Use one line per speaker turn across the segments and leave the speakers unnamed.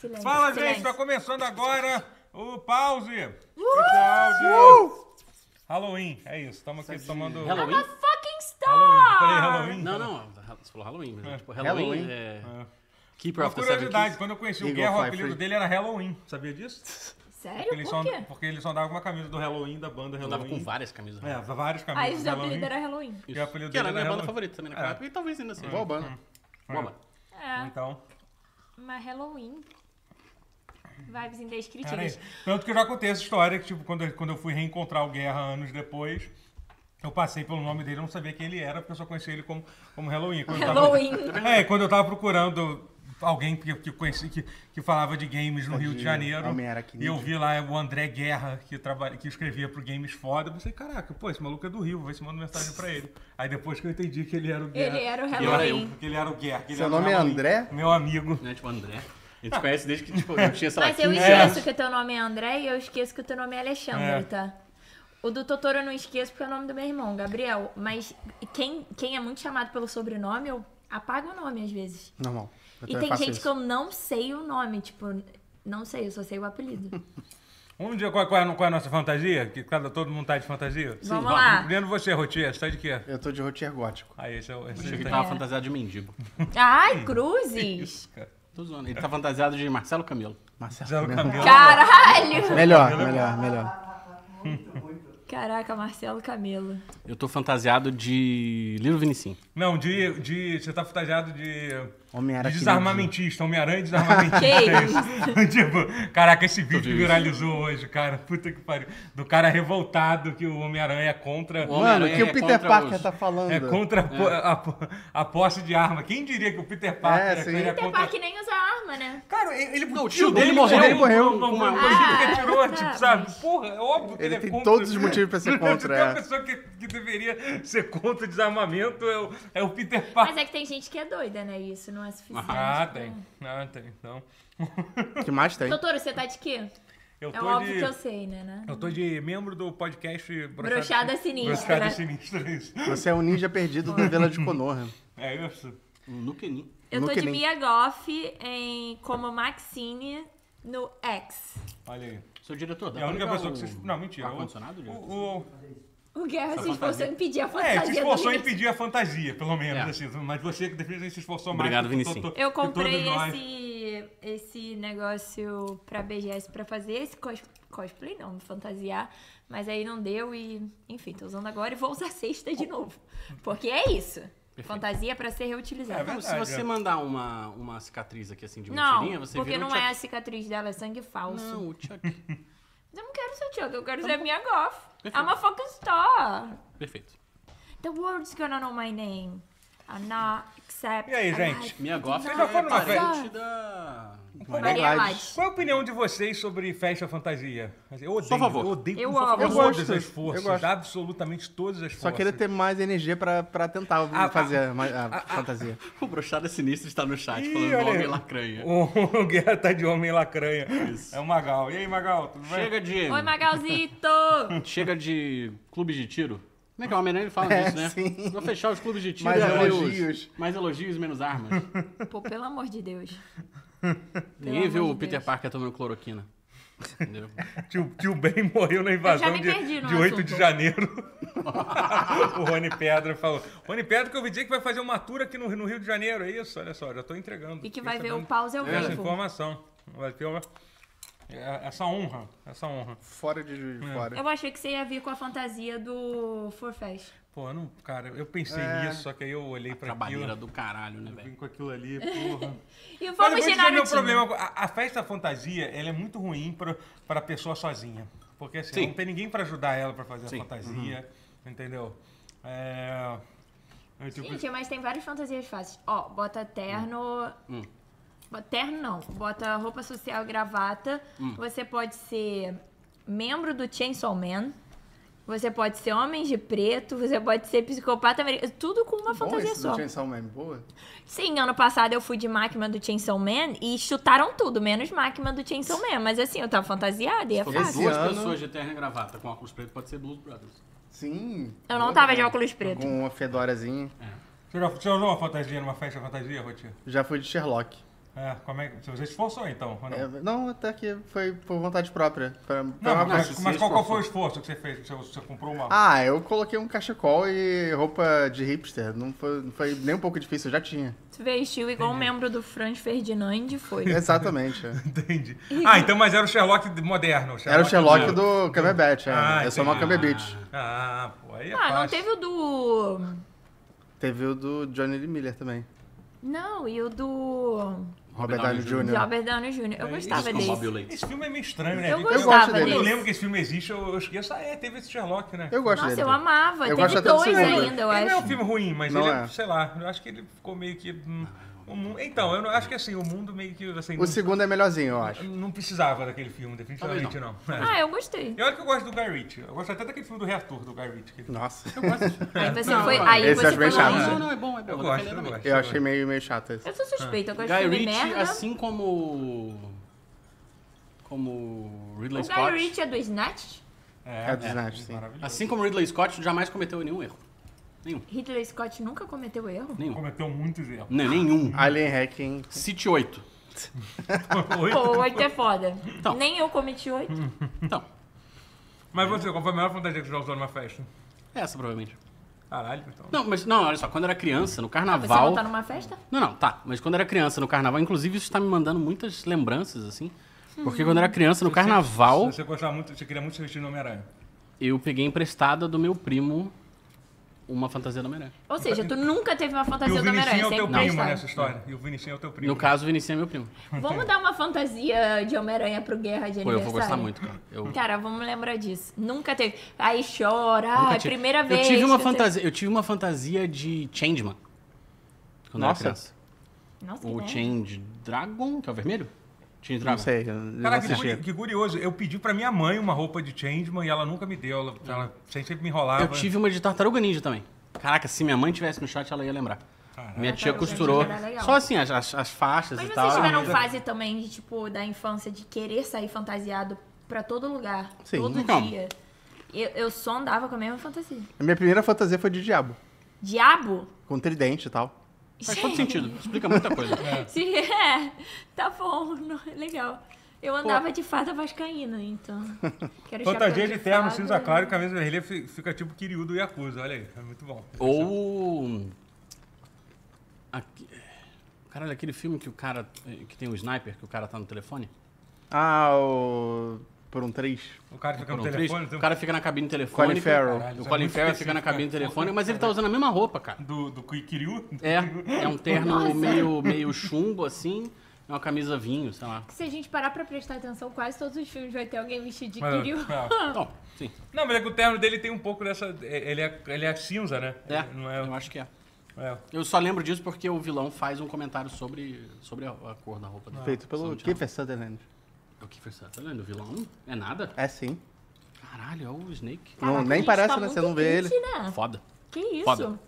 Silêncio.
Fala, gente,
silêncio.
tá começando agora o pause. Pause. Halloween, é isso. Estamos aqui tomando.
Halloween?
I'm a fucking
Halloween. Falei
star!
Halloween.
Não, não, você falou Halloween, mas é, tipo Halloween,
Halloween.
é...
É.
Keeper
Uma
of the Seven
curiosidade,
Keys.
quando eu conheci o
Eagle
Guerra, o
Fly
apelido
Free.
dele era Halloween. Sabia disso?
Sério?
Porque ele, só,
Por quê?
porque ele só andava com uma camisa do Halloween, da banda
Eu andava com
Halloween.
várias camisas. né?
É, vários
Ah,
camisas
esse
do
é o apelido
Halloween.
era Halloween.
Isso.
E o apelido
que era a
dele
minha
era Halloween.
banda favorita também na
É.
época, e talvez ainda seja.
Qual banda?
Boa banda.
É,
Então,
mas Halloween. Vibes
era
indescritíveis.
isso. Tanto que eu já contei essa história que, tipo, quando eu, quando eu fui reencontrar o Guerra anos depois, eu passei pelo nome dele, eu não sabia quem ele era, porque eu só conhecia ele como, como Halloween. Quando eu tava-
Halloween.
É, quando eu tava procurando alguém que, que, conheci, que, que falava de games no
Pode
Rio de
ir,
Janeiro,
Homem Aracnídeo.
e eu vi lá o André Guerra, que, trabalha, que escrevia pro Games Foda, eu pensei, caraca, pô, esse maluco é do Rio, vou ver se manda mensagem pra ele. Aí depois que eu entendi que ele era o Guerra.
Ele era o
que era eu,
Halloween.
que ele era o Guerra. que ele
Seu
era o
nome é
Halloween.
André?
Meu amigo.
Né, tipo André. A
É.
gente conhece desde que tipo, eu tinha, sei lá,
Mas eu
15
esqueço
anos.
que o teu nome é André e eu esqueço que o teu nome é Alexandre,
É.
tá? O do Totoro eu não esqueço porque é o nome do meu irmão, Gabriel. Mas quem, quem é muito chamado pelo sobrenome, eu apago o nome às vezes.
Normal. Eu
E
também
tem
faço
gente
isso.
que eu não sei o nome, tipo, não sei, eu só sei o apelido.
Vamos dizer qual, qual é, qual é a nossa fantasia? Que cada, todo mundo tá de fantasia?
Vamos lá.
Primeiro você, Rotier, você tá de quê?
Eu tô de rotier gótico.
Aí, esse é o... Esse
Achei que
é
ele
tá.
o-
tava fantasiado de mendigo.
Ai, cruzes!
Isso, cara.
Tô zoando. Ele tá fantasiado de Marcelo Camelo.
Marcelo.
Zero
Camelo.
Camelo.
Caralho!
Melhor, melhor, melhor.
Caraca, Marcelo Camelo.
Eu tô fantasiado de Lilo Vinicinho.
Não, de, de... Você tá fantasiado de...
Homem-Aranha.
De desarmamentista, Homem-Aranha e desarmamentista. É
Que
isso? tipo, caraca, esse
Tu
vídeo
viu
viralizou hoje, cara. Puta que pariu. Do cara revoltado que o Homem-Aranha é contra.
O
Mano,
Homem-Aranha
o que
é
o Peter
contra
Parker
os-
tá falando?
É contra a, po- a po- a posse de arma. Quem diria que o Peter Parker
É,
era
sim.
aquele
Peter
contra...
Parker nem usa arma, né?
Cara, ele, ele-
Não, o tio dele morreu.
Ele
morreu
com
com
uma
uma-
coisa que tirou,
Ah,
tipo,
tá,
sabe?
mas-
Porra, é óbvio que
Ele
é
tem
contra.
todos os motivos pra ser contra,
Se tem
é.
uma pessoa que, que deveria ser contra o desarmamento é o, é o Peter
Mas
Parker.
é que tem gente que é doida, né? Isso não é suficiente. pra-
Ah, tem. Ah, tem. Então,
que mais tem?
Totoro, você tá de quê?
eu tô
É óbvio
de...
que eu sei, né? né?
Eu tô de membro do podcast
Brochada Sinistra. né?
Brochada Sinistra, isso.
Você é um ninja perdido da Vila de Konoha.
É isso.
No Kenin.
Eu tô
Nunca
de
nem-
Mia Goff em como Maxine no X.
Olha aí.
Sou diretor. dá
É a
pra
única
ligar
pessoa
o-
que se... Não, mentira.
o ar-condicionado,
o,
diretor?
o, o...
O Guerra se esforçou
fantasia.
em impedir a fantasia.
É, se
do
esforçou em
Vinícius.
pedir a fantasia, pelo menos.
É.
Assim. Mas você que definitivamente se esforçou
Obrigado,
mais. que
Vinicinho.
to- to-
Eu
que todos
comprei
nós.
esse, esse negócio pra BGS pra fazer esse cos- cosplay, não, fantasiar. Mas aí não deu e, enfim, tô usando agora e vou usar sexta de novo. Porque é isso. Fantasia pra ser
É
reutilizada.
verdade.
Se você mandar uma, uma cicatriz aqui assim de mentirinha,
não,
você
porque
vira
não
um
é a cicatriz dela, é sangue falso.
Não, o Chuck.
Eu não quero ser Chuck, eu quero
Tá
ser a minha Goff.
Perfeito.
I'm a fucking star.
Perfeito.
The world's gonna know my name. I'm not except...
E aí,
I'm
gente?
not-
Minha Goff
Vocês já foram
é
numa
parente da...
Maria
Glades.
Light.
Qual é a opinião de vocês sobre festa fantasia? Eu odeio,
Por favor.
eu odeio
Eu
com
amo. Eu
todas
gosto,
as
eu
forças,
gosto.
absolutamente todas as
Só
forças.
queria ter mais energia pra, pra tentar
Ah,
fazer a, a- a
ah.
fantasia.
O Brochada Sinistra está no chat
Ih,
falando
olha
do
aí.
Homem Lacranha.
O o Guerra tá de homem lacranha.
Isso.
É o Magal. E aí, Magal, tudo bem?
Chega de...
Oi, Magalzito!
Chega de clubes de tiro. Como é que é o Homem-Aranha ele fala
É,
disso, né?
sim.
Vou fechar os clubes de tiro
Mais
e abrir os-
elogios.
Mais elogios e menos armas.
Pô, pelo amor de Deus.
Ninguém
amor
viu
de
o Peter
Deus.
Parker tomando cloroquina. Entendeu?
Tio, tio Ben morreu na invasão
me
de,
perdi no
de 8 de
assunto.
janeiro. o Rony Pedra falou. Rony Pedra que eu vi dizer que vai fazer uma tour aqui no, no Rio de Janeiro. É isso, olha só, já tô
E
entregando.
que
Fiquei
vai ver
sabendo
o pause ao
Essa
vivo.
informação. Vai ter uma- é- Essa honra, essa honra.
Fora de Juiz
É.
de fora.
Eu achei que você ia vir com a fantasia do Forfest.
Pô, eu não, cara, eu pensei nisso, só que aí eu olhei pra
É. Trabalheira
aquilo.
do caralho, né, velho?
Vim com aquilo ali, porra.
E
Mas eu
vamos
vou te
girar
dizer
o
meu
time.
problema. com- A, a festa fantasia, ela é muito ruim pra, pra pessoa sozinha. Porque assim,
Sim.
não tem ninguém pra ajudar ela pra fazer
Sim. Uhum.
a fantasia, entendeu? É... é tipo-
Gente, mas tem várias fantasias fáceis. Ó, bota terno.
Hum.
Bo- Terno não. Bota roupa social e gravata.
Hum.
Você pode ser membro do Chainsaw Man. Você pode ser homem de preto. Você pode ser psicopata americano. Tudo com uma
Bom,
fantasia
esse do
só.
Chainsaw Man, boa.
Sim, ano passado eu fui de máquina do Chainsaw Man e chutaram tudo, menos máquina do Chainsaw Man. Mas assim, eu tava fantasiada e é
Falou
fácil.
Esse
duas
ano-
pessoas de terno e gravata com óculos preto, pode ser Blues Brothers.
Sim.
Eu não tava de óculos preto.
Com uma fedorazinha.
Você já, você já usou uma fantasia numa festa fantasia, Rotinha?
Já fui de Sherlock.
É, como é que. Você se esforçou então? ou não?
É, não, até que foi por vontade própria. Foi- foi
Não,
uma
mas,
coisa-
mas qual,
se
qual
esforçou.
foi o esforço que você fez? Você, você comprou uma.
Ah, eu coloquei um cachecol e roupa de hipster. Não foi, não foi nem um pouco difícil, eu já tinha.
Tu vestiu igual um membro do Franz Ferdinand e foi.
Exatamente. é.
Entendi.
Uhum.
Ah, então, mas era o Sherlock moderno.
Era o Sherlock
moderno.
do Cumberbatch, é.
Ah,
é só uma
entendi.
Cumberbatch.
Ah, pô, aí é
Ah, não
fácil.
teve o do.
Teve o do Johnny Lee Miller também.
Não, e o do.
Robert Downey Jr.
Robert Downey Jr. Eu gostava
É Isso com Bob
desse.
Leite.
Esse filme é meio estranho, né?
Eu
Tem-
gostava
gosto
Quando
dele.
eu
desse.
lembro que esse filme existe, eu, eu esqueço. Ah, é, teve esse Sherlock, né?
Eu gosto
Nossa,
dele.
eu amava.
Eu gosto
Teve
até do
dois
segundo.
ainda, eu
ele não é um
acho.
filme ruim, mas
Não
ele é,
é.
sei lá, eu acho que ele ficou meio que. hum, o mu- então, eu não- acho que assim, o mundo meio que. Assim,
O segundo é melhorzinho, eu acho.
não, não precisava daquele filme, definitivamente não. É.
Ah, eu gostei.
E olha que eu gosto do Guy Ritchie. Eu gosto até daquele filme do reator do Guy Ritchie. que ele-
Nossa.
Aí você foi.
não,
Aí
esse eu
você
acho bem
foi
chato.
longe.
Não, não, é bom, é bom.
Eu
defendo
gosto, eu
também.
gosto. É,
Eu achei meio, meio chato esse.
Eu sou suspeita, eu gosto de
Guy
filme
Ritchie,
merda.
assim como. Como Ridley
o
Scott.
Guy Ritchie é do Snatch?
É,
É do Snatch, sim.
Maravilhoso.
Assim como Ridley Scott, jamais cometeu nenhum erro. Nenhum.
Ridley Scott nunca cometeu erro?
Nenhum.
Cometeu muitos erros.
Não, nenhum.
Alien Hacking.
City 8.
Pô, oito é foda.
Então.
Nem eu cometi oito.
Então,
Mas você, qual foi a melhor fantasia que você já usou numa festa?
é essa provavelmente.
Caralho, então.
Não, mas não, olha só, quando eu era criança, no
Você
carnaval.
não tá numa festa?
Não, não, tá. Mas quando eu era criança no carnaval, inclusive isso tá me mandando muitas lembranças, assim. Porque quando
Hum.
eu era criança no carnaval,
Você gostava muito, você queria muito se vestir no Homem-Aranha.
eu peguei emprestada do meu primo uma fantasia do Homem-Aranha.
Ou seja, tu nunca teve uma
E o
fantasia do
Vinicinho
Homem-Aranha,
é o teu
sempre
primo
prestava.
nessa história. E o Vinicinho é o teu primo.
No caso, o Vinicius é meu primo.
Vamos dar uma fantasia de Homem-Aranha pro Guerra de
Pô, eu
Aniversário?
vou gostar muito, cara. Eu,
Cara, vamos lembrar disso. Nunca teve. Aí chora,
nunca
ah, é
tive-
primeira
eu
vez.
Tive uma
que eu te-
fantasia, eu tive uma fantasia de Changeman. Quando
Nossa.
eu era criança.
Nossa, né?
O
que merda.
Change Dragon, que é o vermelho? Change
Não
Dragon.
sei, eu não
Caraca, que,
assisti.
curi- que curioso. Eu pedi pra minha mãe uma roupa de Changeman e ela nunca me deu. Ela, ela sempre me enrolava.
Eu tive uma de Tartaruga Ninja também. Caraca, se minha mãe tivesse no chat, ela ia lembrar.
Caraca.
Minha tia
Tartaruga
costurou.
Ninja era legal.
Só assim, as, as, as faixas
Mas
e
vocês
tal.
tiveram fase também de, tipo, da infância de querer sair fantasiado pra todo lugar,
Sim,
todo
então.
dia. Eu, eu só andava com a mesma fantasia.
A minha primeira fantasia foi de diabo.
Diabo?
Com tridente e tal.
Faz todo sentido. Explica muita coisa.
Se é, tá bom, não- legal. Eu andava de fada vascaína, então. Que era o
Fantasia
chapéu
de terno,
fada.
né?
cinza claro e camisa vermelha fi- fica tipo Kiryu do Yakuza. Olha aí, é muito bom.
Ou. Aqui... Caralho, aquele filme que o cara. que tem o sniper, que o cara tá no telefone.
Ah, o... Por um 3.
O cara fica no
Foram três.
telefone. tem um-
O cara fica na cabine telefônica.
Colin Farrell.
Caralho,
O
isso é
Colin
muito
Farrell
específico,
fica na cabine
né?
telefônica, mas ele tá usando a mesma roupa, cara.
Do, do Ki- Kiryu?
É, é um terno meio, meio chumbo, assim, é uma camisa vinho, sei lá.
Se a gente parar pra prestar atenção, quase todos os filmes vai ter alguém vestido de
Mas-
Kiryu.
é.
Bom, sim.
Não, mas é que o terno dele tem um pouco dessa. é- Ele é, ele é cinza, né?
É,
Ele Não é,
eu acho que é.
é.
Eu só lembro disso porque o vilão faz um comentário sobre, sobre a, a cor da roupa dele.
Feito pelo
Só não tinha-
Kiefer Sutherland.
É o Kiefer Sutherland, o vilão? É nada?
É sim.
Caralho, é o Snake.
Não,
Caraca,
nem
gente,
parece,
tá
né? Você
muito
não vê
quente,
ele.
Né?
Foda.
Que isso?
Foda.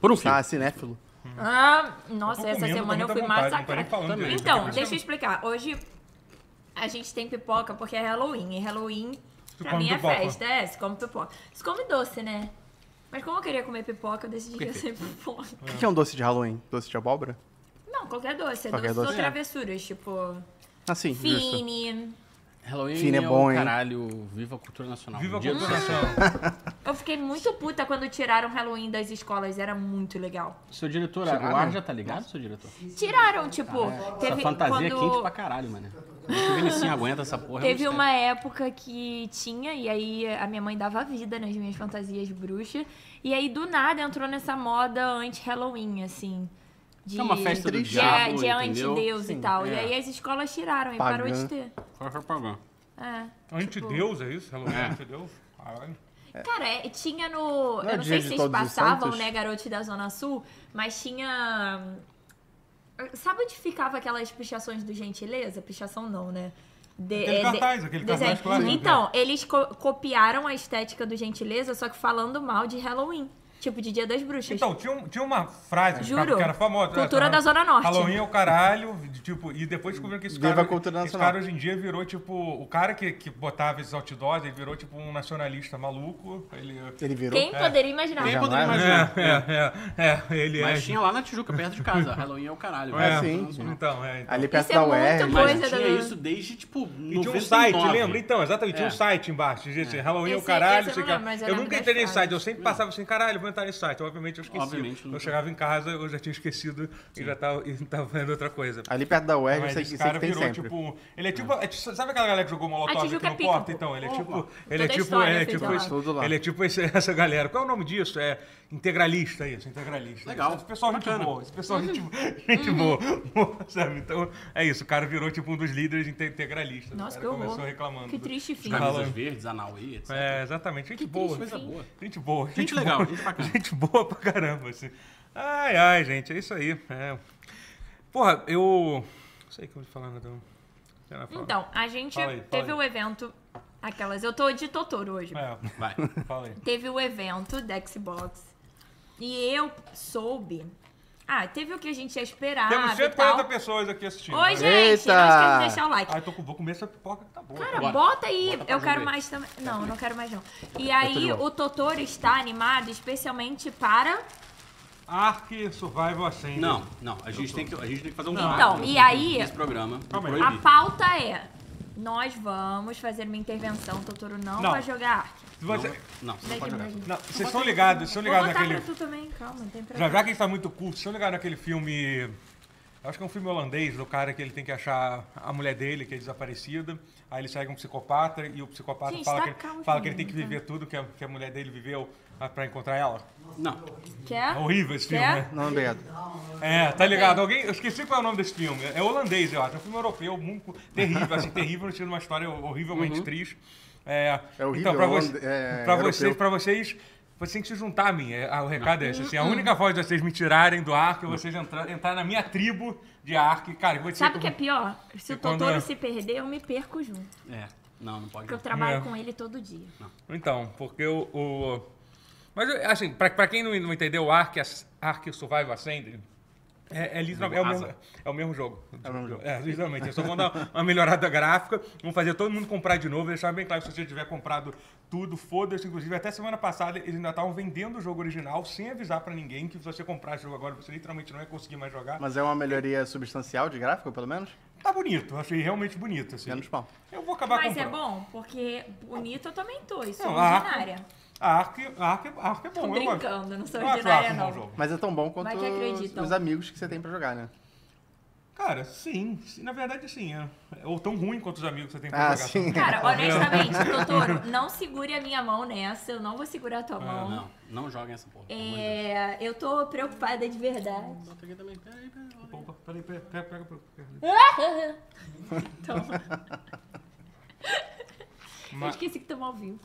Por um
Tipo.
filme.
Tá, cinéfilo.
Ah, nossa,
tô
essa
comendo, tô
semana eu
muito à
fui
vontade, não tô nem
massacrada.
falando
Também.
direito,
Então,
né?
deixa eu explicar. Hoje a gente tem pipoca porque é Halloween. E Halloween, pra
come
mim, é
pipoca.
festa. É, se come pipoca. Se come doce, né? Mas como eu queria comer pipoca, eu decidi que ia ser pipoca.
O que que é um doce de Halloween? Doce de abóbora?
Não, qualquer doce. É
Qualquer
doces
doce,
ou
é.
travessuras, tipo...
Assim, justo.
Fini.
Halloween
Fine
é,
é bom,
o
hein?
caralho. Viva a cultura nacional.
Viva a
Dia do
cultura
Seu-
nacional.
Eu fiquei muito puta quando tiraram Halloween das escolas. Era muito legal.
Seu diretor, o ar já tá ligado, seu diretor?
Tiraram, tipo...
Essa
Teve,
fantasia é
quando...
quente pra caralho, mano. Acho que o Vinicinho aguenta essa porra. é um
Teve
mistério.
uma época que tinha, e aí a minha mãe dava vida nas minhas fantasias bruxas. E aí, do nada, entrou nessa moda anti-Halloween, assim. De,
É uma festa do
de,
diabo,
de
entendeu?
anti-deus e tal. E
é.
aí as escolas tiraram e
Pagã.
parou de ter.
Foi propaganda.
É.
Antideus, é isso? Hello,
É.
antideus? Caralho.
Cara, é- tinha no.
Não é
eu não sei
dia de
se vocês
Todos os
passavam,
Santos?
né, Garote da Zona Sul, mas tinha. Sabe onde ficava aquelas pichações do Gentileza? Pichação não, né? De,
Aquele cartaz, aquele cartaz
desenho.
clássico, né?
Então, eles co- copiaram a estética do Gentileza, só que falando mal de Halloween. Tipo, de Dia das Bruxas.
Então, tinha, um- tinha uma frase que
Juro.
ficava- que era famosa.
Cultura
essa,
da Zona Norte.
Halloween é o caralho, de- tipo, e depois descobriram que esse
Viva
cara,
a cultura
esse
nacional.
cara hoje em dia virou, tipo, o cara que, que botava esses outdoors, ele virou, tipo, um nacionalista maluco. Ele...
Ele virou.
Quem poderia imaginar?
Quem
Já
poderia
vai, né?
imaginar?
é, é, ele
Mas tinha lá na Tijuca, perto de casa. Halloween é o
um
caralho.
É,
né?
sim.
Então, é.
Ali perto
Isso é muito
da né? UERJ.
bom.
Mas
Coisa
tinha
da-
isso desde, tipo,
E
99.
tinha um site, lembra? Então, exatamente, tinha
É.
um site embaixo. Dizia assim, Halloween é o
Esse aí-
caralho,
esse eu
sei
não
que lá.
lembro, mas eu
Eu
lembro
nunca
das
entrei nesse
frases.
site, eu sempre passava assim, caralho, vou entrar nesse site. Obviamente eu esqueci.
Obviamente,
eu
né?
nunca.
chegava em casa, eu já tinha esquecido e já tava, e tava vendo outra coisa.
Ali perto da UERJ, eu
Mas
sei, que-
esse
sei que
cara
tem
virou
sempre.
tipo. Ele é tipo. é tipo- sabe aquela galera que jogou molotov
A
aqui
Tijuca
no
pica,
Porta?
pô.
Então, ele é
Opa.
tipo. Ele é
Toda a
tipo.
história assim,
É,
feita
tipo
lá.
esse-
Tudo lá.
ele é tipo esse- essa galera. Qual é o nome disso? É integralista isso, integralista.
Legal.
Esse pessoal é gente
Bacana.
boa. Esse pessoal gente,
Uhum.
gente boa. Sabe? Então, é isso. O cara virou tipo um dos líderes inte- integralistas.
Nossa,
o
que
cara
horror.
começou reclamando.
Que
do-
triste fim.
Camisas verdes, Anauí, etc.
É, exatamente. Gente boa.
Coisa boa.
Gente boa.
Gente legal,
boa,
gente bacana.
Gente boa pra caramba, assim. Ai, ai, gente, é isso aí. É. Porra, eu... Não sei o que eu vou falar, Nadão. Sei lá, fala.
Então, a gente
Fala aí, fala
teve
aí.
o evento. Aquelas. Eu tô de Totoro hoje.
É,
Vai.
fala aí.
Teve o evento da Xbox. E eu soube. Ah, teve o que a gente ia esperar.
Temos
e Ah, tal.
140 pessoas aqui assistindo.
Oi, gente.
Olha.
Não esquece
Eita!
de deixar o like.
Ai, tô com... vou comer essa pipoca que tá boa.
Cara,
Bora.
bota aí.
pra
eu quero
jogo aí.
mais também. Não, não quero mais não. E
tô de
aí,
volta.
o Totoro está animado especialmente para.
Ark Survival assim. Ascended.
Não, não. A gente, tem que, a gente tem que fazer um quadro
Então, e aí-
Nesse programa.
Calma aí.
A
Proibir.
pauta é. Nós vamos fazer uma intervenção. O Totoro não,
Não.
vai jogar Ark.
Se Você...
Não, você não
é-
Daqui
pode jogar.
mesmo.
Não, vocês são ligados, vocês são ligados
Vou botar
naquele...
pra tu também, calma, não tem
Já,
problema.
já que a gente tá muito curto, vocês estão ligados naquele filme. eu Acho que é um filme holandês do cara que ele tem que achar a mulher dele, que é desaparecida. Aí ele segue um psicopata e o psicopata
Gente,
fala,
tá
que, ele-
calmo, tá.
fala que ele tem
gente,
que viver tudo que a, que a mulher dele viveu ah, pra encontrar ela.
Não.
Quer?
É horrível esse filme,
Quer?
né?
Não, obrigado.
É, tá ligado? Alguém. Eu esqueci qual é o nome desse filme. É holandês, eu acho. É um filme europeu, muito terrível, assim, terrível, tinha uma história horrivelmente triste. É,
Uhum. É horrível,
Então, pra,
holand-
você-
é,
pra
europeu.
vocês, pra vocês. Vocês têm que se juntar a mim. É, a- o recado é esse. Assim, a
Uhum.
única voz de vocês me tirarem do arco é vocês entrar, entrar na minha tribo de arco. E, Cara, eu vou te
Sabe o que é pior? Se
E
o
quando
Totoro
é?
se perder, eu me perco junto.
É. Não, não pode.
Porque eu
não.
trabalho
É.
com ele todo dia.
Então, porque o. o- Mas, assim, pra, pra quem não, não entendeu, o Ark, As- Ark Survival Ascended. É, é, literalmente- é o mesmo, é o mesmo jogo. É o mesmo jogo. É, literalmente. Eu só vou dar uma melhorada gráfica. Vamos fazer todo mundo comprar de novo. Deixar bem claro que se você tiver comprado tudo, foda-se. Inclusive, até semana passada eles ainda estavam vendendo o jogo original sem avisar pra ninguém que se você comprar esse jogo agora, você literalmente não ia conseguir mais jogar.
Mas é uma melhoria substancial de gráfico, pelo menos?
Tá bonito. eu Achei realmente bonito. Assim.
Menos mal.
Eu vou acabar
Mas é
comprando.
bom, porque bonito eu também tô, e sou
Não, a Ark-
ordinária.
A Ark, a Ark, a Ark é
Tô
bom. eu gosto.
brincando, não sou
Eu acho o
ordinária
Ark um bom
não.
jogo.
Mas é tão bom quanto
Vai que acreditam.
os amigos que você tem pra jogar, né?
Cara, sim. sim, Na verdade, sim. é. Ou tão ruim quanto os amigos que você tem pra
Ah,
jogar. tá?
sim.
Cara, honestamente, Totoro, não segure a minha mão nessa, eu não vou segurar a tua mão.
Não, não joguem essa porra. pelo amor de Deus.
É, eu tô preocupada de verdade.
Bota aqui também. Peraí, peraí.
Opa, peraí, peraí, pega, pega, pega.
Então, eu
Mas,
esqueci que tomar ao vivo.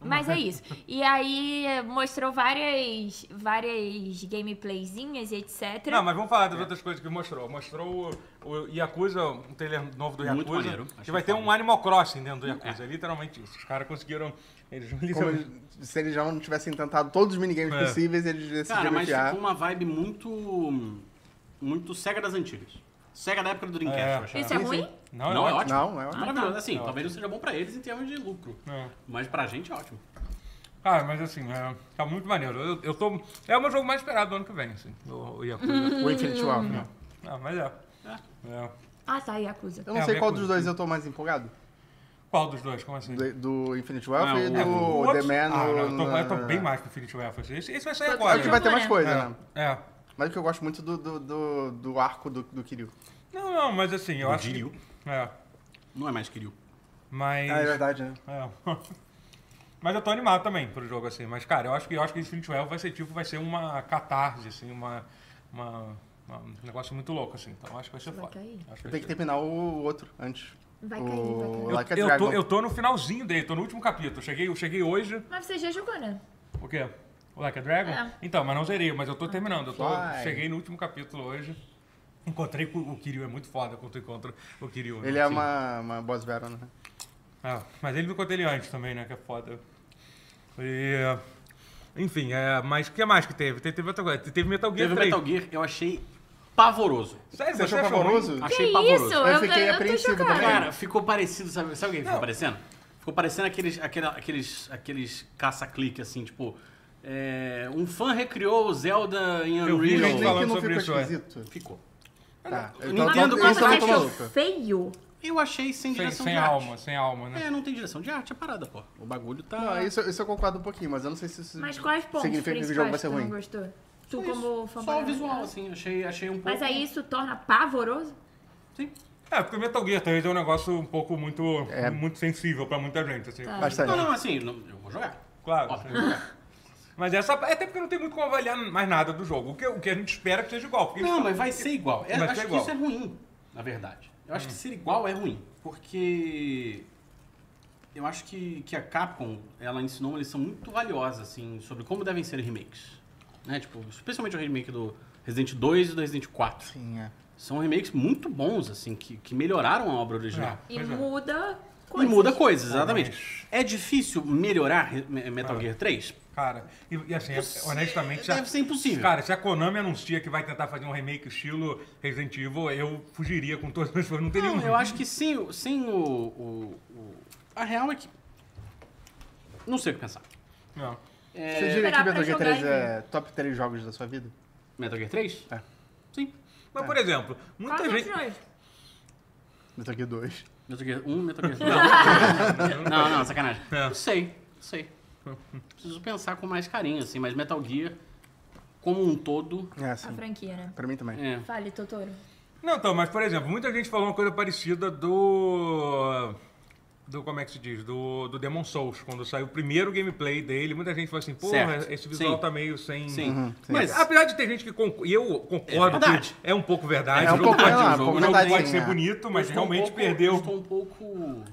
Mas é isso. E aí mostrou várias, várias gameplayzinhas e etc.
não, mas vamos falar das outras coisas que mostrou. Mostrou o, o Yakuza, um trailer novo do
Muito
Yakuza.
maneiro,
que
achei
vai ter
foda.
um Animal Crossing dentro do Yakuza. É, literalmente isso. Os caras conseguiram. Eles
Como
literalmente.
eles- se eles já não tivessem tentado todos os minigames
É.
possíveis, eles
Cara,
decidiram
mas
enfiar.
tipo,
ficou uma vibe muito. Muito cega das antigas. Cega da época do Dreamcast,
É.
eu achava.
Isso é ruim?
Não,
Não, é
ótimo.
ótimo.
Não, é ótimo.
Maravilhoso. Assim, talvez não seja bom pra eles em termos de lucro.
É.
Mas pra gente é ótimo.
Cara, mas assim, é, tá muito maneiro. Eu, eu tô. É o meu jogo mais esperado do ano que vem, assim. O, o Yakuza.
O Infinity Wealth, né?
ah, mas é.
É.
é.
Ah, tá, Yakuza.
Eu não
É,
sei
a
qual
minha
dos
coisa.
dois eu tô mais empolgado.
Qual dos dois? Como assim?
Do, do Infinity Wealth
Ah,
e
o-
do
É, o
The
outro-
Man.
Ah,
no-
não, eu tô, eu tô
no-
bem mais pro Infinity Wealth. assim. Esse, esse vai sair
Tô- tô
agora.
Acho que vai ter mais
É.
coisa, né?
É.
Mas o que eu gosto muito do, do, do, do arco do, do Kiryu.
Não, não, mas assim, eu
Do
acho
Kiryu.
que... É,
Não é mais Kiryu.
mas...
Ah, é verdade, né?
é. mas eu tô animado também pro jogo, assim. Mas, cara, eu acho que, eu acho que Infinity Well vai ser tipo, vai ser uma catarse, assim, uma... uma- uma- um negócio muito louco, assim. Então, eu acho que vai ser
Vai
foda.
cair.
Acho que vai
Eu tenho que
ser.
terminar o outro antes.
Vai
o
cair, vai cair.
Like a
Eu
Dragon.
tô, eu tô no finalzinho dele, tô no último capítulo. Eu cheguei, eu cheguei hoje...
Mas você já jogou, né?
O quê? O Like a Dragon?
É.
Então, mas não zerei, mas eu tô terminando. Eu tô-
Vai.
cheguei no último capítulo hoje. Encontrei com o Kiryu, é muito foda quando tu encontra o Kiryu. né? Ah,
Ele é
Assim,
uma, uma boss battle, né?
é, mas ele me contou ele antes também, né? Que é foda. E, Enfim, é, mas o que mais que teve? Te- Teve, outra coisa. Te- Teve Metal Gear
Teve
3.
Metal Gear, eu achei pavoroso.
Sério,
Você é
você achou
achou
é ruim?
pavoroso?
Achei
Que
pavoroso.
isso?
Eu fiquei
tô
apreensivo
chocada.
também.
Cara, ficou parecido, sabe, sabe o que ficou parecendo? Ficou parecendo aqueles, aquele- aqueles, aqueles caça-clique, assim, tipo... é, um fã recriou o Zelda em
Eu vi
Unreal.
gente
Nem que
falando
não
sobre
ficou
isso, é.
esquisito.
Ficou.
Tá. eu
Eu
tava-
entendo
eu
Mas
quanto
você
tava
mais
achou
maluco.
é feio?
Eu achei sem
Sem,
direção
sem
de
alma,
arte.
sem alma, né?
É, não tem direção de arte, é parada, pô. O bagulho tá...
Não, isso, isso eu concordo um pouquinho, mas eu não sei se isso
Mas é quais pontos
significa que o
principais
jogo vai ser
tu não
ruim.
gostou? Tu
Isso,
como
Só
fanboy
o visual,
americano.
assim, achei, achei um pouco...
Mas aí isso torna pavoroso?
Sim.
É, porque Metal Gear 3 é um negócio um pouco muito,
É.
muito sensível pra muita gente, assim.
Bastante.
Não, não, assim, não- eu vou jogar.
Claro.
Óbvio.
sim. Mas essa. é Até porque não tem muito como avaliar mais nada do jogo. O que, o que a gente espera que seja igual. Porque
Não, mas vai ser igual. Eu
Vai ser
acho que
igual. Hum.
isso é ruim, na verdade. Eu acho que ser igual é ruim, porque eu acho que, que a Capcom, ela ensinou uma lição muito valiosa, assim, sobre como devem ser remakes. Né? Tipo, especialmente o remake do Resident 2 e do Resident 4.
Sim, é.
São remakes muito bons, assim, que, que melhoraram a obra original.
É.
E
Pois
muda
E
coisas.
muda coisas, exatamente. É difícil melhorar Re- Metal Gear 3?
Cara, e, e assim, é- honestamente. se a-
Deve ser impossível.
Cara, se a Konami anuncia que vai tentar fazer um remake estilo Resident Evil, eu fugiria com todas as pessoas. Não é. teria um
Não,
nenhum.
eu acho que sim, o- sim o, o- o- A real é que. Não sei o que pensar.
Não.
Você diria que
Esperar
Metal
pra
Gear
jogar
3
e
é top 3 jogos da sua vida?
Metal Gear 3?
É.
Sim.
Mas,
É.
por exemplo, muita
Quais
gente.
outros dois?
Metal Gear 2.
Metal Gear 1, Metal Gear 2. não, não, sacanagem.
É.
Não sei, não sei. Preciso pensar com mais carinho, assim, mas Metal Gear, como um todo.
É,
A
sim.
franquia, né?
Pra mim também.
É.
Fale, Totoro.
Não, então, mas, por exemplo, muita gente falou uma coisa parecida do. Do, como é que se diz? Do, do Demon Souls, quando saiu o primeiro gameplay dele, muita gente falou assim, porra,
Certo.
esse visual
Sim.
tá meio sem.
Sim. Uhum.
sim.
Mas.
Apesar de ter gente que concorda, e eu concordo
É
que
verdade.
é um pouco verdade.
É um
o jogo
pouco-
pode,
é lá,
o jogo
um pouco
não
verdade,
pode
sim,
ser
é.
bonito, mas
eu estou um
realmente
pouco- eu
perdeu.
Estou um pouco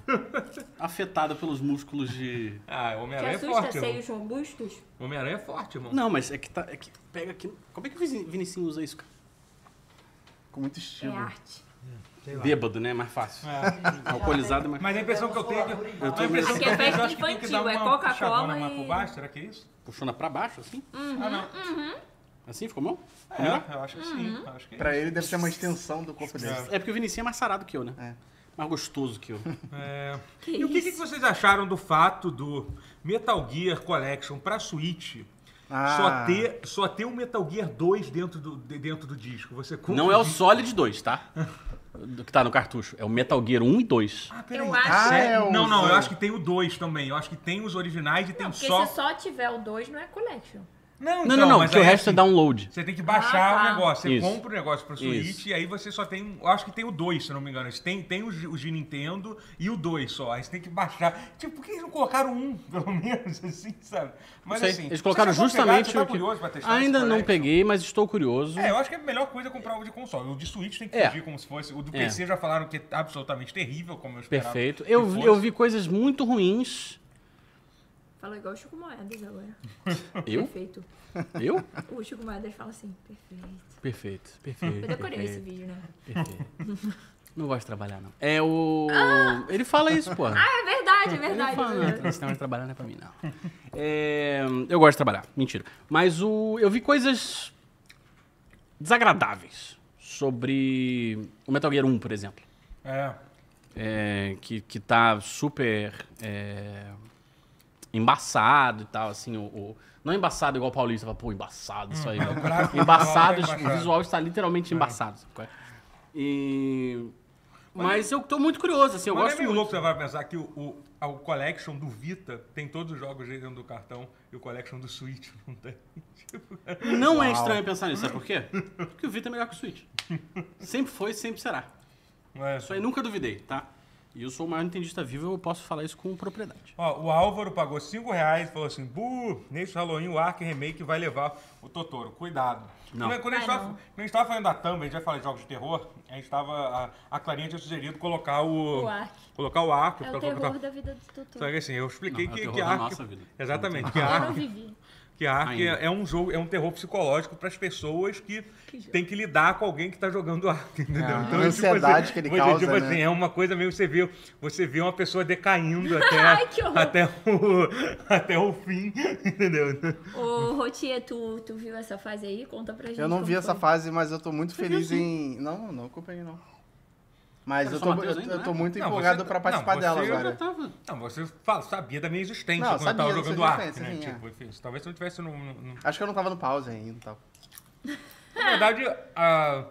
afetado pelos músculos de.
Ah,
Que
Homem-Aranha é
assusta
forte, irmão.
seios robustos?
Homem-Aranha é forte, irmão.
Não, mas é que tá. É que pega aqui. Como é que o Vin- Vinicinho usa isso, cara?
Com muito
É
estilo.
arte.
Bêbado, né? Mais
É.
fácil. É Alcoolizado, mas.
Ah, Mas a impressão que eu tenho é que. Eu
tô
impressão
Aqui
que eu
é
tenho é que
festa
eu acho que tem que dar
infantil, é
uma
Coca-Cola
puxadona mais
e- Uhum.
por baixo, será que é isso?
Puxando pra baixo, assim?
Ah, não.
Assim, ficou bom?
É, eu acho que sim.
Uhum.
eu Acho que é
Pra ele deve ser uma extensão do corpo dele.
É porque o Vinicinho é mais sarado que eu, né? Mais gostoso que eu.
É.
Que
e o que, que
isso?
vocês acharam do fato do Metal Gear Collection pra Switch
Ah.
só, ter, só ter o Metal Gear 2 dentro do, de- dentro do disco? Você compra
Não é o
disco-
Solid 2, tá? Do que tá no cartucho. É o Metal Gear 1 e 2.
Ah, peraí.
Eu acho-
Ah,
Sério?
é o-
Não, não, eu acho que tem o 2 também. Eu acho que tem os originais e tem
Não, porque é
só.
se só tiver o 2, não é collection.
Não, não, não, porque o
aí,
resto é
assim,
download.
Você tem que baixar
Ah, tá.
o negócio. Você
Isso.
compra o negócio pra Switch
Isso.
e aí você só tem. Eu acho que tem o 2, se não me engano. Tem, tem o, de- o de Nintendo e o 2 só. Aí você tem que baixar. Tipo, por que eles não colocaram um, pelo menos, assim, sabe? Mas
Sei.
assim.
Eles colocaram
você já tá pegado,
justamente o
você tá
que.
curioso pra testar
Ainda
esse
não
collection?
peguei, mas estou curioso.
É, eu acho que a melhor coisa é comprar o de console. O de Switch tem que
É.
fugir como se fosse. O do
É.
PC já falaram que é absolutamente terrível, como eu esperava.
Perfeito.
que
Eu, vi- eu
fosse.
vi coisas muito ruins.
Falou igual o Chico Moedas agora.
Eu?
Perfeito.
Eu?
O Chico Moedas fala assim, perfeito.
Perfeito, perfeito.
Eu decorei
perfeito.
esse vídeo, né?
Perfeito. Não gosto de trabalhar, não. É o. Ele fala isso, porra.
Ah, é verdade, é
Ele
verdade.
fala, não, esse negócio de trabalhar não é pra mim, não. É, eu gosto de trabalhar, mentira. Mas o, eu vi coisas desagradáveis sobre o Metal Gear 1, por exemplo.
É.
É, que, que tá super é, embaçado e tal, assim, o, o- não embaçado igual o Paulista, fala, pô, embaçado isso
Hum.
aí. né?
gráfico
embaçado,
visual é
tipo, o visual está literalmente embaçado. sabe qual é? E... Mas eu tô muito curioso, assim, eu
Mas
gosto
é meio
muito.
louco você vai pensar que o, o, a- o Collection do Vita tem todos os jogos dentro do cartão e o Collection do Switch não tem. Tipo,
Não é estranho pensar nisso, sabe por quê? Porque o Vita é melhor que o Switch. Sempre foi, sempre será.
é.
Isso aí nunca duvidei, tá? E eu sou o maior entendista vivo, eu posso falar isso com propriedade.
Ó, o Álvaro pagou 5 reais e falou assim: Bu, nesse Halloween o Ark Remake vai levar o Totoro. Cuidado.
Não.
Quando, quando a gente
Vai
tava,
Ah, não.
quando a gente tava falando da Thumb, a gente vai falar de jogos de terror, a gente tava. A, a Clarinha tinha sugerido colocar o.
O Ark.
Colocar o Ark.
É
pra-
o
pra-
terror da vida do
Só
Totoro.
que assim, eu expliquei
Não, é o
que,
terror
que
da
Ark.
nossa vida. É
Exatamente, que
Eu não
Ark.
vivi.
Que a Ark
Ainda.
é, é um jogo, é um terror psicológico para as pessoas que,
Que jogo.
têm que lidar com alguém que tá jogando Ark, entendeu?
Ah,
é
a ansiedade que ele
tipo
causa,
assim,
né?
é uma coisa meio que você vê, você vê uma pessoa decaindo até,
Ai, que horror.
até, o, até o fim, entendeu?
Ô, Rotier, tu, tu viu essa fase aí? Conta pra gente.
Eu não
como
vi essa
foi.
fase, mas eu tô muito feliz em. Não, não acompanhei, não. Mas
Cara,
eu
só
tô,
Matheus
eu,
ainda,
eu tô
né?
muito
Não,
empolgado
você-
pra participar
não,
dela
você-
Eu já
agora.
tava.
Não, você fala, sabia da minha existência
Não,
quando eu tava
sabia,
jogando
sabia,
Ark, né?
sim, é.
Tipo, enfim, talvez se eu não tivesse num- num-
Acho que eu não tava no pause ainda então. e tal.
Na verdade, a-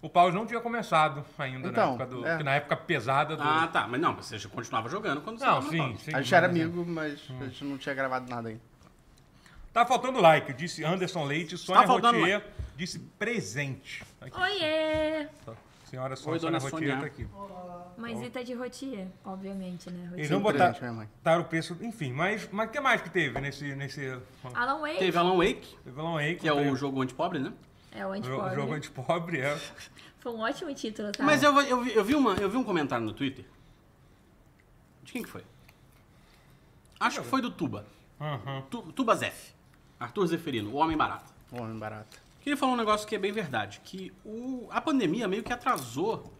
o pause não tinha começado ainda
Então,
na época do-
é.
que na época pesada do.
Ah, tá. Mas não, você já continuava jogando quando você
não,
tava no
sim,
pause.
sim.
A gente era
mas é.
amigo, mas a gente não tinha gravado nada ainda.
Tá faltando like, disse Anderson Leite, Sônia
faltando
Rotier disse presente. Tá Aqui,
Oiê!
tá. Senhora Sônia,
Oi, dona
Sônia Rotier
Sônia.
tá aqui.
Mãezita tá de Rotier, obviamente, né? Rotier.
Eles não
Sempre
botaram
presente, minha mãe.
botaram o preço, enfim, mas o que mais que teve nesse. nesse
Alan Wake
Teve um Alan Wake,
teve Alan Wake,
que é
teve
o jogo antipobre, né?
é o
jo-
antipobre.
jogo antipobre. É.
Foi um ótimo título, tá?
Mas eu, eu, vi, eu vi uma, eu vi um comentário no Twitter. De quem que foi? Acho que foi do Tuba.
Aham.
Tu, Tuba Zef. Arthur Zeferino, o Homem Barato.
Homem é barato.
Que ele falou um negócio que é bem verdade, que o, a pandemia meio que atrasou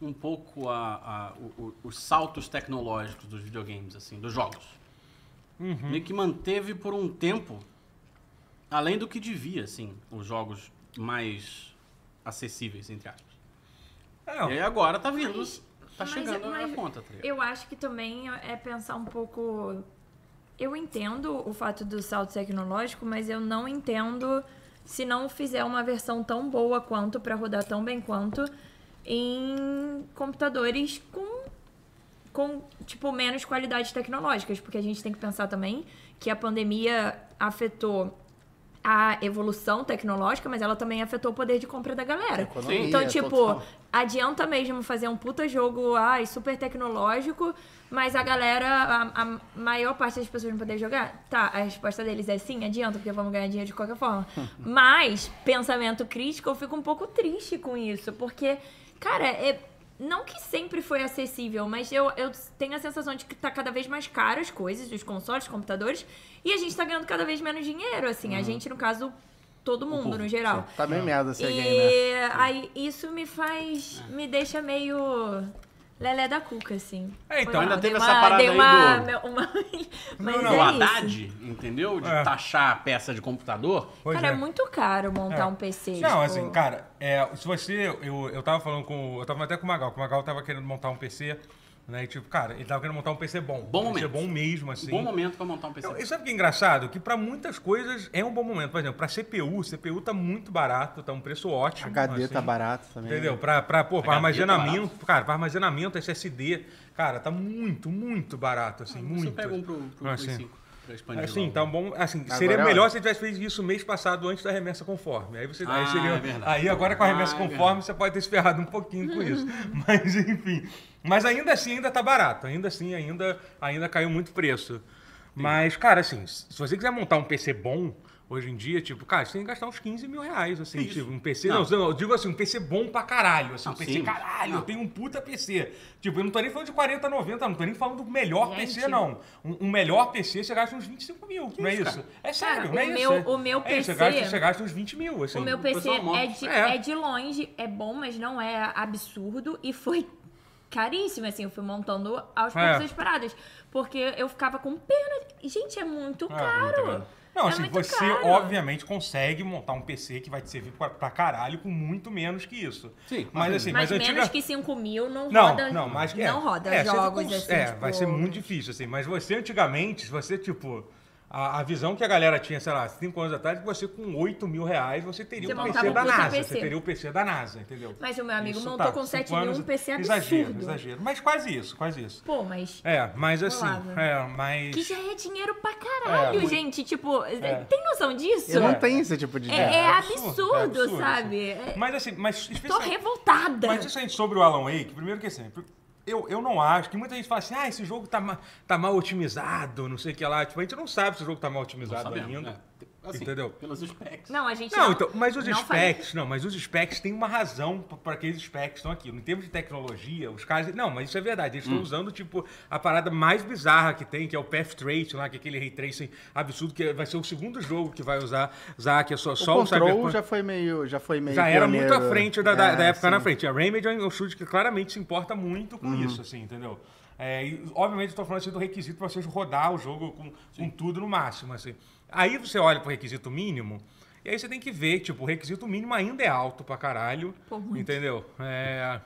um pouco a, a- o- o- os saltos tecnológicos dos videogames, assim, dos jogos. Meio que manteve por um tempo, além do que devia, assim, os jogos mais acessíveis, entre aspas.
É,
E aí agora tá vindo,
Mas-
tá
mas-
chegando
mas
a conta, tá ligado?
Eu acho que também é pensar um pouco. Eu entendo o fato do salto tecnológico, mas eu não entendo se não fizer uma versão tão boa quanto pra rodar tão bem quanto em computadores com com tipo menos qualidades tecnológicas, porque a gente tem que pensar também que a pandemia afetou a evolução tecnológica, mas ela também afetou o poder de compra da galera.
Economia,
então, tipo,
é, total.
adianta mesmo fazer um puta jogo, ai, super tecnológico, mas a galera, a, a maior parte das pessoas não poder jogar? Tá, a resposta deles é sim, adianta, porque vamos ganhar dinheiro de qualquer forma. mas, pensamento crítico, eu fico um pouco triste com isso, porque, cara, é. Não que sempre foi acessível, mas eu, eu tenho a sensação de que tá cada vez mais caro as coisas, os consoles, os computadores, e a gente tá ganhando cada vez menos dinheiro, assim. A gente, no caso, todo mundo,
povo,
no geral.
Tá bem merda esse game, né?
E aí isso me faz. me deixa meio. Lelé da cuca, assim.
É, então,
Foi
ainda
mal,
teve
dei
essa
uma-
parada
dei
aí
uma,
do-
meu- uma- Mas
não,
é
o
isso.
Haddad, entendeu? De
É.
taxar a peça de computador.
pois
Cara, é.
é.
muito caro montar
É.
um PC.
Não,
tipo,
assim, cara, é, se você. Eu, eu tava falando com. Eu tava até com o Magal, que o Magal tava querendo montar um PC, né? E tipo, cara, ele tava querendo montar um PC bom.
Bom
um PC
momento.
bom mesmo, assim.
Bom momento pra montar um PC.
Eu- e sabe o que é engraçado? Que pra muitas coisas é um bom momento. Por exemplo, pra CPU, CPU tá muito barato, tá um preço ótimo.
HD tá
assim.
barato também. né?
Entendeu? Pra, pra, pô, pra
HD tá
armazenamento, cara, pra armazenamento, SSD, cara, tá muito, muito barato, assim,
Você
muito.
pega um pro, pro
Assim.
Play 5 pra expandir
Assim,
logo.
tá um bom. Assim, seria
é
melhor
hora.
se tivesse feito isso mês passado antes da remessa conforme. Aí você
Ah,
aí seria-
é verdade.
aí agora com a remessa
Ah, é
conforme
verdade.
você pode ter se ferrado um pouquinho com isso. Mas enfim. Mas ainda assim ainda tá barato. Ainda assim ainda ainda caiu muito preço. Mas cara, assim, se você quiser montar um PC bom Hoje em dia, tipo, cara, você tem que gastar uns 15 mil reais, assim,
Isso.
tipo, um PC.
Não.
Não. eu digo assim, um PC bom pra caralho. Assim, um
Não,
PC,
sim.
caralho,
Não.
eu tenho um puta PC. Tipo, eu não tô nem falando de 40, 90, não tô nem falando do melhor
Gente.
PC, não. Um, um melhor PC você gasta uns 25 mil, não é
isso,
isso? É sério,
Cara,
não é
o
isso?
meu- o meu
é isso, você,
PC
gasta, você gasta uns 20 mil, assim.
O meu
o
PC
pessoal monta.
é de,
É.
é. de longe, é bom, mas não é absurdo. E foi caríssimo, assim. Eu fui montando aos
É.
poucos as paradas. Porque eu ficava com pena. Gente, é muito
É,
caro.
muito caro. Não,
É
assim,
muito
você
caro.
obviamente consegue montar um PC que vai te servir pra, pra caralho com muito menos que isso.
Sim,
mas
sim.
assim,
Mas,
mas,
menos
antiga-
que 5 mil não,
Não,
roda.
não, mas é,
não roda
é, você
jogos
cons-
assim.
É,
tipo,
vai ser muito difícil, assim. Mas você, antigamente, se você, tipo... A, a visão que a galera tinha, sei lá, cinco anos atrás, que você com 8 mil reais, você teria
Você
um
montava
PC
um
da
puta
NASA. Você
PC.
teria o PC da NASA, entendeu?
Mas o meu amigo
Isso
montou
tá,
com
cinco
7 mil
anos,
um PC absurdo.
Exagero, exagero. Mas quase isso, quase isso.
Pô, mas.
É, mas assim,
Rolável.
é, mas...
Que já é dinheiro pra caralho,
É.
gente. Tipo, tem noção disso?
Eu não tenho esse tipo de
É,
dinheiro.
é
absurdo,
absurdo,
é absurdo,
sabe? É-
Mas assim, mas...
Tô
especialmente-
revoltada.
Mas isso aí sobre o Alan Wake, primeiro que assim, eu, eu não acho, que muita gente fala assim, ah, esse jogo tá, ma- tá mal otimizado, não sei o que lá. Tipo, a gente não sabe se o jogo tá mal
Não
otimizado
sabemos,
ainda.
né? assim,
Entendeu?
pelos specs.
Não, a gente
é
Não, então, mas os
não faz-
specs, não, mas os specs têm uma razão para aqueles specs que estão aqui. Em termos de tecnologia, os caras. Não, mas isso é verdade.
Hum.
Eles estão usando, tipo, a parada mais bizarra que tem, que é o Path Trace, lá, que é aquele ray tracing absurdo, que é, vai ser o segundo jogo que vai usar, usar que é só,
O
só o
Control
Cyberpunk.
já foi meio. Já, foi meio
Já era muito
pioneiro.
à frente da, da-
É,
da época na
sim. Uhum.
frente. A Remedy é um estúdio que claramente se importa muito com isso, assim, entendeu? É, e, obviamente, estou falando assim, do requisito para você rodar o jogo com, com tudo no máximo, assim. Aí você olha para o requisito mínimo, e aí você tem que ver, tipo, o requisito mínimo ainda é alto pra caralho,
Pô,
Uhum.
muito.
entendeu? É,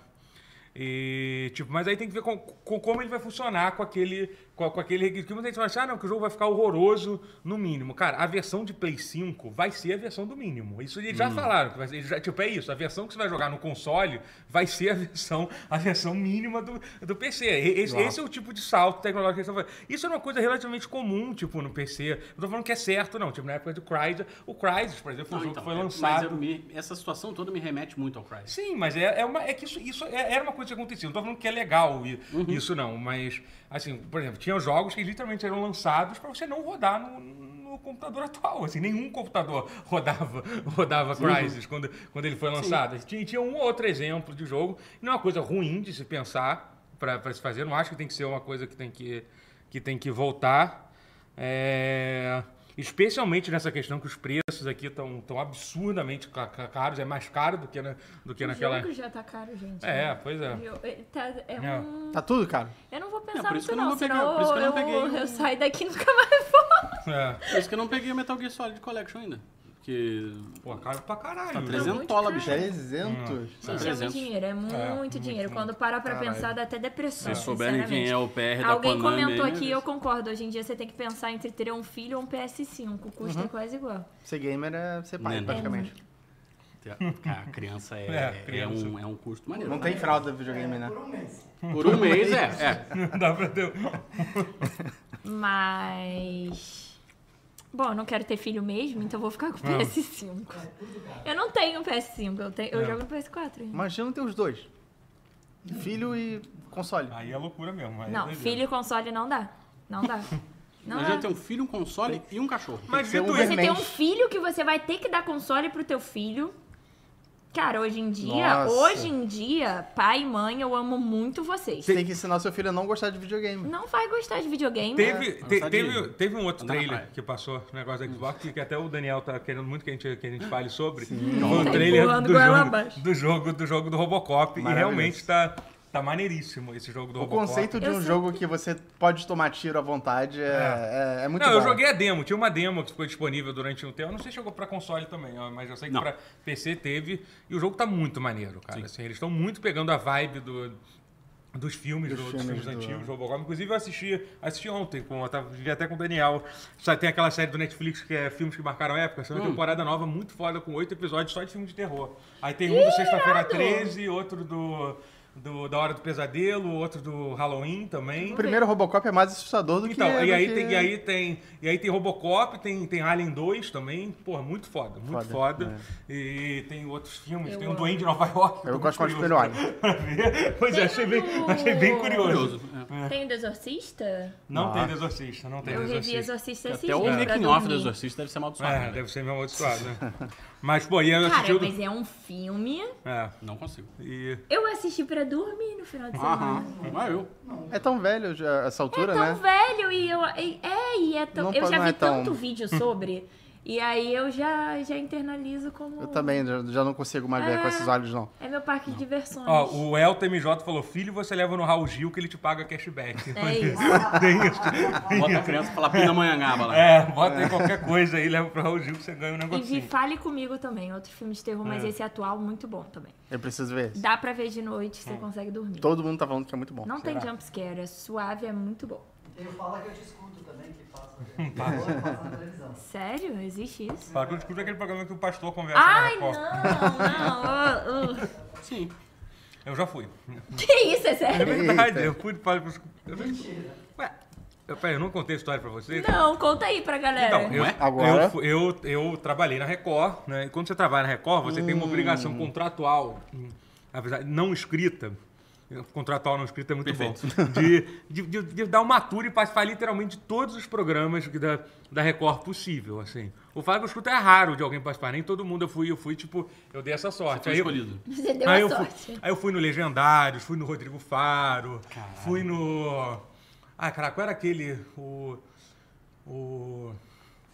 e, tipo, mas aí tem que ver com, com como ele vai funcionar com aquele, com, com aquele requisito. Porque muita gente fala assim, ah, não, que o jogo vai ficar horroroso no mínimo. Cara, a versão de Play 5 vai ser a versão do mínimo. Isso eles já
Uhum.
falaram. que vai ser- eles já, tipo, é isso. A versão que você vai jogar no console vai ser a versão, a versão mínima do, do PC. E- Esse, esse é o tipo de salto tecnológico que eles estão fazendo. Isso é uma coisa relativamente comum, tipo, no PC. Não tô falando que é certo, não. Tipo, na época do Crysis, o Crysis, por exemplo, foi um
Não,
jogo
então,
que foi
é- mas
lançado...
eu me- essa situação toda me remete muito ao Crysis.
Sim, mas é, é, uma, é que isso, isso é- era uma coisa que acontecia. Não tô falando que é legal e- isso não, mas, assim, por exemplo, tinha jogos que literalmente eram lançados para você não rodar no, no computador atual. Assim, nenhum computador rodava, rodava Crysis quando, quando ele foi lançado. Tinha, tinha um ou outro exemplo de jogo. Não é uma coisa ruim de se pensar para se fazer. Não acho que tem que ser uma coisa que tem que, que, tem que voltar. É, Especialmente nessa questão que os preços aqui estão tão absurdamente ca- ca- caros, é mais caro do que, na, do que
O
naquela.
jogo já tá caro, gente.
né, É, pois é.
Eu, é, tá- é
É.
um-
Tá tudo, cara?
eu não vou
É,
pensar
por
muito
isso que eu não
não,
vou pegar-
senão
por isso que eu não
eu,
peguei
eu,
um-
saio daqui e nunca
Tá,
mais volto.
é.
Por isso que eu não peguei o Metal Gear Solid Collection ainda. Porque.
Pô, caro pra caralho.
Tá
né?
300
muito
bicho.
é
Hum,
300?
São
Gente, é muito
300.
dinheiro, é muito,
muito,
dinheiro. Quando para pra pensar, dá até depressão,
Vocês souberem quem é o PR da
Alguém
Konami
comentou
aí,
aqui,
né?
eu concordo. Hoje em dia você tem que pensar entre ter um filho ou um PS5. Custa é quase igual.
Ser gamer é ser pai,
Né,
Neném.
praticamente.
A criança é,
É,
é,
criança.
um, é um custo maneiro.
Não tem fralda videogame, né?
Por um mês.
Por um mês é. é.
Não dá pra ter. um-
Mas. Bom, eu não quero ter filho mesmo, então eu vou ficar com o PS5. Eu não tenho um PS5, eu,
É.
tenho, eu jogo no PS4. ainda.
Imagina ter os dois. Filho e console.
Aí é loucura mesmo. aí é
Não,
doideira.
filho e console não dá. Não dá. Não é.
Mas
dá.
já tem um filho, um console e um cachorro.
Mas
ser
dito
um
Você
isso.
tem um
Realmente.
filho que você vai ter que dar console pro teu filho. Cara, hoje em dia,
Nossa.
hoje em dia, pai e mãe, eu amo muito vocês.
Você tem que ensinar seu filho a não gostar de videogame.
Não vai gostar de videogame.
Teve, te-
Sabe-
teve, teve um outro
Andar na
trailer
praia.
que passou, um negócio da Xbox, que até o Daniel tá querendo muito que a gente, que a gente fale sobre. Foi
Tá
Um
empurrando
trailer do
goela
jogo,
abaixo.
do jogo do jogo do Robocop. E
Maravilhoso.
realmente tá, tá maneiríssimo esse jogo do
O
Robocop.
conceito de
Eu
um
sei.
jogo que você pode tomar tiro à vontade é, é- é muito
não,
bom.
eu joguei a demo. Tinha uma demo que ficou disponível durante um tempo. Eu não sei se chegou pra console também, ó, mas eu sei que
Não.
pra PC teve. E o jogo tá muito maneiro, cara. Assim, eles estão muito pegando a vibe do, dos filmes, do- dos,
filmes
filmes
do-
antigos, do Robocop. Inclusive, eu assisti, assisti ontem, com, eu tava, vi até com o Daniel. Só tem aquela série do Netflix que é filmes que marcaram a época. Saiu uma
Hum.
temporada nova muito foda, com oito episódios só de filme de terror. Aí tem um do Sexta-feira 13, outro do, do- Da Hora do Pesadelo, outro do Halloween também.
O primeiro Robocop é mais assustador do que...
Então, e
do
aí,
que-
é
tem, e, aí tem, e aí tem Robocop, tem, tem Alien 2 também. Porra, muito foda, muito foda.
Foda, né?
E tem outros filmes,
Eu
tem um
amo.
Duende de Nova York.
Eu
tô
gosto mais
muito
de
curioso
Espelho
pra- pra ver. Pois é,
Tem
achei bem,
um-
achei bem curioso.
Curioso. É.
Tem o do Exorcista?
Não
Ah.
tem The Exorcista, não tem
Eu
The
revi
Exorcista.
Exorcista esses
Até
dias.
o
pra
making off do
dormir.
Exorcista deve ser amaldiçoado.
É,
né?
deve ser meio amaldiçoado, né? Mas, pô, e eu assisti
Cara,
o...
mas é um filme.
É,
Não consigo.
e...
Eu assisti pra dormir no final de
Aham.
semana.
Ah, eu.
É tão velho já,
É
essa altura,
tão
né?
velho e eu. e- é, e é tão.
Não
eu
pa-
já
não
vi
é tão-
tanto vídeo sobre. e aí eu já, já internalizo como.
Eu também já, já não consigo mais ver com
Ah.
esses olhos, não.
É meu parque de diversões.
Ó, o Elton MJ falou, filho, você leva no Raul Gil que ele te paga cashback.
É isso.
Tem isso.
Bota a criança pra lapida manhangaba lá.
É, bota aí qualquer coisa aí, leva pro Raul Gil que você ganha um
E vi
negocinho.
Fale Comigo também, outro filme de terror,
É.
mas esse atual muito bom também.
Eu preciso ver esse.
Dá pra ver de noite, você consegue dormir.
Todo mundo tá falando que é muito bom.
Não tem jumpscare, é suave, é muito bom.
Eu falo que eu te escuto também, que passa, né? passa na televisão.
Sério? Existe isso?
Fala que eu discuto aquele programa que o pastor conversa na
Ai,
Record.
não, não. oh, oh.
Sim.
Eu já fui.
Que isso, é
É
sério?
verdade, eu fui de palha pros... Eu...
Mentira.
Ué, eu, peraí, eu não contei a história pra vocês?
Não, é. conta aí pra galera.
Então, eu,
Ué?
Agora?
eu fu- eu, eu, trabalhei na Record, né? E quando você trabalha na Record, você tem uma obrigação contratual, hum, apesar- não escrita, contratual não escrito é muito bom. De, de, de, de dar uma tour e participar literalmente de todos os programas que da, da Record possível, assim. O Fábio Escuta é raro de alguém participar, nem todo mundo. Eu fui, eu fui, tipo, eu dei essa sorte.
Foi
Aí eu-
escolhido.
Você deu
aí,
a
eu
sorte.
fui, aí eu fui no Legendários, fui no Rodrigo Faro, fui no. Ah, cara, qual era aquele? O. O.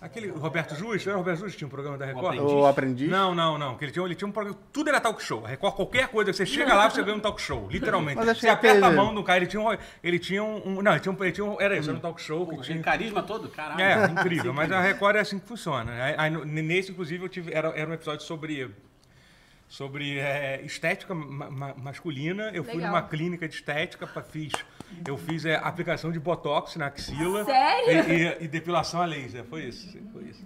Aquele. O Roberto Justo? Era o Roberto Justo que tinha um programa da Record?
Aprendiz.
O aprendiz?
Não, não, não. Que ele tinha, ele tinha um programa. Tudo era talk show. A Record, qualquer coisa. Você chega lá, você vê um talk show. Literalmente.
Mas acho
Você
que
aperta a
teve-
mão do cara. Ele tinha um. Ele tinha um. um- Não, ele tinha um. Ele tinha um era isso, era um talk show que
Pô,
tinha.
aquele carisma todo? Caralho.
É,
assim
incrível. Mas a Record é assim que funciona. Aí- aí no- nesse, inclusive, eu tive, era, era um episódio sobre, sobre é, estética ma- ma- masculina. Eu fui
Legal.
numa clínica de estética, pra- fiz, eu fiz é, aplicação de botox na axila.
Sério?
E, e- e depilação a laser. Foi isso. Foi isso.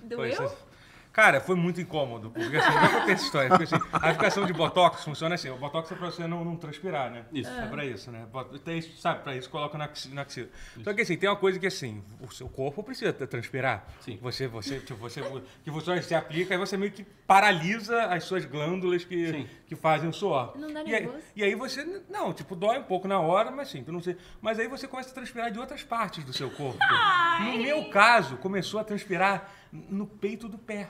Foi
Doeu?
isso. Cara, foi muito incômodo. Porque assim, eu já contei essa história. Porque, assim, a aplicação de botox funciona assim: o botox é pra você não, não transpirar, né?
Isso.
É pra isso, né? Bota- Tem, isso, sabe, pra isso coloca na axi- na axila. Só que assim, tem uma coisa que assim, o seu corpo precisa tra- transpirar.
Sim.
Você, você, tipo, você, que você, você aplica, aí você meio que paralisa as suas glândulas que,
Sim.
que fazem o suor.
Não dá
e aí,
nervoso?
e aí você, não, tipo, dói um pouco na hora, mas assim, tu não sei. Mas aí você começa a transpirar de outras partes do seu corpo. No meu caso, começou a transpirar no peito do pé.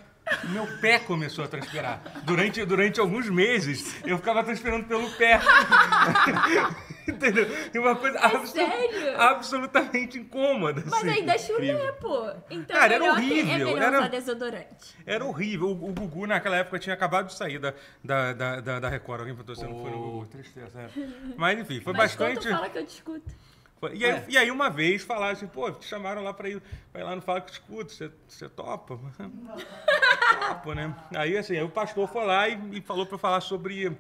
Meu pé começou a transpirar. Durante, durante alguns meses, eu ficava transpirando pelo pé. Entendeu? E uma coisa abso-
É sério?
absolutamente incômoda.
Mas
assim.
ainda chulé, pô. Então
Cara,
é
era
melhor
horrível,
Que, é melhor
era-
usar desodorante.
Era horrível. O, o Gugu, naquela época, tinha acabado de sair da, da, da, da- da Record. Alguém perguntou se eu não foi no Gugu. Tristeza, é. Mas enfim, foi
Mas um
bastante.
quanto fala que eu discuto?
Foi- E, aí, e aí uma vez falaram assim, pô, te chamaram lá pra ir, pra ir lá no Fala que Escuta, você, você topa? topa, né? Aí assim, aí o pastor foi lá e, e falou pra eu falar sobre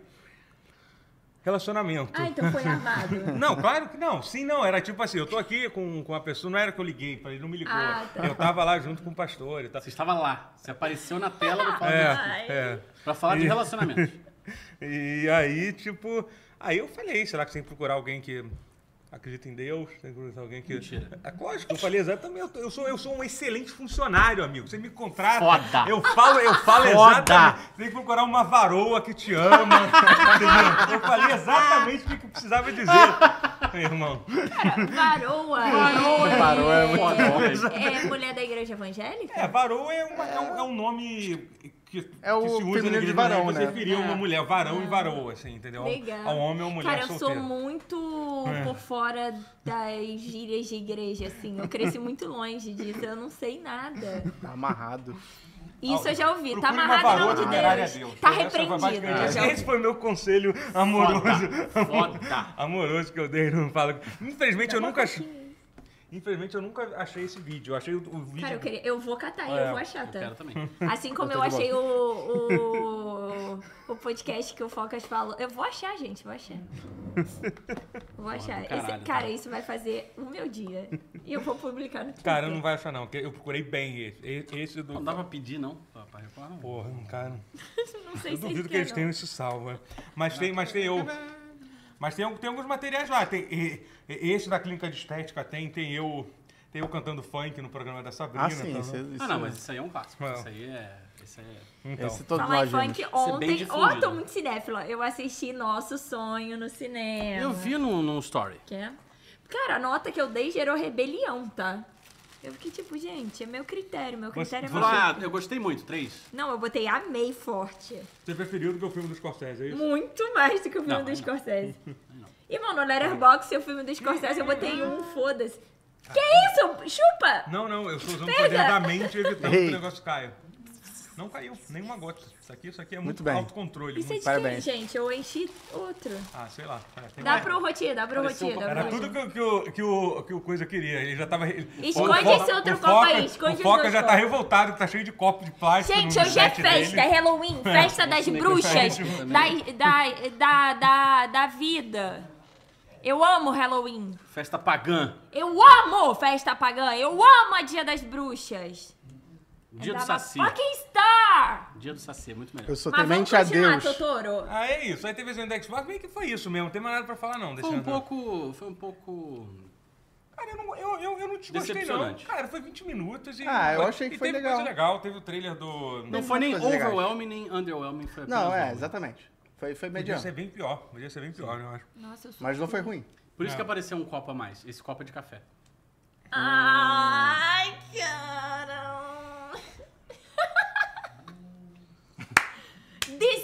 relacionamento.
Ah, então foi armado.
Não, claro que não. Sim, não. Era tipo assim, eu tô aqui com, com a pessoa, não era que eu liguei, pra ele não me ligou.
Ah, tá.
Eu tava lá junto com o pastor e tal.
Você estava lá. Você apareceu na tela do Fábio Assunção
Ai.
É,
pra falar de relacionamento.
é. E aí, tipo, aí eu falei, será que você tem que procurar alguém que acredita em Deus? Tem que procurar alguém que.
Mentira.
É lógico, eu falei exatamente. Eu tô- Eu sou, eu sou um excelente funcionário, amigo. Você me contrata.
Foda.
Eu falo, eu falo
Foda.
exatamente. Tem que procurar uma varoa que te ama. entendeu? eu falei exatamente o que que eu precisava dizer, meu irmão.
Cara, varoa. Varoa.
Parou, é muito bom.
É mulher da igreja evangélica?
É, varão é, uma- é um, é um nome que,
É
que
o
se usa na
feminino de
igreja
varão,
pra se
né?
referir a uma mulher, varão e varoa, assim, entendeu?
É. Ah. Legal.
A um homem ou uma mulher
Cara, eu sou
solteira. É.
muito por fora das gírias de igreja, assim. Eu cresci muito longe disso, eu não sei nada.
Tá amarrado.
Isso eu já ouvi. Tá
Procure uma
amarrado
varoa
não de
que agrade a
Deus.
Deus.
Tá
Essa foi
repreendido.
basicamente-
eu já ouvi.
Esse foi meu conselho amoroso.
Foda.
Amoroso que eu dei, não falo.
Tá
Infelizmente eu nunca. ach- Infelizmente eu nunca achei esse vídeo. Eu achei o, o vídeo.
Cara, eu, queria, eu vou catar,
É,
eu vou achar,
Eu quero
tá?
também.
Assim como eu achei o, o, o podcast que o Focas falou. Eu vou achar, gente, vou achar. Vou achar.
do
Esse-
caralho,
cara,
tá?
isso vai fazer o meu dia. E eu vou publicar no Twitter.
Cara, não vai achar, não. porque Eu procurei bem esse. E- Esse do.
Não dá pra pedir, não. Pra, pra Record, não.
Porra, cara.
Não sei
Eu
se
duvido que
quer,
eles
não.
tenham isso salvo. é. Mas tem, mas tem eu. Mas tem, al- tem alguns materiais lá. Tem, e- e- esse da clínica de estética tem, tem eu. Tem eu cantando funk no programa da Sabrina.
Ah, sim.
tá,
Isso,
né?
isso,
Ah, não, mas isso aí é um clássico.
Não.
Isso aí é... Isso aí é...
Então.
Esse todos
Falar
nós
em funk ontem.
vimos.
bem
Ó,
difundido.
eu tô muito cinéfila. Eu assisti Nosso Sonho no cinema.
Eu vi num, num story.
Que é- Cara, a nota que eu dei gerou rebelião, tá? Eu fiquei tipo, gente, é meu critério. Meu critério é
você-
meu.
Falou, ah, eu gostei muito. Três.
Não, eu botei amei forte.
Você preferiu do que o filme dos Scorsese, é isso?
Muito mais do que o filme
Não,
do Scorsese. E, mano, no Letterboxd, o filme do Scorsese, eu botei um, foda-se. Que isso? Chupa!
Não, não, eu estou usando o
Pega!
poder da mente evitando que
Ei.
o negócio caia. Não caiu, nenhuma gota. Isso aqui, isso aqui é muito,
Muito bem.
autocontrole.
Isso é de
muito-
quem,
Parabéns.
gente? Eu enchi outro.
Ah, sei lá. é, tem
Dá
mais.
pro Rotier, dá pro
Pareceu um
Rotier, dá
Era
pro
tudo
Rotier.
que, o- que, o, que, o, que o coisa queria. Ele já tava. ele-
Esconde
o Fo-
esse outro
o
copo
Foca-
aí, esconde
O
os
Foca
dois
já tá
copos.
revoltado que tá cheio de copo de plástico.
Gente,
no
hoje é
set dele.
festa, é Halloween, festa das bruxas, da, da, da, da, da vida. Eu amo Halloween.
Festa pagã.
Eu amo festa pagã. Eu amo a Dia das Bruxas.
Dia do
Dava
Saci.
Fucking Star!
Dia do Saci é muito melhor.
Eu sou
Mas vamos
temente a
continuar,
Deus.
Totoro.
Ah, é isso. Aí teve esse Index Box, meio que foi isso mesmo. Não tem mais nada pra falar, não. desse
Foi um
ano.
pouco... Foi um pouco...
Cara, eu não, eu, eu, eu não te gostei, não.
Decepcionante.
Cara, foi 20 minutos e.
Ah, eu achei que
e
foi
teve
legal.
coisa legal. Teve o trailer do.
Não foi nem
Coisas legais.
overwhelming, nem underwhelming. Foi
Não,
apenas
é,
overwhelming.
exatamente. Foi, foi
Podia
mediano.
ser bem pior. Podia ser bem pior, eu acho.
Nossa, eu sou.
Mas não foi ruim.
Por isso que apareceu um copo a mais. Esse copo é de café. Ah.
Ai, cara!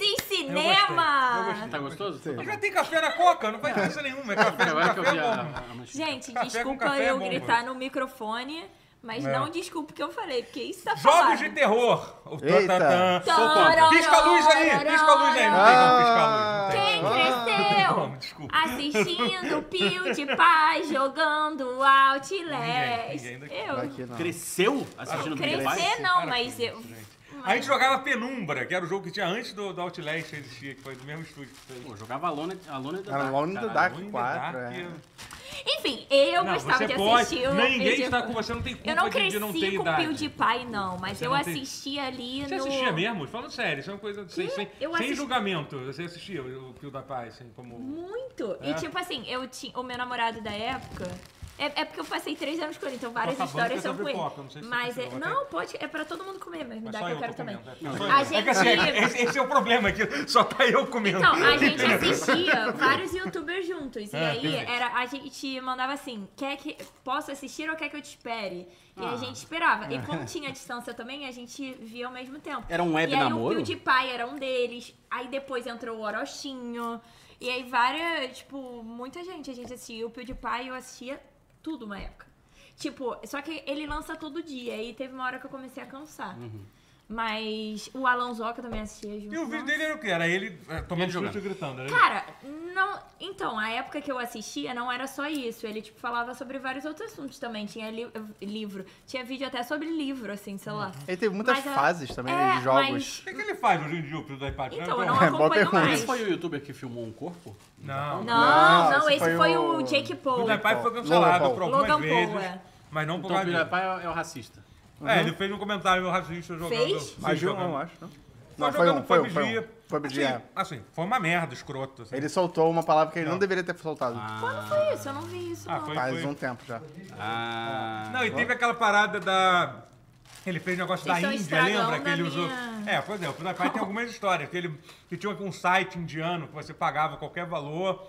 Eu
Desencinema!
gostei.
Tá gostoso? Então tá
Já
bom.
tem café na coca, não faz diferença nenhuma. É café,
Agora que eu
café é
vi
Tá
a,
bom.
a manchete.
Gente,
Café com
desculpa
café é
eu
bom,
gritar no microfone, mas
É.
não desculpa o que eu falei, porque isso tá
Jogos
falado.
de terror. O tan,
Eita.
tan, tan.
Sou
contra. Pisca a luz aí, pisca a luz aí. Ah. Não tem
Ah.
como piscar a luz. Não tem.
Quem cresceu
Não, desculpa.
assistindo Pio de Paz jogando Outlast?
Ninguém, ninguém
Eu.
Aqui não.
Cresceu assistindo Big
Crescer
Bang?
não,
Para
mas
com
eu.
isso, gente. A
mas-
gente jogava Penumbra, que era o jogo que tinha antes do, do Outlast existir, que foi do mesmo estúdio que fez.
Pô, jogava Alone, Alone in the Dark.
Alone in the
cara.
Dark.
Alone in the
4, Ah, é.
que-
Enfim, eu
Não,
gostava
você
de
pode,
assistir o.
nem Ninguém
Pio de-
está com você, não tem culpa
Eu não
de- de,
cresci
não ter
com
idade.
Pio de Pai, não, mas
Você
eu
não tem-
assistia ali
Você
no.
assistia mesmo? Falando sério, isso é uma coisa sem, sem,
Eu
sem
assisti-
julgamento. Você assistia o Pio da Paz, assim, como.
Muito!
É?
E tipo assim, eu tinha. O meu namorado da época. É, é porque eu passei três anos com ele, então várias
Tô acabando é
histórias
com
são
essa
com ele.
pipoca, não sei se você
mas é.
comeu,
Não, pode. É pra todo mundo comer, mas me
Mas
dá
só
que eu
tô
quero também.
comendo,
Não,
é.
A
É que assim, é-
gente.
esse, esse é o problema aqui, só tá eu comendo.
Então, a gente assistia vários youtubers juntos. E
É,
aí
entendi.
era, a gente mandava assim: quer que. Posso assistir ou quer que eu te espere? E
Ah.
a gente esperava. E como tinha distância também, a gente via ao mesmo tempo.
Era um web
e aí
namoro?
o PewDiePie era um deles. Aí depois entrou o Orochinho. E aí várias, tipo, muita gente a gente assistia. O PewDiePie eu assistia tudo uma época. Tipo, só que ele lança todo dia. E teve uma hora que eu comecei a cansar. Mas o Alonsoca também assistia junto.
E o vídeo
Nossa.
dele era o quê? Era ele é, tomando
Ele jogando.
chute e gritando.
né?
Era
Cara, não. Então, a época que eu assistia não era só isso. Ele, tipo, falava sobre vários outros assuntos também. Tinha li- livro. Tinha vídeo até sobre livro, assim, sei lá.
Ele teve muitas
Mas, ah,
fases também né,
é,
de jogos.
O que, que ele faz hoje em dia, o Pio da Paz?
Então, eu não
É, boa
acompanho
pergunta.
mais.
Esse foi o youtuber que filmou um corpo?
Não.
Não,
Não,
não,
esse
esse
foi
foi,
o-
o... Jake
O
Paul.
Pio da Paz foi
Logan
cancelado
Paul.
por algumas
Logan Paul,
vezes,
é.
mas não por
Então o
causa
Big
disso.
Pai é é o racista.
É, ele fez um comentário meu racista jogando.
Fez?
Sim,
Mas eu
jogando.
não, acho, não.
Só
um Não, foi
jogando
um, foi um,
PUBG.
foi um. Foi PUBG,
assim,
é.
assim, foi uma merda, escroto. assim.
Ele soltou uma palavra que ele não deveria ter soltado.
Quando foi isso? Eu não vi isso,
Ah,
não.
foi-
Faz um tempo já.
Ah.
Não, e teve aquela parada da. Ele fez um negócio
Vocês
da
estão
Índia, lembra?
estragando
Que ele
a
usou.
minha-
É, pois é, o PewDiePie tem algumas histórias. Que ele que tinha um site indiano que você pagava qualquer valor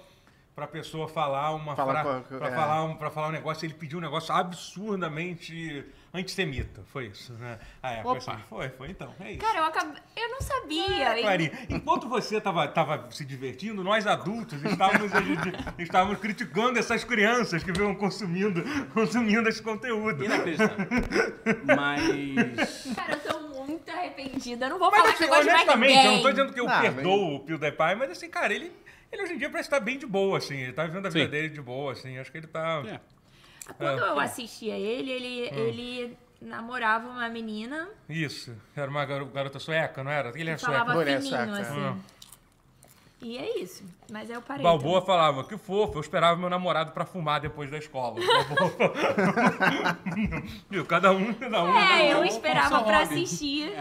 pra pessoa falar uma
Falar
fra-
com-
pra
é.
falar um para falar um negócio, ele pediu um negócio absurdamente antissemita. Foi isso, né? A época,
Opa.
assim, foi, foi então. É isso.
Cara, eu acabei. Eu não
Ah, é
sabia. hein?
Clarinha, enquanto você estava se divertindo, nós adultos estávamos, ali de- estávamos criticando essas crianças que vinham consumindo, consumindo esse conteúdo.
Ah, Inacreditável. Mas.
Cara, eu tô muito arrependida. Eu não vou
Mas
falar
assim,
que eu gosto de mais
honestamente, eu não tô
ninguém.
dizendo que eu
Ah, mas-
perdoo o PewDiePie, mas assim, cara, ele, ele hoje em dia parece estar bem de boa, assim. Ele tá vivendo a vida
Sim.
dele de boa, assim. Acho que ele tá.
É.
Ah,
Quando eu assistia ele,
Hum.
ele, ele namorava uma menina
Isso. Era uma garo- garota sueca, não era? Ele era
que falava
sueco.
Olha essa,
fininho,
cara.
assim. E é isso. Mas aí eu parei.
Balboa falava, que fofo, eu esperava meu namorado pra fumar depois da escola. Balboa. Viu? cada um, cada um.
É, eu
Não,
esperava
só
pra
hobby. É.
assistir.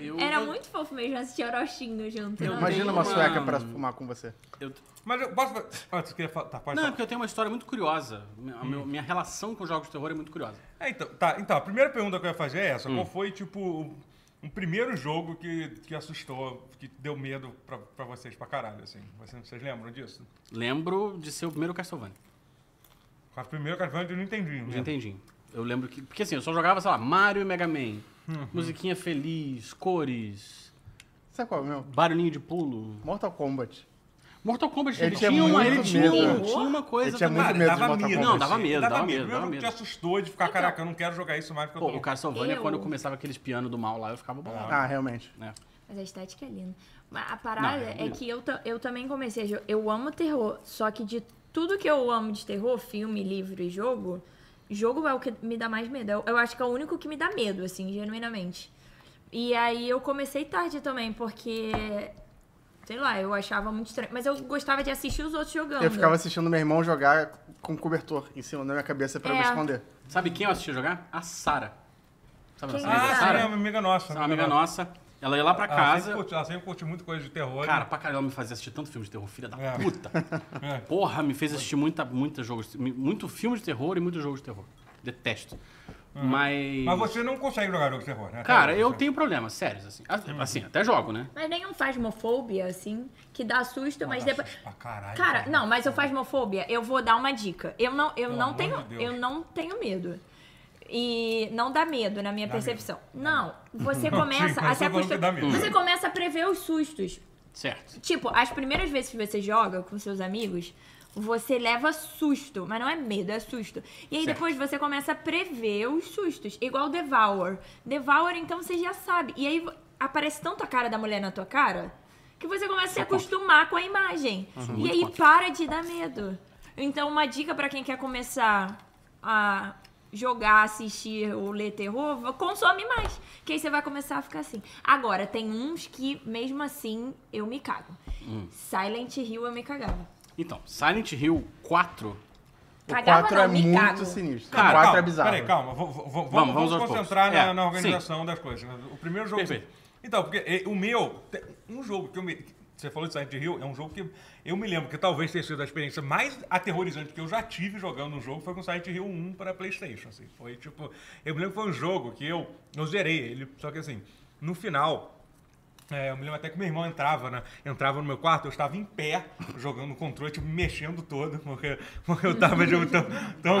Eu,
Era
eu-
muito fofo mesmo assistir Orochinho junto. né?
Eu
não
Imagina
tem-
uma
Tem
sueca
uma-
pra fumar com você.
eu-
Mas eu posso. Ah, você queria falar. Tá, pode
Não, é
falar.
porque eu tenho uma história muito curiosa. Minha, a meu- minha relação com jogos de terror é muito curiosa.
É, então, tá, então, a primeira pergunta que eu ia fazer é
Hum.
essa. Qual foi, tipo, o, o primeiro jogo que, que assustou, que deu medo pra, pra vocês pra caralho, assim? Vocês, vocês lembram disso?
Lembro de ser o primeiro Castlevania.
A primeira Castlevania eu não entendi. né?
Eu já entendi. Eu lembro que. Porque assim, eu só jogava, sei lá, Mario e Mega Man. Musiquinha feliz, cores,
Sabe qual é o meu?
barulhinho de pulo.
Mortal Kombat.
Mortal Kombat
Ele
ele
tinha
tinha, uma,
muito
ele tinha,
medo.
um- tinha uma coisa
Ele tinha
também.
muito
Cara,
medo de assim.
dava medo.
Mortal Kombat.
Não, dava medo, dava medo,
Primeiro
dava
que te
medo. Então-
assustou de ficar, caraca, eu não quero jogar isso mais porque
Pô,
eu tô...
o Castlevania,
Eu-
quando eu começava aqueles pianos do mal lá, eu ficava bolado.
Ah, realmente.
né?
Mas a estética é linda. Mas a parada
Não, é
é
bonito.
que eu, ta- eu também comecei a jogar. Eu amo terror, só que de tudo que eu amo de terror, filme, livro e jogo, jogo é o que me dá mais medo. Eu, eu acho que é o único que me dá medo, assim, genuinamente. E aí eu comecei tarde também, porque. Sei lá, eu achava muito estranho. Mas eu gostava de assistir os outros jogando.
Eu ficava assistindo meu irmão jogar com cobertor em cima da minha cabeça pra eu me
É.
esconder.
Sabe quem eu assisti jogar? A Sara. Sabe
Quem
a
é
Ah,
a Cara,
sim, é
Sara?
uma amiga nossa.
Uma amiga nossa. Ela ia lá pra
Ela sempre
casa.
curte, ela sempre curte muito coisa de terror. né?
Cara, pra caralho, ela me fazia assistir tanto filme de terror, filha da
É.
puta.
É.
Porra, me fez assistir muita, muita jogos, muito filme de terror e muito jogo de terror. Detesto. Mas.
Hum. Mas você não consegue jogar jogo de terror, né? Até
Cara,
hoje,
eu
você-
tenho problemas sérios, assim. A- Assim, até jogo, né?
Mas nenhum fasmofobia, assim, que dá susto, mas
dá
depois.
susto pra caralho, né?
Cara,
cara.
não, mas o fasmofobia, eu vou dar uma dica. Eu não, eu
Pelo
não
amor
tenho.
de Deus.
eu não tenho medo. E não dá medo na minha percepção. Não, você começa
sim,
a
mas
se
Tipo, eu tô falando que
acostumar.
dá medo.
Você começa a prever os sustos.
Certo.
Tipo, as primeiras vezes que você joga com seus amigos, você leva susto, mas não é medo, é susto. E aí
Certo.
depois você começa a prever os sustos, igual Devour. Devour, então você já sabe. E aí vo- aparece tanto a cara da mulher na tua cara que você começa a se acostumar com a imagem.
Uhum.
E
muito
aí
contra.
para de dar medo. Então, uma dica pra quem quer começar a jogar, assistir ou ler terror, v- consome mais. Que aí você vai começar a ficar assim. Agora, tem uns que, mesmo assim, eu me cago.
Hum.
Silent Hill eu me cagava.
Então, Silent Hill 4.
O
Cagava
4
não,
é
me
muito
cago.
sinistro.
Cara,
o 4 é
calma,
bizarro.
Peraí, calma. Vou, vou- vou-
Vamos,
vamos,
vamos aos
concentrar
poucos.
na,
É,
na organização das coisas. O primeiro jogo.
Perfeito.
Então, porque eh, o meu. te- Um jogo que eu me. Você falou de Silent Hill, é um jogo que eu me lembro que talvez tenha sido a experiência mais aterrorizante que eu já tive jogando um jogo foi com Silent Hill 1 para PlayStation. Assim. Foi tipo. Eu me lembro que foi um jogo que eu, eu zerei ele, só que assim, no final. É, eu me lembro até que meu irmão entrava, né? Entrava no meu quarto, eu estava em pé, jogando o controle, tipo, me mexendo todo, porque, porque eu tava tipo, tão, tão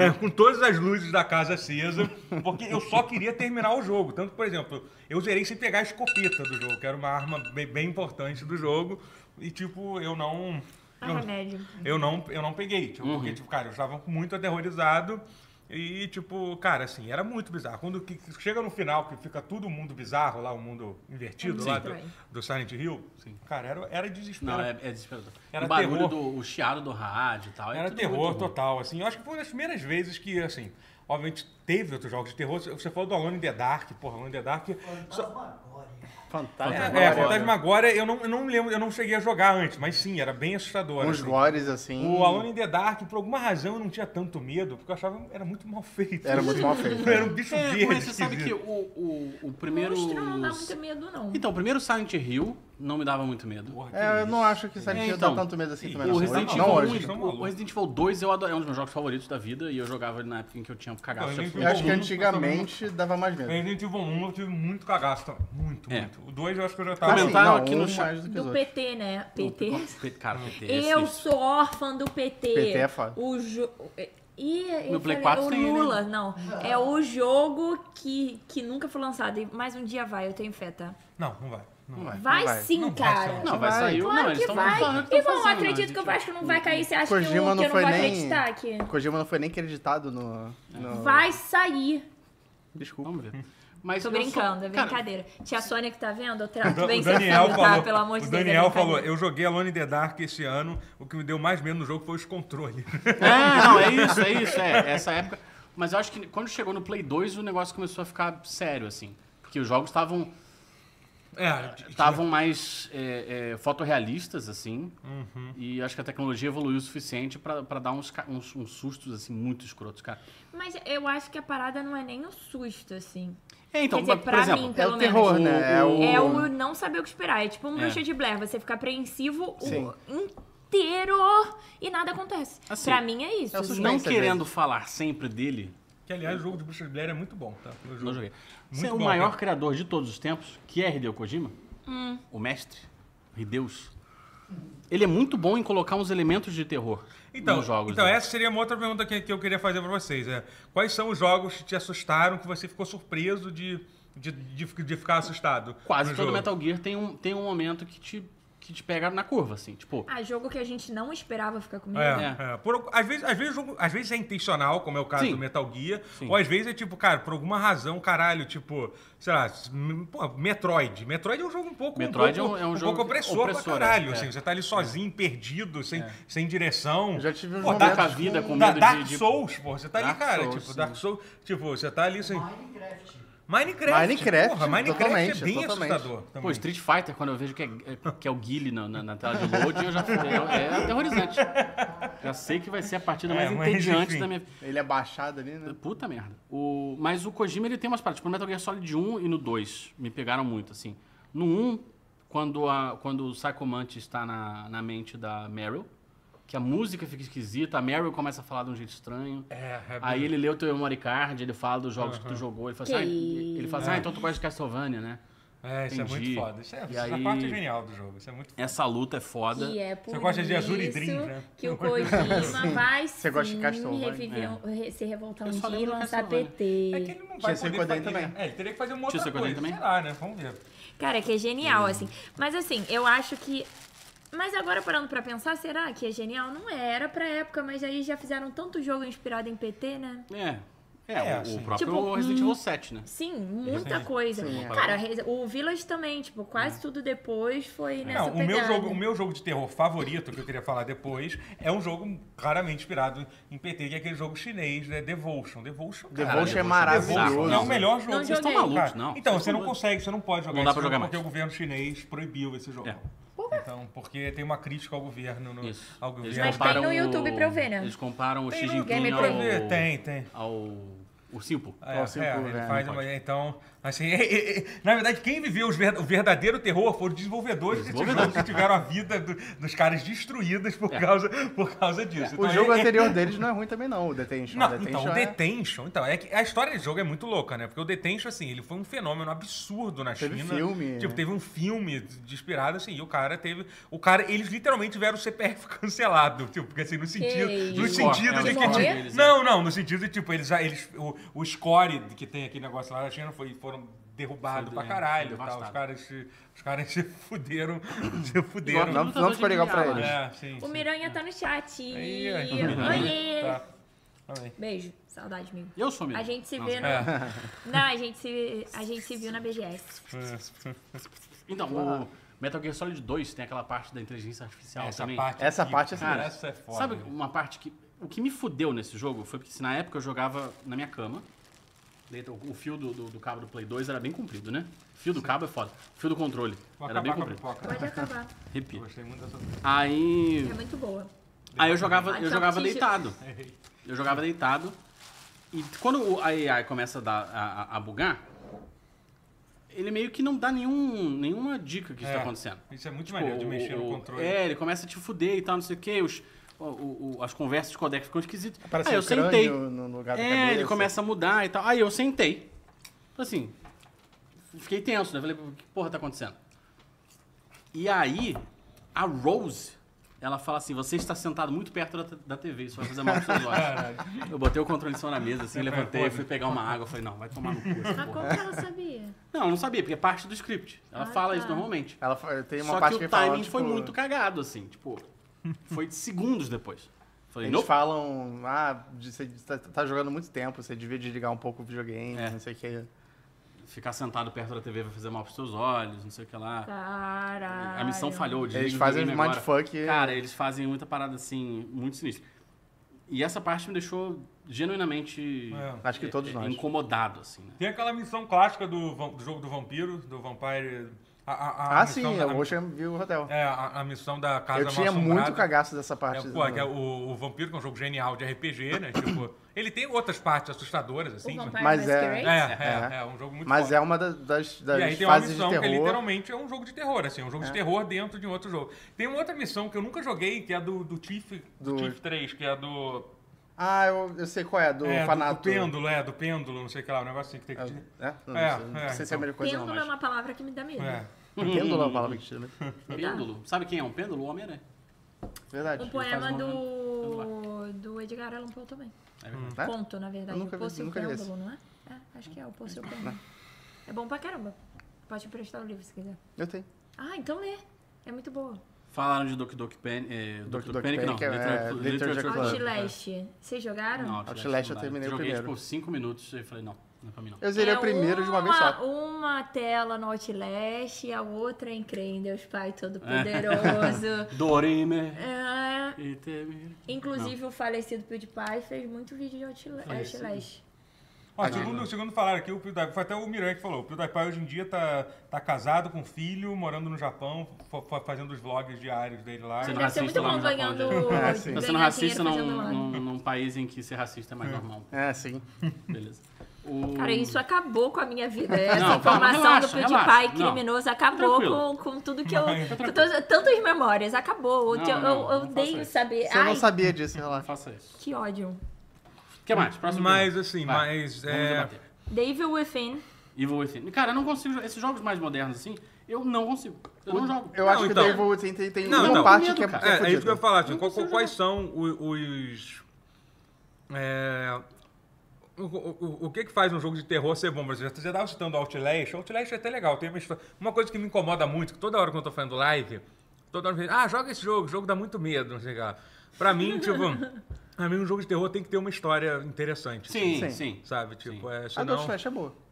agoniado, né? com todas as luzes da casa acesa, porque eu só queria terminar o jogo. Tanto, que, por exemplo, eu zerei sem pegar a escopeta do jogo, que era uma arma bem, bem importante do jogo, e tipo, eu não.
Ah,
eu-
remédio.
eu não, eu não peguei,
Uhum.
tipo, porque, tipo, cara, eu estava muito aterrorizado e, tipo, cara, assim, era muito bizarro. Quando que- que chega no final, que fica todo mundo bizarro lá, o mundo invertido
Sim.
lá do,
Sim.
do Silent Hill, cara, era, era desespero.
Não, é, é desesperador.
Era
o
terror.
barulho do o chiado do rádio e tal. é
Era
tudo
terror
muito ruim.
total, assim. Eu acho que foi uma das primeiras vezes que, assim, obviamente teve outros jogos de terror. Você falou do Alone in the Dark, porra, Alone in the Dark. Só-
Fantasmagória.
Fantástico.
é, é,
né?
Fantasmagória, eu não, eu não lembro, eu não cheguei a jogar antes, mas sim, era bem assustador.
Uns
assim.
gores, assim.
O Alone in the Dark, por alguma razão, eu não tinha tanto medo, porque eu achava que era muito mal feito.
Era muito mal feito.
Era um bicho
É,
verde.
mas você sabe que o,
esquisito.
o, o primeiro.
Monstro não dá muito medo, não.
Então, o primeiro Silent Hill não me dava muito medo.
Porra, que
É, eu
isso.
não acho que Silent
É,
Hill
então.
dá tanto medo assim
Ih,
também.
o
não.
Resident
Hoje-
Evil
não
um,
hoje.
então.
o- o Resident Evil 2 eu adoro, é um dos meus jogos favoritos da vida e eu jogava ele na época em que eu tinha cagado.
Não,
já
eu
fui-
Eu acho que
Bom,
antigamente dava mais medo.
Resident Evil 1 eu tive muito cagaço. tá? Muito,
É.
muito. O 2 eu acho que eu já tava.
Assim,
Comentar- Comentaram
não,
aqui no
um
chat-
mais do que os
Do
outros.
PT, né? PT.
um Cara, PT é
Eu
sinistro.
sou órfã do PT.
PT é foda.
O jo... é, E eu
No Play
falei,
4
o
tem, né?
Lula, não. É o jogo que, que nunca foi lançado. E mais um dia vai, eu tenho fé, tá?
Não, não vai. Não vai.
Vai,
vai.
sim,
Não vai,
cara.
Sam.
Não, vai
Vai.
sair.
Claro
não, eles
que
estão
vai.
falando
E vão,
né,
acredito que eu acho que não vai cair. Você acha que eu, que eu
Kojima
não
não
vou
foi nem.
acreditar aqui?
Kojima não foi nem creditado no. no-
Vai sair.
Desculpa.
Vamos ver. Mas
Tô
eu sou-
brincando, é
cara,
brincadeira. Tia Sônia que tá vendo, eu trato
O
bem seu
Daniel
filho, tá?
falou,
Pelo amor de
o
Deus. é
Daniel falou,
brincadeira.
eu joguei Alone in the Dark esse ano, o que me deu mais medo no jogo foi os controles.
É, não, é isso, é isso, é. Essa época. Mas eu acho que quando chegou no Play 2, o negócio começou a ficar sério, assim. Porque os jogos estavam
É,
estavam mais é, é, fotorrealistas, assim.
Uhum.
E acho que a tecnologia evoluiu o suficiente pra pra dar uns, ca- uns, uns sustos, assim, muito escrotos, cara.
Mas eu acho que a parada não é nem o susto, assim.
É, então,
Quer dizer,
mas, por
pra
exemplo,
mim,
É
pelo
o
menos.
terror,
o-
né? É o.
É o não saber o que esperar. É tipo um
É.
bruxa de Blair. Você fica apreensivo
Sim.
o inteiro e nada acontece.
Assim,
pra mim é isso.
é o
assim.
suspense.
não
às vezes.
querendo falar sempre dele,
que, aliás, o jogo de Bruxa de Blair é muito bom, tá? O
não
jogo.
joguei.
Muito
Você é o
bom,
maior
cara.
criador de todos os tempos, que é Hideo Kojima,
Hum.
o mestre, o Hideus. Ele é muito bom em colocar uns elementos de terror
Então,
nos jogos. né?
então
dele.
essa seria uma outra pergunta que, que eu queria fazer pra vocês. É, quais são os jogos que te assustaram, que você ficou surpreso de, de, de, de ficar assustado?
Quase
no
todo
jogo?
Metal Gear tem um, tem um momento que te, que te pega na curva, assim. Tipo,
Ah, jogo que a gente não esperava ficar comigo. né?
É, é. Por- às, vezes, às, vezes, o jogo- às vezes é intencional, como é o caso
Sim.
do Metal Gear,
Sim.
ou às vezes é tipo, cara, por alguma razão, caralho, tipo, sei lá, m- pô, Metroid. Metroid é um jogo um pouco,
Metroid
um pouco,
é um- é um jogo
pouco opressor,
opressor,
pra caralho.
é.
assim, você tá ali sozinho, perdido, sem, sem direção.
Eu já tive uns
Pô,
momentos
tá com a vida com
Da-
medo de-
Dark
de...
Souls, pô, você tá ali,
Dark
cara,
Souls,
tipo,
sim.
Dark Souls, tipo, você tá ali sem...
Minecraft.
Minecraft,
Minecraft,
porra, Minecraft
totalmente,
é bem
totalmente.
assustador também.
Pô, Street Fighter, quando eu vejo que é, é- que é o Guile na, na, na tela de load, eu já é, é aterrorizante. Já sei que vai ser a partida mais
É, mas
entediante
enfim.
da minha
Ele é baixado ali, né?
Puta merda. O... Mas o Kojima, ele tem umas paradas. Tipo, no Metal Gear Solid 1 e no 2 me pegaram muito, assim. No 1, quando, a... quando o Psycho Mantis está na... na mente da Meryl, que a música fica esquisita, a Meryl começa a falar de um jeito estranho.
É, é
Aí ele lê o teu memory card, ele fala dos jogos que tu jogou, ele fala assim,
Que
ah,
isso.
ele fala assim, ah, então tu gosta de Castlevania, né?
É, isso é
Entendi.
muito foda. Isso é,
E
essa
aí-
parte é genial do jogo. Isso é muito
Essa luta é foda.
Que é por
Você gosta de
isso
Azure e Dream, né?
que o Kojima vai sim
Você gosta de Castlevania?
reviver, um- re- se revoltar
Eu
um
só
dia e
lembro do
lançar
Castlevania.
PT.
É que ele não vai poder
Tinha
fazer...
50
Também.
também.
É, ele teria que fazer uma outra
Tinha 50
coisa,
também?
sei lá, né? Vamos ver.
Cara, que é genial, assim. Mas assim, eu acho que. Mas agora parando pra pensar, será que é genial? Não era pra época, mas aí já fizeram tanto jogo inspirado em PT, né?
É. É,
É,
o,
assim.
o próprio
Tipo,
Resident Evil 7, né?
Sim, muita coisa.
Sim, é.
Cara, o Village também, tipo, quase tudo depois foi né, nessa
É. Não, o meu,
pegada.
jogo, o meu jogo de terror favorito, que eu queria falar depois, é um jogo claramente inspirado em PT, que é aquele jogo chinês, né? Devotion. Devotion, cara,
Devotion é maravilhoso.
Devotion é o melhor jogo.
Não
Vocês
joguei.
estão malucos,
Malucos, não.
Então,
Vocês
você não
estão
consegue, você não pode jogar
Não dá
esse
pra
jogo
jogar mais.
porque o governo chinês proibiu esse jogo.
É.
Então, porque tem uma crítica ao governo. No,
Isso.
ao
Eles
governo.
Mas tem
comparam
no
o-
YouTube pra eu ver, né?
Eles comparam o
Tem
Xi
no
Jinping
Game
ao...
pra
ver. Tem, tem.
Ao ursinho Poo.
É,
Nossa,
é,
impor,
ele
né?
faz
Não
uma- então, assim, na verdade, quem viveu os ver- o verdadeiro terror foram os desenvolvedores desse jogo,
Desenvolvedores.
que tiveram a vida do- dos caras destruídas por, causa, por causa disso.
É. O
Então,
jogo
é- é-
anterior deles não é ruim também, não, o Detention.
Não,
o Detention
então, o
é-
Detention, então, é que a história desse jogo é muito louca, né? Porque o Detention, assim, ele foi um fenômeno absurdo na
Teve
China.
filme. né?
Tipo, teve um filme de inspirado, assim, e o cara teve... O cara, eles literalmente tiveram o CPF cancelado, tipo, porque assim, no sentido...
isso?
No
É,
sentido de
de
que...
morrer?
tipo, não, não, no sentido de, tipo, eles... eles o, o score que tem aquele negócio lá na China foi, foram derrubados
Foi
pra
de-
caralho e
foi
tal. Os
devastado.
caras, se- os caras se fuderam, se
é
fuderam.
um
Não, não ficou legal pra
né?
eles.
É, sim,
O
sim.
Miranha tá no chat.
Aí, aí.
Oiê!
Tá. Amém.
Beijo. Saudade, amigo.
Eu sou mesmo.
A gente se
Nossa.
vê no...
É.
Não, a gente se, a gente se viu na BGS.
Então, o Metal Gear Solid 2 tem aquela parte da inteligência artificial
Essa
também.
parte,
Essa
aqui,
parte é
cara,
sinistra.
essa é foda.
Sabe uma parte que... O que me fudeu nesse jogo foi porque se na época eu jogava na minha cama. deito- O fio do, do- do cabo do Play 2 era bem comprido, né? O fio do cabo é foda. O fio do controle
Vou
era bem
acabar com é a
comprido.
pipoca.
Pode acabar.
Repito.
Gostei muito dessa.
Aí
É muito boa.
Aí eu jogava,
Ah,
eu jogava
salsicha.
deitado.
É,
Eu jogava deitado. E quando o- a AI começa a, dar- a- a- a bugar, ele meio que não dá nenhum, nenhuma dica que isso tá acontecendo.
Isso é muito maneiro de
O-
mexer no
o-
controle.
É, ele começa a te fuder e tal, não sei o quê. Os, o- o- o- as conversas de codec ficam esquisitas.
Parece
Aí eu
um crânio
sentei.
no lugar da
É, ele
cabeça.
começa a mudar e tal. Aí eu sentei. Assim, fiquei tenso, né? Falei, o que porra tá acontecendo? E aí, a Rose, ela fala assim, você está sentado muito perto da, t- da TV, isso vai fazer mal pros seus olhos. eu botei o controle de som na mesa, assim, levantei, fui pegar uma água, falei, não, vai tomar no cu essa
Mas como
porra.
que ela sabia?
Não, eu não sabia, porque é parte do script. Ela
Ah,
fala
tá.
isso normalmente.
Ela fa- tem uma
Só
parte
que o
fala,
timing foi
tipo,
muito cagado, assim, tipo, foi de segundos depois. Falei,
Eles
não,
falam, ah, de- você tá, tá jogando muito tempo, você devia desligar um pouco o videogame,
É.
não sei o que.
ficar sentado perto da TV vai fazer mal pros seus olhos, não sei o que lá.
Caralho.
A missão falhou. desliga
Eles
o
fazem
videogame agora.
mindfuck.
Cara, eles fazem muita parada assim, muito sinistra. E essa parte me deixou genuinamente
É.
Acho que todos
eh,
nós.
incomodado, assim, né?
Tem aquela missão clássica do, vam- do jogo do vampiro, do Vampire. A, a- a
Ah, sim,
missão da-
o Ocean viu o hotel.
É, a, a missão da casa
Eu
mal
tinha muito
assombrada.
cagaço dessa parte.
É, pô, que é o, o Vampiro, que é um jogo genial de RPG, né? tipo, ele tem outras partes assustadoras,
O
assim.
Vampire
Mas é-
É,
Masquerade?
é, é, é um jogo muito
Mas
foda.
é uma da- das, das
E aí tem uma
fases
missão
de
que
terror.
literalmente é um jogo de terror, assim, é um jogo de terror dentro de um outro jogo. Tem uma outra missão que eu nunca joguei, que é do, do Chief, do
Do-
Chief 3, que é do.
Ah, eu, eu sei qual é, do
é, Do,
fanato.
do pêndulo, é, do pêndulo, não sei o que lá, um negócio assim que tem
É,
que.
né? Não,
É,
não sei,
é,
não sei se é a
então.
melhor coisa
Pêndulo é
não,
uma palavra que me dá medo.
É.
mas... Pêndulo é uma palavra que tira. né?
Tá.
Pêndulo. Sabe quem é um pêndulo? O Homem-Aranha.
Verdade.
Um
ele faz
poema
um movimento.
do... do Edgar Allan Poe também.
É verdade.
É?
Conto, na verdade.
Eu nunca
o
vi-
Poço e o
nunca li
Pêndulo,
esse.
não é? É, acho que é o Poço e o Pêndulo. É bom pra caramba. Pode emprestar o livro se quiser.
Eu tenho.
Ah, então lê. É muito boa.
Falaram de Doki Doki Panic. É,
Doki
Doki Doki
Doki
Panic, não.
Panic é-
Literature-
é,
Literature
Literature
Club.
Club.
Outlast. Vocês jogaram?
Não,
Outlast eu
não dá.
terminei o
Joguei,
primeiro.
tipo, cinco minutos e falei, não, não é pra mim, não.
Eu zerei
É
o primeiro de uma vez só.
Uma tela no Outlast e a outra em Crê em Deus Pai Todo-Poderoso.
Dorime.
É,
e teme-
Inclusive, o falecido PewDiePie fez muito vídeo de Outlast. Outlast.
Ó, segundo, segundo falaram aqui, o PewDiePie, foi até o Miranha que falou, o PewDiePie hoje em dia tá, tá casado com um filho, morando no Japão, fa- fa- fazendo os vlogs diários dele lá.
Você
Deve
não
ser
racista
muito
lá
bom
no Japão,
ganhando.
É, sim.
ganhar
Tá sendo
dinheiro
racista num,
fazendo live.
num- num país em que ser racista é mais normal.
É, sim.
Beleza. O...
Cara, isso acabou com a minha vida. Essa
Não, calma,
formação
relaxa,
do PewDiePie
relaxa. Não.
criminoso acabou com,
Tranquilo.
com tudo que eu. com todas- tantas memórias, acabou. Eu,
Não,
te- eu,
não, não,
eu
não faça
odeio
isso.
saber.
Você
Ai,
não sabia disso, relaxa.
Faça isso.
que ódio.
O que mais? Próximo.
Mas
jogo.
assim,
Vai.
mas.
Vamos
é,
debater.
Devil Within.
Evil Within. assim. Cara, eu não consigo. jo- Esses jogos mais modernos, assim, eu não consigo. Eu não jogo.
Eu
Não,
acho
então.
que o Devil Within tem, tem
Não,
uma
então.
parte
Medo,
que é,
cara.
que é
É, é isso que eu ia
fodida.
falar, tipo, qual-
consigo
quais são o- os. é, o, o- o que que faz um jogo de terror ser bom? Você já você já estava citando Outlast. Outlast é até legal. Tem uma, história- uma coisa que me incomoda muito, que toda hora quando eu tô fazendo live, toda hora eu falo, ah, joga esse jogo, o jogo dá muito medo, não sei o que lá. Pra mim, tipo, pra mim um jogo de terror tem que ter uma história interessante. assim,
Sim, sim.
Sim.
Sabe? Tipo, é,
A
senão...
Dot Flash é boa.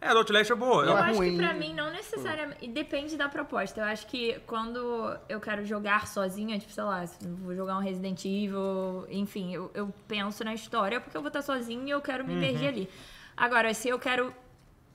É, a Outlast é boa.
Eu
Não é
acho que
ruim.
pra mim não necessariamente. e Depende da proposta. Eu acho que quando eu quero jogar sozinha, tipo, sei lá, se eu vou jogar um Resident Evil, enfim, eu, eu penso na história porque eu vou estar sozinha e eu quero me
Uhum.
imergir ali. Agora, se eu quero,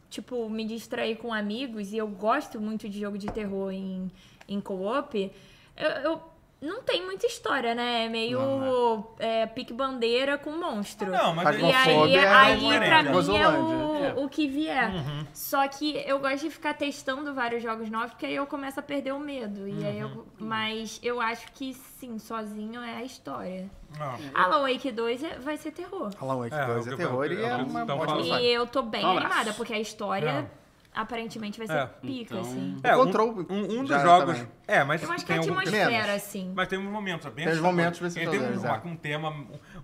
tipo, me distrair com amigos e eu gosto muito de jogo de terror em, em co-op, eu. eu não tem muita história, né? É meio é, pique-bandeira com monstro.
Não, mas...
Faz
E aí,
Xenofobia é
aí pra
coerente.
mim é
Gozolândia.
o, o que vier. Só que eu gosto de ficar testando vários jogos novos, porque aí eu começo a perder o medo. E aí eu, mas eu acho que sim, sozinho é a história.
Não.
Alan Wake 2 é- vai ser terror.
Alan Wake
É,
2
o
é
que-
terror
é o
e
que
é
eles
uma
tão
bosta
falando.
saca.
E eu tô bem
Um abraço.
animada, porque a história
É.
aparentemente vai ser
É.
pica,
Então-
assim.
É,
O
um-
Control
um, um dos
já
jogos.
também.
É, mas
Eu acho que a
tem algum tempo.
atmosfera,
Menos.
assim.
Mas tem uns momentos, é bem
Tem uns
assustador.
momentos bem
Tem- Tem um,
assustadores, é.
um tema,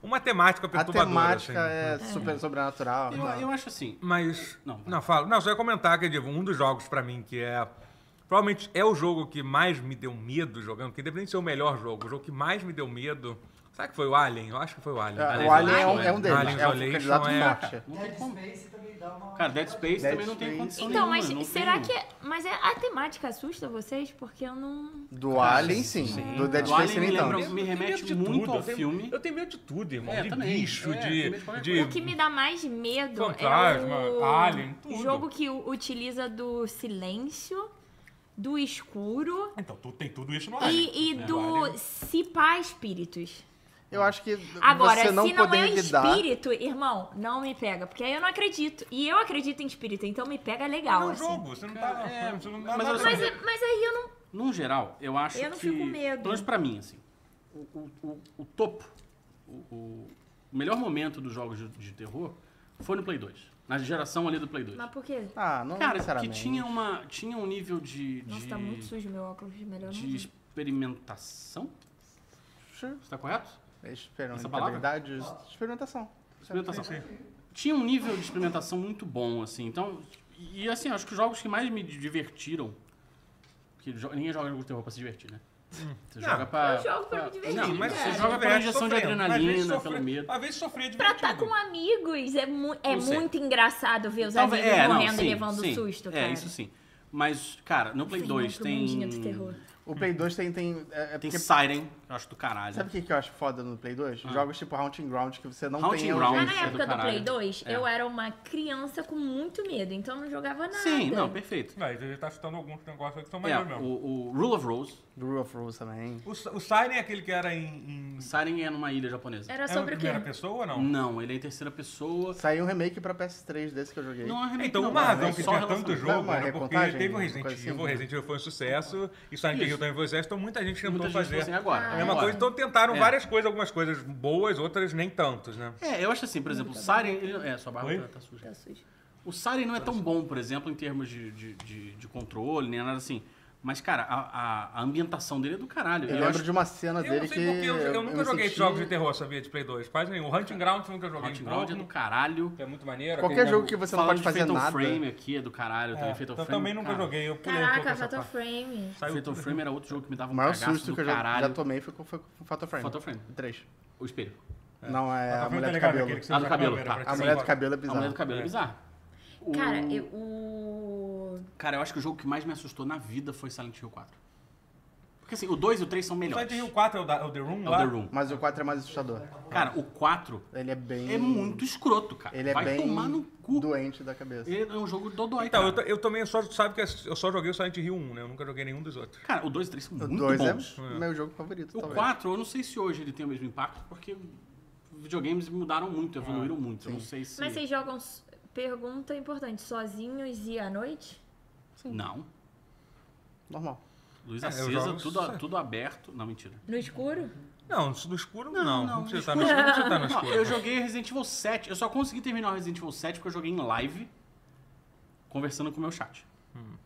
uma temática
A
perturbadora.
temática
assim.
é super sobrenatural.
Eu,
tá?
eu acho assim.
Mas.
Não,
Não,
vai.
fala. Não, só ia comentar que Diego, um dos jogos pra mim que é. Provavelmente é o jogo que mais me deu medo jogando, porque independente de ser o melhor jogo, o jogo que mais me deu medo. Será que foi o Alien? Eu acho que foi o Alien.
É,
Aliens
O Alien é um,
Isolation,
é um deles,
Aliens
é um
Isolation
candidato
é-
forte.
Não tem
Dead
como.
Space também dá uma.
Cara, Dead Space
Dead
também não tem
Space.
condição
Então,
nenhuma.
mas
um não
será
tem-
que. é- Mas é- a temática assusta vocês? Porque eu não.
Do Alien, sim. então. Do Dead
Do
Space,
Alien
nem
me
tanto.
lembra- me
Eu tenho
remete
medo de
muito
tudo,
ao
eu tenho-
filme.
Eu tenho medo de tudo, irmão.
É,
de
também.
bicho,
É, tenho medo de qualquer
de.
coisa.
O que me dá mais medo
Fantasma,
é o
alien, tudo.
jogo que u- utiliza do silêncio, do escuro
Então, tu tem tudo isso no Alien.
e, e
É,
né? O
do
Alien.
se pá espíritos.
Eu acho que
Agora,
você não
se não é
poder lidar...
espírito, irmão, não me pega, porque aí eu não acredito. E eu acredito em espírito, então me pega
É
legal,
um
assim.
jogo, você não tá.
É,
você não
mas eu
nada-
Mas, mas aí eu não.
Num geral, eu acho que...
Eu não fico com medo.
Pelo menos pra mim, assim. O, o- o- o topo, o, o- o melhor momento dos jogos de, de terror foi no Play 2. Na geração ali do Play 2.
Mas por quê?
Ah, não
Cara, que
necessariamente.
tinha, uma, tinha um nível de...
Nossa,
de,
tá muito sujo né? meu óculos, melhor não.
de experimentação. Está correto?
Experimentabilidade, experimentação.
Experimentação. Tinha um nível de experimentação muito bom, assim. Então, e assim, acho que os jogos que mais me divertiram. Porque jo- ninguém joga jogo de terror pra se divertir, né? Você
Não.
joga pra.
Eu jogo pra me divertir, é.
Não, mas
cara.
você joga pra
diverte
injeção tá
Hum.
de
sofrendo. Às vezes
adrenalina,
sofrer-
pelo medo.
Às vezes sofrer é
Pra
divertido.
estar com amigos é, mu- é
Não sei.
muito engraçado ver os
Talvez-
amigos
é, não,
tá morrendo
sim,
e levando um
sim.
susto, cara.
É, isso sim. Mas, cara, no Play 2 tem.
O Play 2 tem... tem, é, é
Tem né?
porque-
Siren, que eu acho do caralho.
Sabe o que, que eu acho foda no Play 2? Jogos tipo Haunting Ground, que você não
Haunting
tem...
Ground.
Mas
Isso
na
é do
época do,
caralho.
Play 2,
É.
eu era uma criança com muito medo, então eu não jogava nada.
Sim, não, perfeito.
Não, ele tá chutando alguns negócios que são
É,
melhores mesmo.
o, o Rule of Rose.
Do Rule of Rules também.
O, o Siren é aquele que era em. em-
Siren é numa ilha japonesa.
Era
era em
sobre o quê?
primeira pessoa ou não?
Não, ele é em terceira pessoa.
Saiu um remake pra PS3 desse que eu joguei.
Não é um remake,
Então,
não,
uma
é
razão que
só
tinha
relação-
tanto jogo
uma
é
era porque
recontagem,
teve o
uma
Resident
coisa assim,
Evil, o
né?
Resident Evil foi um sucesso, e Silent
Isso.
Hill também foi um sucesso, então muita gente tentou
Muita gente
fazer.
falou assim, agora.
É a mesma
agora.
coisa, então tentaram
É.
várias coisas, algumas coisas boas, outras nem tantos, né?
É, eu acho assim, por exemplo, o Siren. Ele, é, sua barba
Oi?
tá, tá suja.
Tá
um
sujo.
O Siren não é tão bom, por exemplo, em termos de, de, de, de controle, nem nada assim. Mas, cara, a, a- a ambientação dele é do caralho.
Eu,
Eu,
lembro
acho
de uma cena
Eu
dele
não
que...
sei porque eu, eu nunca
me
joguei
senti-
jogos de terror, sabia, de Play 2. Quase nenhum. Hunting Ground eu nunca joguei.
Hot Ground é do
Goblin,
caralho.
que é muito maneiro.
Qualquer
aquele
jogo que você não
Falando
pode
de
fazer
Fatal
nada.
Frame aqui é do caralho.
É,
Também Fatal
eu
Frame,
também nunca
cara.
joguei. Eu pulei um pouco
Caraca,
essa
Fatal
parte.
Frame.
Saiu
Fatal
tudo.
Frame era outro jogo que me dava
O
um
maior
cagaço
susto
do
que eu já,
caralho.
já tomei foi com, foi com Fatal Frame.
Fatal Frame.
3.
O espelho.
Não, é
Tá vendo,
a mulher
tá
de
ligado?
cabelo.
Aquele que você
Ah, do
usa
cabelo,
câmera
tá.
pra
A
te
mulher de
salvar.
cabelo é
A mulher do
bizarra.
cabelo é bizarro. O-
Cara, eu, o.
Cara, eu acho que o jogo que mais me assustou na vida foi Silent Hill 4. Porque assim, o 2 e o 3 são
O
melhores.
Silent Hill 4 é o, da, é o The Room
É o
lá?
The Room.
Mas o 4 é mais assustador.
Cara, o 4
Ele é bem...
é muito escroto, cara.
Ele é
Vai
bem
tomar no cu.
doente da cabeça.
Ele é um jogo dodói,
Então,
cara.
eu, ta- eu também só, sabe que eu só joguei o Silent Hill 1, né? Eu nunca joguei nenhum dos outros.
Cara, o 2 e o 3 são
O
muito
2
bons.
é meu jogo favorito,
O
talvez.
4, eu não sei se hoje ele tem o
Ah,
mesmo impacto, porque videogames mudaram muito, evoluíram muito. Eu não sei se...
Mas é vocês jogam s- Pergunta importante: sozinhos e à noite?
Não.
Normal.
Luz
É, eu
acesa,
jogo-
tudo, a- tudo aberto. Não, mentira.
No escuro?
Não, no escuro não. Não,
não,
precisa estar no escuro, não precisa estar no
Não,
escuro.
eu joguei Resident Evil 7. Eu só consegui terminar o Resident Evil 7 porque eu joguei em live, conversando com o meu chat.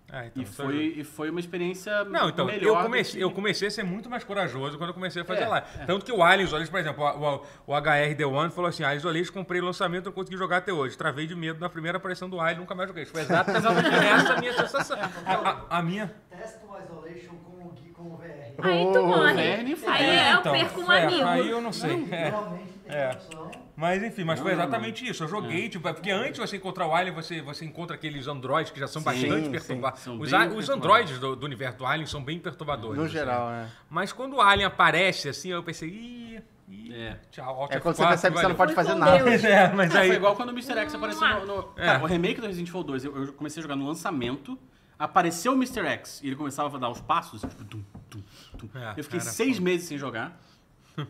Ah, então,
E,
isso
foi,
ajuda.
e foi uma experiência
Não, então,
melhor.
eu
do
comecei,
que-
eu comecei a ser muito mais corajoso quando eu comecei a fazer
É,
live. Tanto que o Aliens Olhos, por exemplo, o, o, o HR The One falou assim: Aliens Olhos, comprei lançamento, não consegui jogar até hoje. Travei de medo na primeira aparição do Alien, nunca mais joguei. Foi exata- exatamente essa a minha
É,
sensação. A, a- a minha.
Testa o Isolation com o, Gui- com o VR.
Aí tu
Oh,
morre.
Verne,
aí
é,
eu perco um
é,
amigo.
Aí eu não sei. é.
Realmente tem
É.
opção.
Mas enfim, mas foi
Não, É. não,
exatamente isso. Eu joguei, tipo, porque antes você encontrar o Alien, você, você encontra aqueles androides que já são bastante
sim.
perturbados.
São
Os,
bem
a- os
perturbadores.
androides do, do universo do Alien são bem perturbadores.
No
assim.
geral, né?
Mas quando o Alien aparece, assim, eu pensei, ih, ih
É.
tchau, Alt
É quando você
F4,
percebe que você
valeu.
não pode fazer
com
nada.
Deus.
É, mas
É,
aí.
foi igual quando o Mr. X apareceu no. no-
É.
Cara, o remake do Resident Evil 2, eu, eu comecei a jogar no lançamento, apareceu o Mr. X e ele começava a dar os passos, tipo, tum, tum, tum.
É,
eu fiquei
cara,
seis meses sem jogar.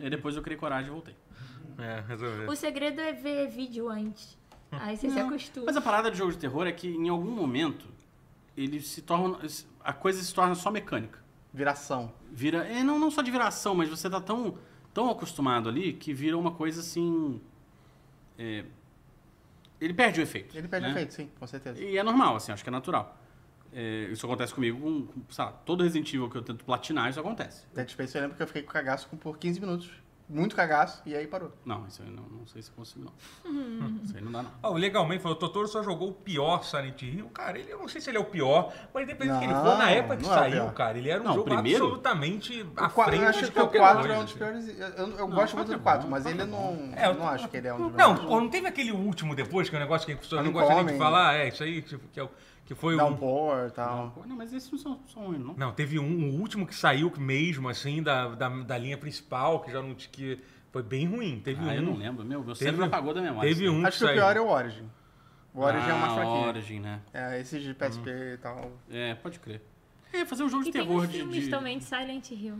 e depois eu criei coragem e voltei.
É, resolveu.
O segredo é ver vídeo antes. Aí você se acostuma.
Hum. Mas a parada de jogo de terror é que em algum momento ele se torna. A coisa se torna só mecânica.
Viração.
Vira. É, não, não só de viração, mas você tá tão, tão acostumado ali que vira uma coisa assim. é, ele perde o efeito.
Ele perde
né?
efeito, sim, com certeza.
E é normal, assim, acho que é natural. É, isso acontece comigo com, com, sei lá, todo Resident Evil que eu tento platinar, isso acontece.
Dead Space eu lembro que eu fiquei com cagaço por 15 minutos. Muito cagaço, e aí parou.
Não, isso aí não, não sei se eu consigo, não. Isso aí não dá, não.
Ó, o legalmente falou, o Totoro só jogou o pior Silent Hill. Cara, ele, eu não sei se ele é o pior, mas depende do que ele
Não,
for, na época que
não é o
saiu,
pior.
cara, ele era um
Não, o
jogo
primeiro-
absolutamente à
O quatro-
frente
eu acho
de
que o
qualquer
4
coisa,
é um dos
assim.
piores. Eu, eu- eu
Não,
gosto muito
o quatro é
do 4,
bom,
mas
o
ele
quatro é
não.
É, eu
não acho que ele é um dos
Não,
melhores.
pô, não teve aquele último depois, que é um negócio que as pessoas não
Não
gostam nem de
comem.
falar, é, isso aí, tipo, que, é o- que foi o.
Downpour e tal.
Não, mas esses não são, são ruins, não.
Não, teve um, o último que saiu mesmo, assim, da, da, da linha principal, que já não. t- que foi bem ruim. Teve um.
Ah, eu não lembro. Meu, meu cérebro apagou da memória.
Teve
isso
um
Acho que o
saiu.
pior é o Origin. O
daí.
Origin é uma
Ah,
fraquinha.
Origin, né?
É, esses de PSP e tal.
É, pode crer. É, fazer um jogo de
E tem
terror
os
de.
filmes
de-
também de Silent Hill.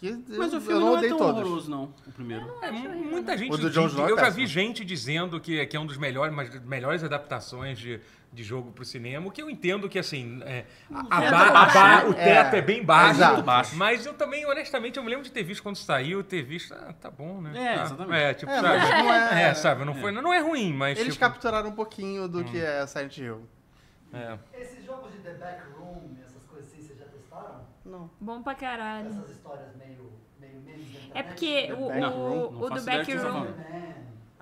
Que eu-
Mas o
eu não
filme não, é
odeio
tão
todos.
horroroso, não. O primeiro.
É, mu- muita gente.
O do Jon
diz-
Snow é
eu já vi
péssimo.
gente dizendo que, que é um dos melhores, mas, melhores adaptações de, de jogo pro cinema, o que eu entendo que, assim, é, a, a
teto
ba-
é
a
baixo,
ba-
né?
o teto é,
É,
bem baixo,
exato.
Baixo.
Mas eu também, honestamente, eu me lembro de ter visto quando saiu, ter visto, ah, tá bom, né?
É,
tá,
exatamente.
É, tipo,
É,
sabe?
mas não é-
É, sabe, não, foi, não é ruim, mas.
Eles
tipo,
capturaram um pouquinho do que é Silent Hill.
é.
Esses jogos de The Backroom, essas coisas assim, vocês já testaram?
Não.
Bom pra caralho.
Essas histórias meio, meio memes da
É
internet?
porque o,
Backroom?
o-
Não
o do
faço ideia do que você tá
Backroom.
falando.
Man,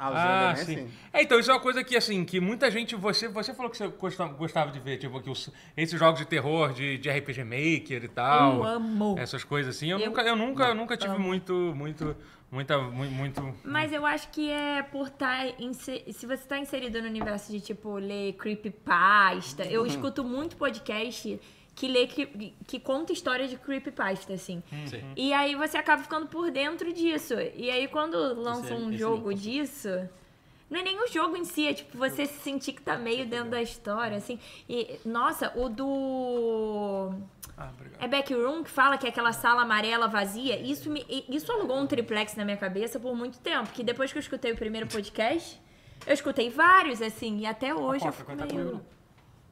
Ah, o
Ah,
Zelda
sim.
sim.
É, então, isso é uma coisa que, assim, que muita gente... Você, você falou que você gosta- gostava de ver, tipo, que os- esses jogos de terror, de, de RPG Maker e tal.
Eu amo.
Essas coisas assim. Eu,
Tipo, Eu
nunca, eu nunca, eu nunca tive muito, muito, muita, mu- muito...
Mas eu acho que é por estar. Se você tá inserido no universo de tipo ler creepypasta,
Uhum.
eu escuto muito podcast que lê cre- que conta história de creepypasta, assim.
Uhum.
Sim.
E aí você acaba ficando por dentro disso. E aí quando
Esse
lança
é-
um
esse
jogo
não.
disso, não é nem o jogo em si, é tipo você se sentir que tá meio dentro da história, assim. E, nossa, o do.
Ah, obrigado.
É Backroom que fala que é aquela sala amarela vazia. Isso, me, isso alugou um triplex na minha cabeça por muito tempo. Que depois que eu escutei o primeiro podcast, eu escutei vários, assim, e até hoje eu
porta,
fico
quando tá
meio...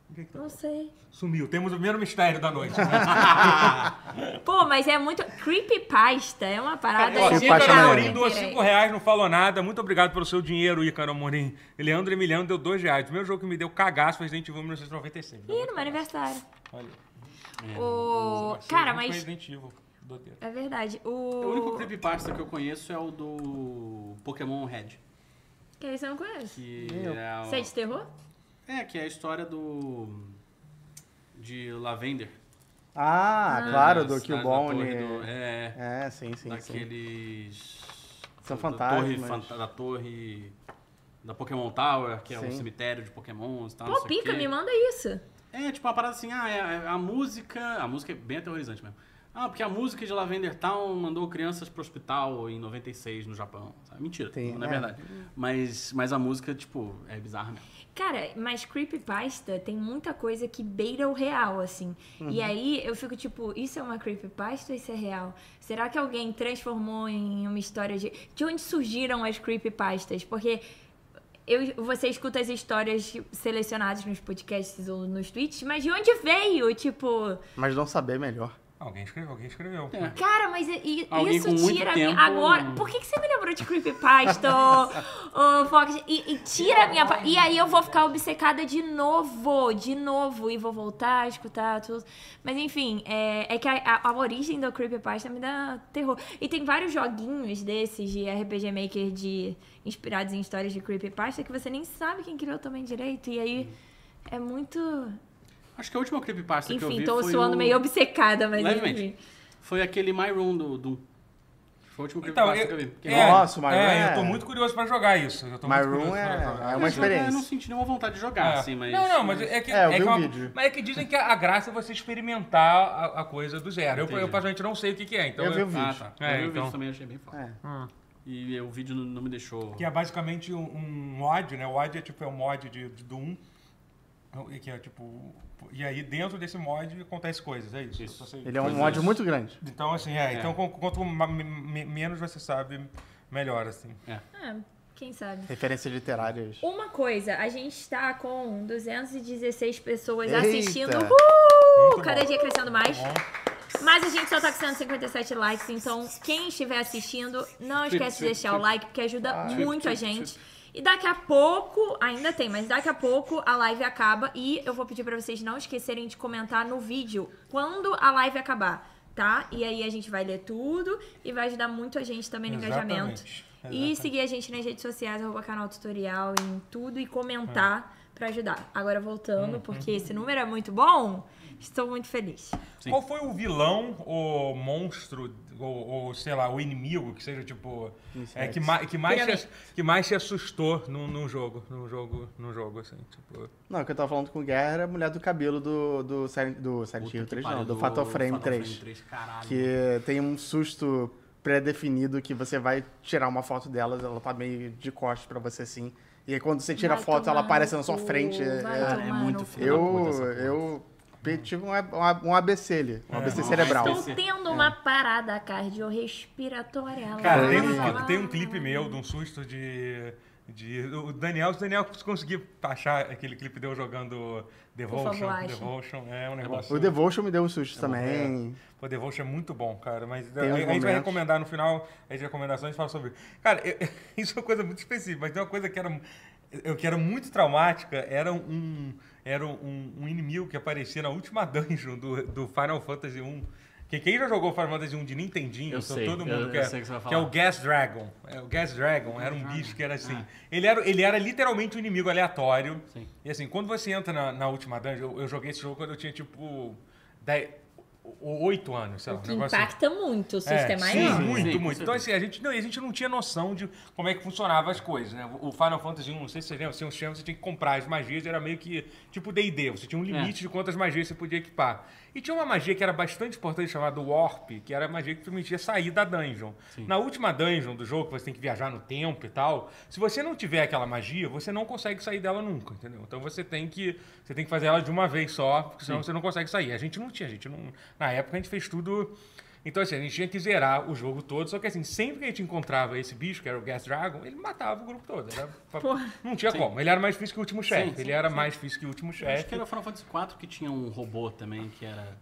comigo,
tá
Não sei.
Sumiu. Temos o primeiro mistério da noite.
Ah, Pô, mas é muito... Creepypasta é uma parada...
Ó,
que
Creepypasta
Ícaro
Paixão
Amorim
Nerd.
doou 5 reais, não falou nada. Muito obrigado pelo seu dinheiro, Ícaro Amorim. Leandro Emiliano deu 2 reais. O primeiro jogo que me deu cagaço foi Resident Evil 1996.
Ih, no meu aniversário.
Olha.
É,
O... Cara,
Foi
mas...
Resident Evil. doideira.
É verdade.
O único
O...
creepypasta que eu conheço é o do Pokémon Red.
Que isso eu não conheço.
Que é,
Você é de
o...
terror?
é, que é a história do. De Lavender.
Ah,
É,
claro,
da
do
cidade da
Killbone.
torre do- É,
É, sim, sim, sim.
daqueles.
São
da
fantasmas.
Torre, fanta- da torre. Da Pokémon Tower, que é um
Sim.
cemitério de Pokémons e tal. não
Pô,
sei o
pica,
quê.
me manda isso.
É, tipo uma parada assim, ah, é- é a música. A música é bem aterrorizante mesmo. Ah, porque a música de Lavender Town mandou crianças pro hospital em 96 no Japão. sabe? Mentira,
Tem,
não é,
é.
verdade. Mas, mas a música, tipo, é bizarra mesmo.
Cara, mas creepypasta tem muita coisa que beira o real, assim. E aí eu fico tipo, isso é uma creepypasta ou isso é real? Será que alguém transformou em uma história de. De onde surgiram as creepypastas? Porque eu- você escuta as histórias selecionadas nos podcasts ou nos tweets, mas de onde veio? Tipo,
Mas não saber é melhor.
Alguém escreveu, alguém escreveu.
É.
cara, mas i- i-
Alguém
isso
com muito
tira a
tempo-
minha. Agora. Por que, que você me lembrou de Creepypasta, ô, ô, Fox? E, e tira a minha. pa- E aí eu vou ficar obcecada de novo, de novo, e vou voltar a escutar tudo. Mas enfim, é, é que a, a, a origem do Creepypasta me dá terror. E tem vários joguinhos desses de RPG Maker de, inspirados em histórias de Creepypasta que você nem sabe quem criou também direito. E aí é muito.
Acho que a última creepypasta que eu vi
Enfim, tô
foi
suando
o-
meio obcecada, mas
Levemente.
enfim.
Foi aquele My Room do... do... Foi o último
Então,
creepypasta
eu,
que eu vi. Que
é, Nossa, o Maroon
é,
é-
eu tô muito curioso pra jogar isso. Eu tô muito
Maroon
curioso pra
é-
jogar.
é uma
Eu-
experiência.
Eu não senti nenhuma vontade de jogar,
É.
assim, mas...
Não, não, mas é que...
É, eu vi
que
um
uma-
vídeo.
Mas é que dizem que a a graça é você experimentar a, a coisa do zero. Eu, eu, particularmente, não sei o que que é, então...
Eu vi o
Ah,
vídeo.
tá.
É,
eu vi o
então.
vídeo também, achei bem foda.
É.
E eh, o vídeo não, não me deixou...
Que é basicamente um, um mod, né? O mod é tipo é um mod de, de Doom. e Que é tipo. E aí dentro desse mod acontece coisas, é isso.
Isso.
Eu só sei.
Ele é um
Pois
mod
é.
muito grande.
Então, assim, é. Então, com- quanto ma- me- me- menos você sabe, melhor, assim.
Ah, quem sabe?
Referências literárias.
Uma coisa, a gente está com 216 pessoas
Eita!
assistindo.
Muito
Uhul! Cada
bom.
dia crescendo mais.
Tá bom?
Mas a gente só tá com 157 likes, então quem estiver assistindo, não esquece de deixar o like, porque ajuda muito a gente. E daqui a pouco, ainda tem, mas daqui a pouco a live acaba e eu vou pedir pra vocês não esquecerem de comentar no vídeo quando a live acabar, tá? E aí a gente vai ler tudo e vai ajudar muito a gente também no
Exatamente.
engajamento. E
Exatamente.
seguir a gente nas redes sociais, arroba canal tutorial, em tudo e comentar
É.
pra ajudar. Agora
Uhum.
voltando, porque esse número é muito bom, estou muito feliz.
Sim.
Qual foi o vilão, o monstro, ou, ou, sei lá, o inimigo, que seja tipo.
Isso,
É,
Rex.
que, ma- que, mais
Pirâmide.
se, que mais se assustou num, num jogo. Num jogo, num jogo, assim, tipo.
Não, o que eu tava falando com o Guerra era a mulher do cabelo do, do, Silent- do Silent
Puta
Hill
que
3,
pariu,
não, do Fatal Frame
Fatal
3.
3, caralho.
Que tem um susto pré-definido que você vai tirar uma foto dela, ela tá meio de costas pra você assim. E aí quando você tira a
Vai
foto, ela
tomar
aparece
no
na sua
cu,
frente. é-
vai
é-
tomar
é
no
muito
cu.
feio. Filha da puta,
Eu,
essa porra.
eu pe- tive um, A- um ABC ali, um ABC cerebral.
Então-
Estou tendo uma parada cardiorrespiratória. Lá,
é. Cara,
lá,
tem
lá, lá,
um, tem um
lá,
clipe
lá.
meu de um susto de. de o Daniel, se o Daniel conseguir achar aquele clipe de eu jogando
favor,
Devotion.
ache.
Devotion é um negócio.
O Devotion me deu um
É,
susto também.
Pô, Devotion é muito bom, cara. Mas
uns
a, a gente vai
momentos.
recomendar no final as recomendações fala sobre. Cara, eu- isso é uma coisa muito específica, mas tem uma coisa que era, eu- que era muito traumática, era um. Era um, um inimigo que aparecia na última dungeon do, do Final Fantasy I. Que quem já jogou Final Fantasy I de Nintendinho,
Eu
só
sei,
todo mundo
eu- eu
que, é,
sei o que você vai
que é
falar.
o Gas Dragon. É, o Gas Dragon era um bicho que era assim. Ele, era, ele era literalmente um inimigo aleatório.
Sim.
E assim, quando você entra na, na última dungeon, eu, eu joguei esse jogo quando eu tinha tipo. dez- o- o- oito anos, sei lá. um
Que
negócio assim.
impacta muito o
É,
sistema
sim,
maior.
muito,
Sim, com
muito. Então, assim, a gente, não, e a gente não tinha noção de como é que funcionava as coisas, né? O Final Fantasy, não sei se vocês lembram, tinha um sistema que você tinha que comprar as magias, era meio que tipo D&D, você
É.
tinha um limite de quantas magias você podia equipar. E tinha uma magia que era bastante importante, chamada Warp, que era a magia que permitia sair da dungeon. Na última dungeon do jogo, que você tem que viajar no tempo e tal, se você não tiver aquela magia, você não consegue sair dela nunca, entendeu? Então você tem que, você tem que fazer ela de uma vez só, porque senão você não consegue sair. A gente não tinha, a gente não... Na época a gente fez tudo... Então, assim, a gente tinha que zerar o jogo todo, só que assim, sempre que a gente encontrava esse bicho, que era o Gas Dragon, ele matava o grupo todo. Era pra- Não tinha como. Ele era mais difícil que o último chefe.
sim,
ele era mais difícil É, que o último
Acho que
chefe.
era o Final Fantasy IV que tinha um robô também, que era...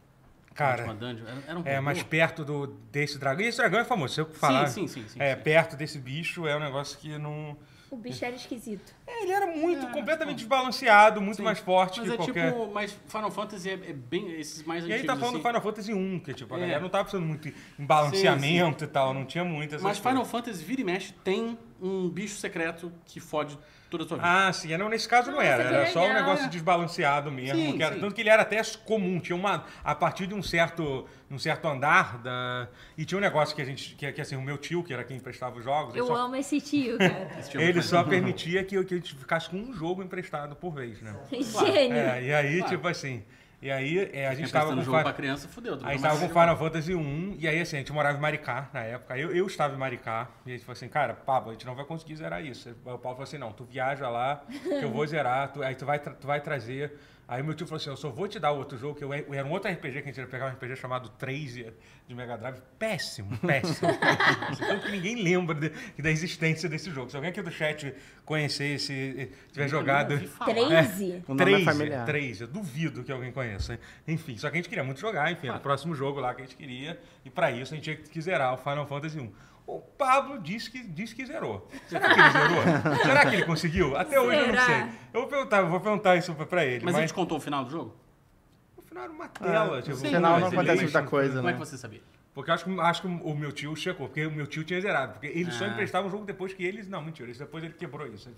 Cara,
Uma dungeon. Era, era um robô.
É, mais perto do, desse dragão. E esse dragão é famoso, se eu falar.
sim, sim, sim,
é,
sim.
perto desse bicho é um negócio que não.
O bicho era esquisito.
É, ele era muito, completamente desbalanceado, muito mais forte
Mas
que
é
qualquer.
tipo... Mas Final Fantasy é, é bem... Esses mais
E
antigos,
aí tá falando
assim.
do Final Fantasy 1, que tipo, a
É.
galera não tava precisando muito em balanceamento e tal, não tinha muito essas
Mas
coisas.
Final Fantasy vira e mexe tem um bicho secreto que fode toda a sua vida.
Ah, sim. Não, nesse caso não
Nossa,
era.
que
Era só um
legal.
negócio desbalanceado mesmo.
Sim,
que era-
sim.
Tanto que ele era até comum. Tinha uma. A partir de um certo, um certo andar. Da, e tinha um negócio que a gente. Que, que, assim, o meu tio, que era quem emprestava os jogos, ele
Eu
só,
amo esse tio, cara.
tipo
ele só permitia que, que a gente ficasse com um jogo emprestado por vez, né?
Gênio.
É, e aí,
Claro.
tipo assim. E aí é, a gente
Quem
tava
no
com
jogo
Final-
pra criança, fudeu.
Aí
nunca mais
tava com
vai jogar.
Final Fantasy 1, e aí assim, a gente morava em Maricá na época. Aí Eu, eu estava em Maricá, e a gente falou assim, cara, Pablo, a gente não vai conseguir zerar isso. Aí o Paulo falou assim, não, tu viaja lá, que eu vou zerar, tu- aí tu vai, tra- tu vai trazer Aí meu tio falou assim: eu só vou te dar outro jogo, que eu, era um outro RPG que a gente ia pegar, um RPG chamado 3 de Mega Drive. Péssimo, péssimo. Tanto que ninguém lembra de- da existência desse jogo. Se alguém aqui do chat conhecer, se tiver jogado.
ouvi falar.
13?
O nome é
Três, é,
familiar.
três. Eu duvido que alguém conheça. Enfim, só que a gente queria muito jogar, enfim,
Ah.
era o próximo jogo lá que a gente queria. E pra isso a gente tinha que zerar o Final Fantasy I. O Pablo disse que, disse que zerou. Será que ele zerou? Será que ele conseguiu? Até hoje eu
Será?
não sei. Eu vou perguntar, eu vou perguntar isso pra- pra ele.
Mas
Mas,
a gente contou o final do jogo?
no final era uma tela. tipo,
No Ah, final não
mas ele- um
acontece muita coisa,
Como é que
né?
você sabia?
Porque eu acho que, acho que o meu tio checou, porque o meu tio tinha zerado. Porque ele
É.
só emprestava o jogo depois que eles. Não, mentira, isso depois ele quebrou isso.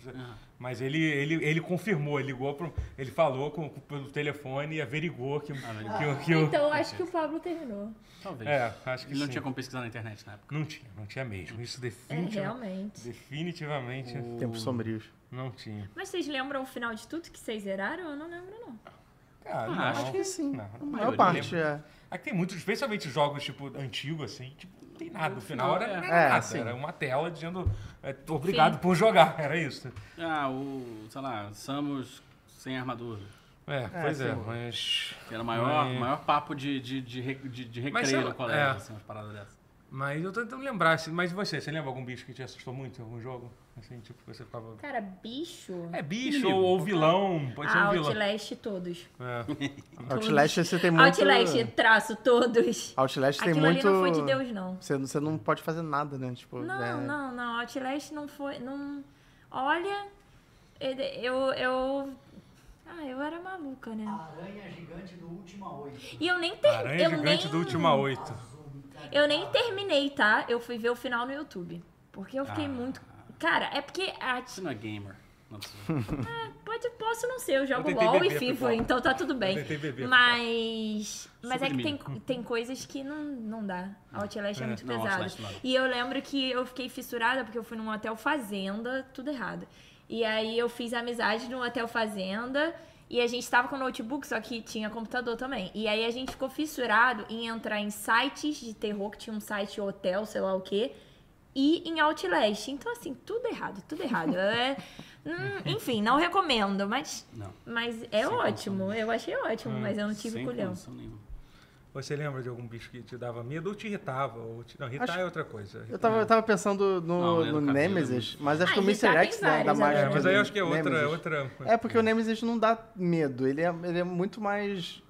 Mas ele, ele, ele confirmou, ele ligou pro. Ele falou com, com- pelo telefone e averigou que,
Ah,
que, o- que o-
Então acho que o Pablo terminou.
Talvez.
É, acho que
Ele não
sim.
tinha como pesquisar na internet na época.
Não tinha, não tinha mesmo. Isso
É,
definitivamente.
realmente.
definitivamente
Tempos sombrios.
não tinha.
Mas vocês lembram o final de tudo que vocês zeraram? Eu não lembro, não.
Cara,
Ah, acho que
sim.
A
maioria
maior parte é.
Aqui tem muitos, especialmente jogos tipo antigo, assim, tipo, não tem nada. No final
final,
era,
é.
não era
É,
nada,
assim.
era uma tela dizendo é, obrigado por jogar, era isso.
Ah, o, sei lá, Samus sem armadura.
É, pois é,
sim.
mas.
Que era o maior,
Mas-
maior papo de, de, de, re- de, de
Mas sei
recreio
lá,
no colégio,
é.
assim, umas paradas dessas.
Mas eu tô tentando lembrar, assim, mas você, você lembra algum bicho que te assustou muito em algum jogo? Assim, tipo, que você ficava.
Cara, bicho.
É bicho
Inimigo.
ou, ou vilão, pode ser
Ah,
um vilão.
Outlast todos.
É.
Outlast você tem É muito.
Outlast, é traço, todos.
Outlast tem
Aquilo
muito. Né.
ali não foi de Deus, não.
Você, você não pode fazer nada, né? Tipo, é...
Não, não, não. Outlast não foi. Não... Olha, ele- eu, eu. Ah, eu era maluca, né?
Aranha gigante do Última 8.
E eu nem ter...
Aranha
eu
Gigante
nem...
do Última 8.
Eu nem terminei, tá? Eu fui ver o final no YouTube. Porque eu fiquei
Ah.
muito. Cara, é porque. a-
Você não é gamer. Não sei.
Pode, posso não ser, eu jogo
Eu tentei
LOL e
beber
FIFA,
pipoca.
então tá tudo bem.
Eu tentei beber pipoca.
Mas. Mas
Suco
é
de
que tem, tem coisas que não, não dá. Outlast é, muito
Ah. Não,
pesado.
Outlast não dá.
E eu lembro que eu fiquei fissurada porque eu fui num hotel fazenda, tudo errado. E aí eu fiz amizade no hotel fazenda. E a gente tava com notebook, só que tinha computador também. E aí a gente ficou fissurado em entrar em sites de terror, que tinha um site hotel, sei lá o quê, e em Outlast. Então, assim, tudo errado, tudo errado. É, hum, enfim, não recomendo, mas,
Não.
mas é ótimo. Eu achei ótimo,
Ah,
mas eu não tive
Sem
culhão.
condição nenhuma.
Você lembra de algum bicho que te dava medo ou te irritava? Ou te... Não, irritar
Acho-
é outra coisa.
Eu tava, eu tava pensando
Não,
no,
né,
no
no cabelo,
Nemesis, mas acho
Ah,
que o
ele já
Mr.
tem
X né, dá, dá
vários né?
mais.
agora.
É, mas aí eu acho que é
Nemesis.
outra, é outra.
É porque o Nemesis não dá medo, ele é, ele é muito mais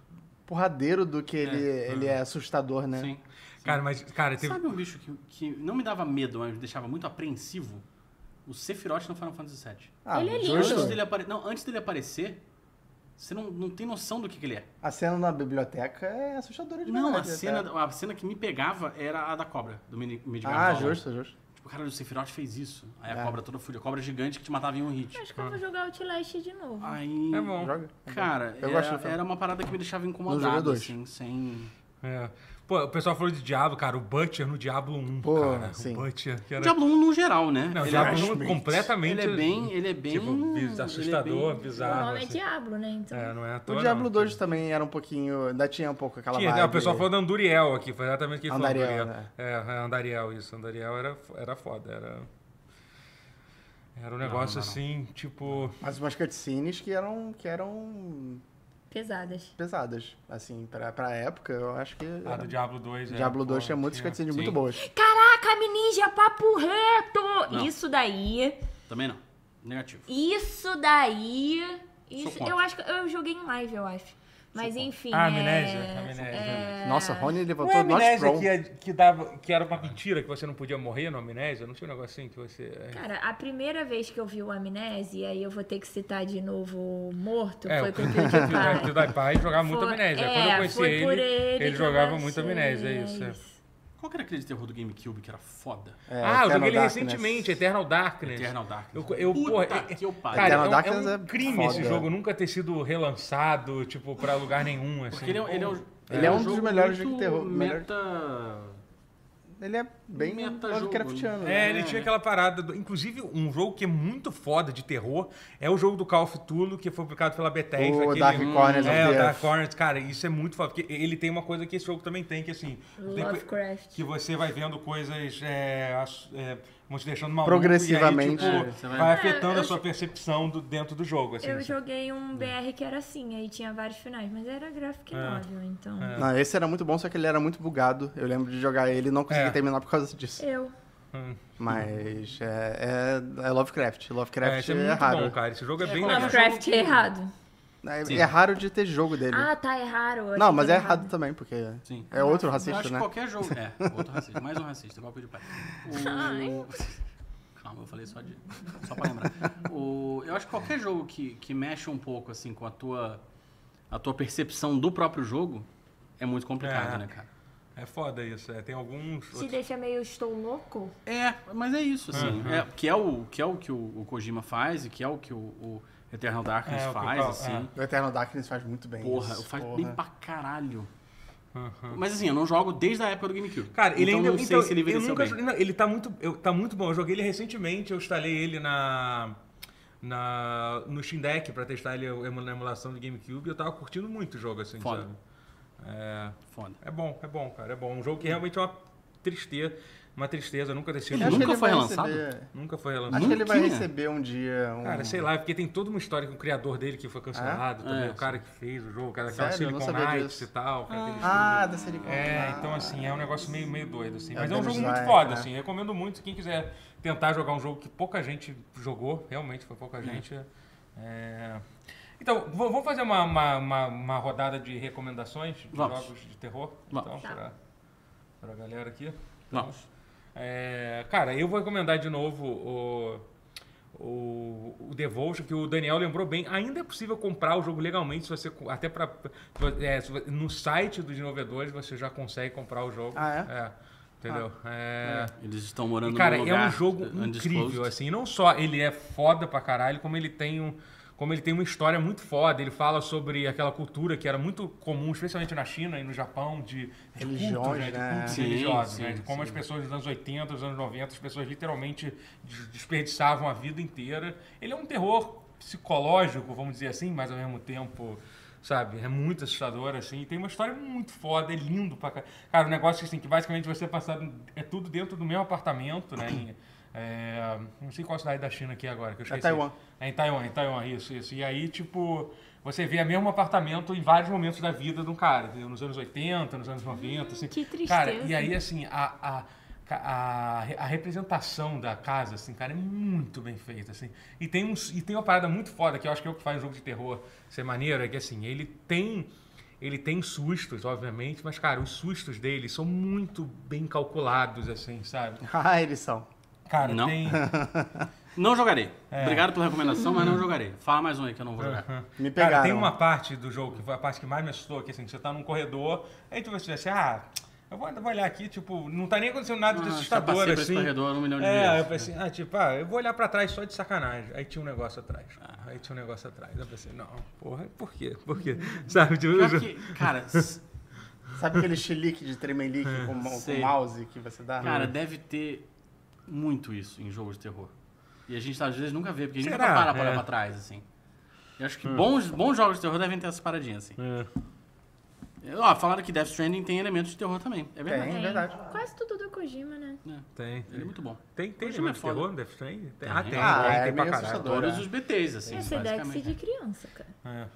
porradeiro do que ele é, ele é assustador, né?
Sim.
Cara, mas, cara, teve.
Sabe um bicho que, que não me dava medo, mas me deixava muito apreensivo? O Sephiroth no Final Fantasy VII.
Ah,
Ele é
justo.
Antes dele, apare... não, antes dele aparecer, você não, não tem noção do que, que ele é.
A cena na biblioteca é assustadora de
Não, a
verdade, até.
cena, a cena que me pegava era a da cobra, do Mini- Midgard
é
Ah,
Valhalla.
justo, justo.
Tipo, cara, o Sephiroth fez isso. Aí a cobra toda fúria, a cobra gigante que te matava em um hit.
Acho que
Ah.
eu vou jogar Outlast de novo.
Aí,
É bom.
Joga.
cara,
Eu
era,
gosto do filme.
era uma parada que me deixava
No jogo
incomodado,
dois.
assim, sem...
É. Pô, o pessoal falou de Diablo, cara, o Butcher no Diablo 1.
Pô,
cara,
sim.
O Butcher, que
O
era.
Diablo 1 no geral, né?
Não, o
ele,
Diablo
é,
1 completamente.
ele é bem... Ele é bem...
Tipo,
ele é
bis-
bem-
assustador,
o
bizarro.
nome é
assim.
Diablo, né? Então.
É, não é à
O
toa, não.
Diablo 2 também era um pouquinho. Ainda tinha um pouco aquela
Tinha,
vibe.
né, o pessoal falou do Anduriel aqui, foi exatamente o que ele falou.
Andariel, né?
Anduriel. É, é, Andariel, isso. Andariel era, fo- era foda, era... Era um negócio
não, não.
assim, tipo...
Mas umas cutscenes que eram, que eram
Pesadas.
pesadas. Assim, pra, pra época, eu acho que.
Ah, do Diablo 2. é,
Diablo
pô,
2 tinha muitas cutscenes muito boas.
Caraca, ninja, papo reto!
Não.
Isso daí.
Também não. Negativo.
Isso daí. Isso,
contra.
eu acho que eu joguei em live, eu acho. Mas enfim.
Ah,
é-
amnésia, amnésia.
Nossa, Rony
Não é
levantou nós
amnésia
pro. um.
que, é- que, dava, que era uma mentira, que você não podia morrer no amnésia? Não tinha um negócio assim que você...
Cara, a primeira vez que eu vi o Amnésia, e aí eu vou ter que citar de novo o Morto,
É,
foi
o
com o PewDiePie.
PewDiePie jogava muito
Foi-
amnésia.
é,
Quando eu conheci
foi por
ele, ele,
que eu
jogava
achei,
muito amnésia, é isso. é.
Qual que era aquele de terror do GameCube que era foda?
É,
ah, eu
né? Eternal
joguei ele
Darkness.
recentemente, Eternal Darkness.
Eternal Darkness.
Eu, eu,
Puta
porra, é-
que eu pariu.
Cara,
Eternal
é um-
Darkness
é
é
um crime esse
foda.
jogo nunca ter sido relançado, tipo, pra lugar
é
nenhum, assim.
um Porque ele é, ele é um...
Ele é um dos
jogo
melhores de
muito
terror-
Meta...
Ele é bem
Metajogo,
Lovecraftiano.
É,
né?
ele tinha aquela parada. do- Inclusive, um jogo que é muito foda de terror é o jogo do Call of Cthulhu, que foi publicado pela Bethesda.
O
aquele-
Dark Corners
É,
of
o
the
Dark
Earth.
Corners. Cara, isso é muito foda. Porque ele tem uma coisa que esse jogo também tem, que assim... tem co-
Lovecraft.
Que você vai vendo coisas... É, as- é, vão te deixando maluco.
Progressivamente.
E aí,
É,
tipo,
você vai-
vai... afetando
É, eu
a sua percepção do- dentro do jogo. Assim,
Eu
assim.
joguei um BR que era assim, aí tinha vários finais, mas era graphic
É.
novel, então.
Não, esse era muito bom, só que ele era muito bugado. Eu lembro de jogar ele e não consegui
É.
terminar por causa disso.
Eu.
Mas é, é- é Lovecraft.
É,
Lovecraft
isso
é,
é muito
raro.
bom, cara. Esse jogo é, bem legal.
Lovecraft é errado.
É-
Sim.
é raro de ter jogo dele.
Ah, tá, é raro. eu
não,
achei
mas
que
é
era
errado também, porque
Sim.
é outro
Eu
racista,
acho
né?
que qualquer jogo. É, outro racista. Mais um racista, golpe de pai. O... Calma, eu falei só de. Só pra lembrar. O... Eu acho que qualquer jogo que, que mexe um pouco assim com a tua, a tua percepção do próprio jogo é muito complicado,
É.
né, cara?
É foda isso. é. Tem alguns...
Te
outros-
deixa meio estou louco?
É, mas é isso, assim. É, que, é o, que é o que o, o Kojima faz e que é o que o, o Eternal Darkness
É, o que o
faz,
Cal-
assim.
é.
O Eternal Darkness faz muito bem.
Porra,
isso,
faz
porra.
bem pra caralho.
Uhum.
Mas assim, eu não jogo desde a época do GameCube.
Cara, ele
então
ainda.
não sei
então,
se ele
eu
envelheceu
nunca,
bem.
joguei- não, ele tá muito, eu, tá muito bom. Eu joguei ele recentemente, eu instalei ele na. na no Steam Deck pra testar ele emu- na emulação do GameCube e eu tava curtindo muito o jogo, assim,
Foda.
sabe? É,
Foda.
é bom, é bom, cara. É bom. Um jogo que realmente é uma tristeza. Uma tristeza, nunca ter sido.
Eu acho
Nunca
que ele
foi
vai
lançado?
receber-
Nunca foi
Acho
relançado.
que ele vai
Nunca?
receber um dia. Um...
Cara, sei lá, é porque tem toda uma história com o criador dele que foi cancelado, também,
É,
o cara que fez o jogo, cara, aquela
Sério? Eu não
Silicon
sabia
Knights
disso.
e tal. cara, aquele
Ah, da Silicon
É,
Valley.
então assim, é um negócio meio, meio doido, assim.
né? É
Mas é um
Deus
jogo muito
vai,
foda,
né?
assim. Recomendo muito quem quiser tentar jogar um jogo que pouca gente jogou, realmente foi pouca gente. é. Então, v- vamos fazer uma, uma, uma- uma rodada de recomendações de
Vamos.
jogos de terror?
Vamos.
Então, pra, pra galera aqui.
Vamos.
É, cara, eu vou recomendar de novo o, o, o Devotion, que o Daniel lembrou bem. Ainda é possível comprar o jogo legalmente, se você. co- Até pra, é, se vo- no site dos desenvolvedores você já consegue comprar o jogo.
Ah, é?
entendeu? É.
Eles estão morando
Cara,
Ah. num
é
lugar
um jogo
undisclosed.
incrível, assim. Não só ele é foda pra caralho, como ele tem um. Como ele tem uma história muito foda, ele fala sobre aquela cultura que era muito comum, especialmente na China e no Japão, de de
Religiões,
cultos, né? De
né?
cultos
Sim,
religiosos,
sim,
né? De como
sim.
as pessoas dos anos 80, dos anos 90, as pessoas literalmente des- desperdiçavam a vida inteira. Ele é um terror psicológico, vamos dizer assim, mas ao mesmo tempo, sabe, é muito assustador, assim. E tem uma história muito foda, é lindo pra ca- Cara, um negócio assim, que basicamente você é passado, é tudo dentro do mesmo apartamento, né? em- é, não sei qual cidade da China aqui agora, que eu esqueci.
Taiwan.
É em Taiwan, em Taiwan, isso, isso. E aí, tipo, você vê o mesmo apartamento em vários momentos da vida de um cara, entendeu? nos anos 80, nos anos 90, assim.
que tristeza.
Cara, e aí, assim, a, a, a, a representação da casa, assim, cara, é muito bem feita, assim. E tem, uns, e tem uma parada muito foda, que eu acho que é o que faz um jogo de terror ser maneiro, é que, assim, ele tem... Ele tem sustos, obviamente, mas, cara, os sustos dele são muito bem calculados, assim, sabe?
ah, eles são.
Cara,
Não.
tem...
Não jogarei.
É.
Obrigado pela recomendação, mas
Uhum.
não jogarei. Fala mais um aí que eu não vou jogar.
Me
Cara,
pegaram.
tem uma parte do jogo que foi a parte que mais me assustou, que assim, você tá num corredor, aí tu vai dizer assim, ah, eu vou, vou olhar aqui, tipo, não tá nem acontecendo nada de
Ah, já
assustador,
passei por esse
assim.
corredor um milhão de
é,
vezes.
eu pensei, ah, tipo, ah, eu vou olhar pra trás só de sacanagem. Aí tinha um negócio atrás.
Ah.
Aí tinha um negócio atrás. Eu pensei, não, porra, por quê? Por quê? Sabe, tipo,
Pior que, cara, s-
Sabe aquele chilique de tremelique com, com
Sei.
o mouse que você dá?
cara,
Hum.
deve ter muito isso em jogos de terror. E a gente às vezes nunca vê, porque a gente
Será?
nunca para pra olhar
É. Hum.
pra trás, assim. Eu acho que bons, bons jogos de terror devem ter essas paradinhas, assim.
É.
Ó, falaram que Death Stranding tem elementos de terror também. É verdade.
Tem. É verdade.
Quase tudo do Kojima, né?
Tem.
Ele é muito bom.
Tem, tem
Hoje não é
elemento de
foda.
terror no Death Stranding? Tem.
Tem.
Ah, tem,
Ah,
tem,
é
tem pra
meio
caralho.
assustador.
Todos
é.
os BTs, assim,
Esse é Dex de
basicamente.
criança, cara.
É.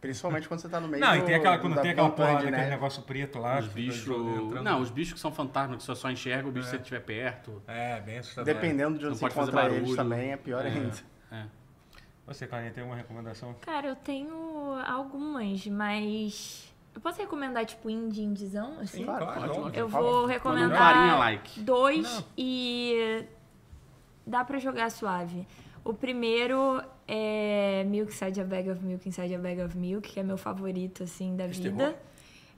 Principalmente quando você tá no meio
Não,
do,
e tem aquela, quando
da né?
tem aquela
montanha
porra
de
daquele
neve.
negócio preto lá.
Os
Ah, que-
bichos...
entrando-
Não, os bichos que são fantasmas, que você só enxerga o bicho se ele estiver perto.
É, bem assustador.
Dependendo de
Não
onde você
pode fazer
encontra eles
barulho.
também, é pior ainda.
É.
Você, Clarinha, tem alguma recomendação?
Cara, eu tenho algumas, mas. Eu posso recomendar, tipo, indie indizão? Assim?
Claro,
Claro,
ótimo.
Eu
Fala.
vou
Manda um
recomendar.
clarinha like.
Dois
Não.
e. Dá pra jogar suave. O primeiro é Milk Inside a Bag of Milk Inside a Bag of Milk, que é meu favorito, assim, da
Esse
vida.
terror?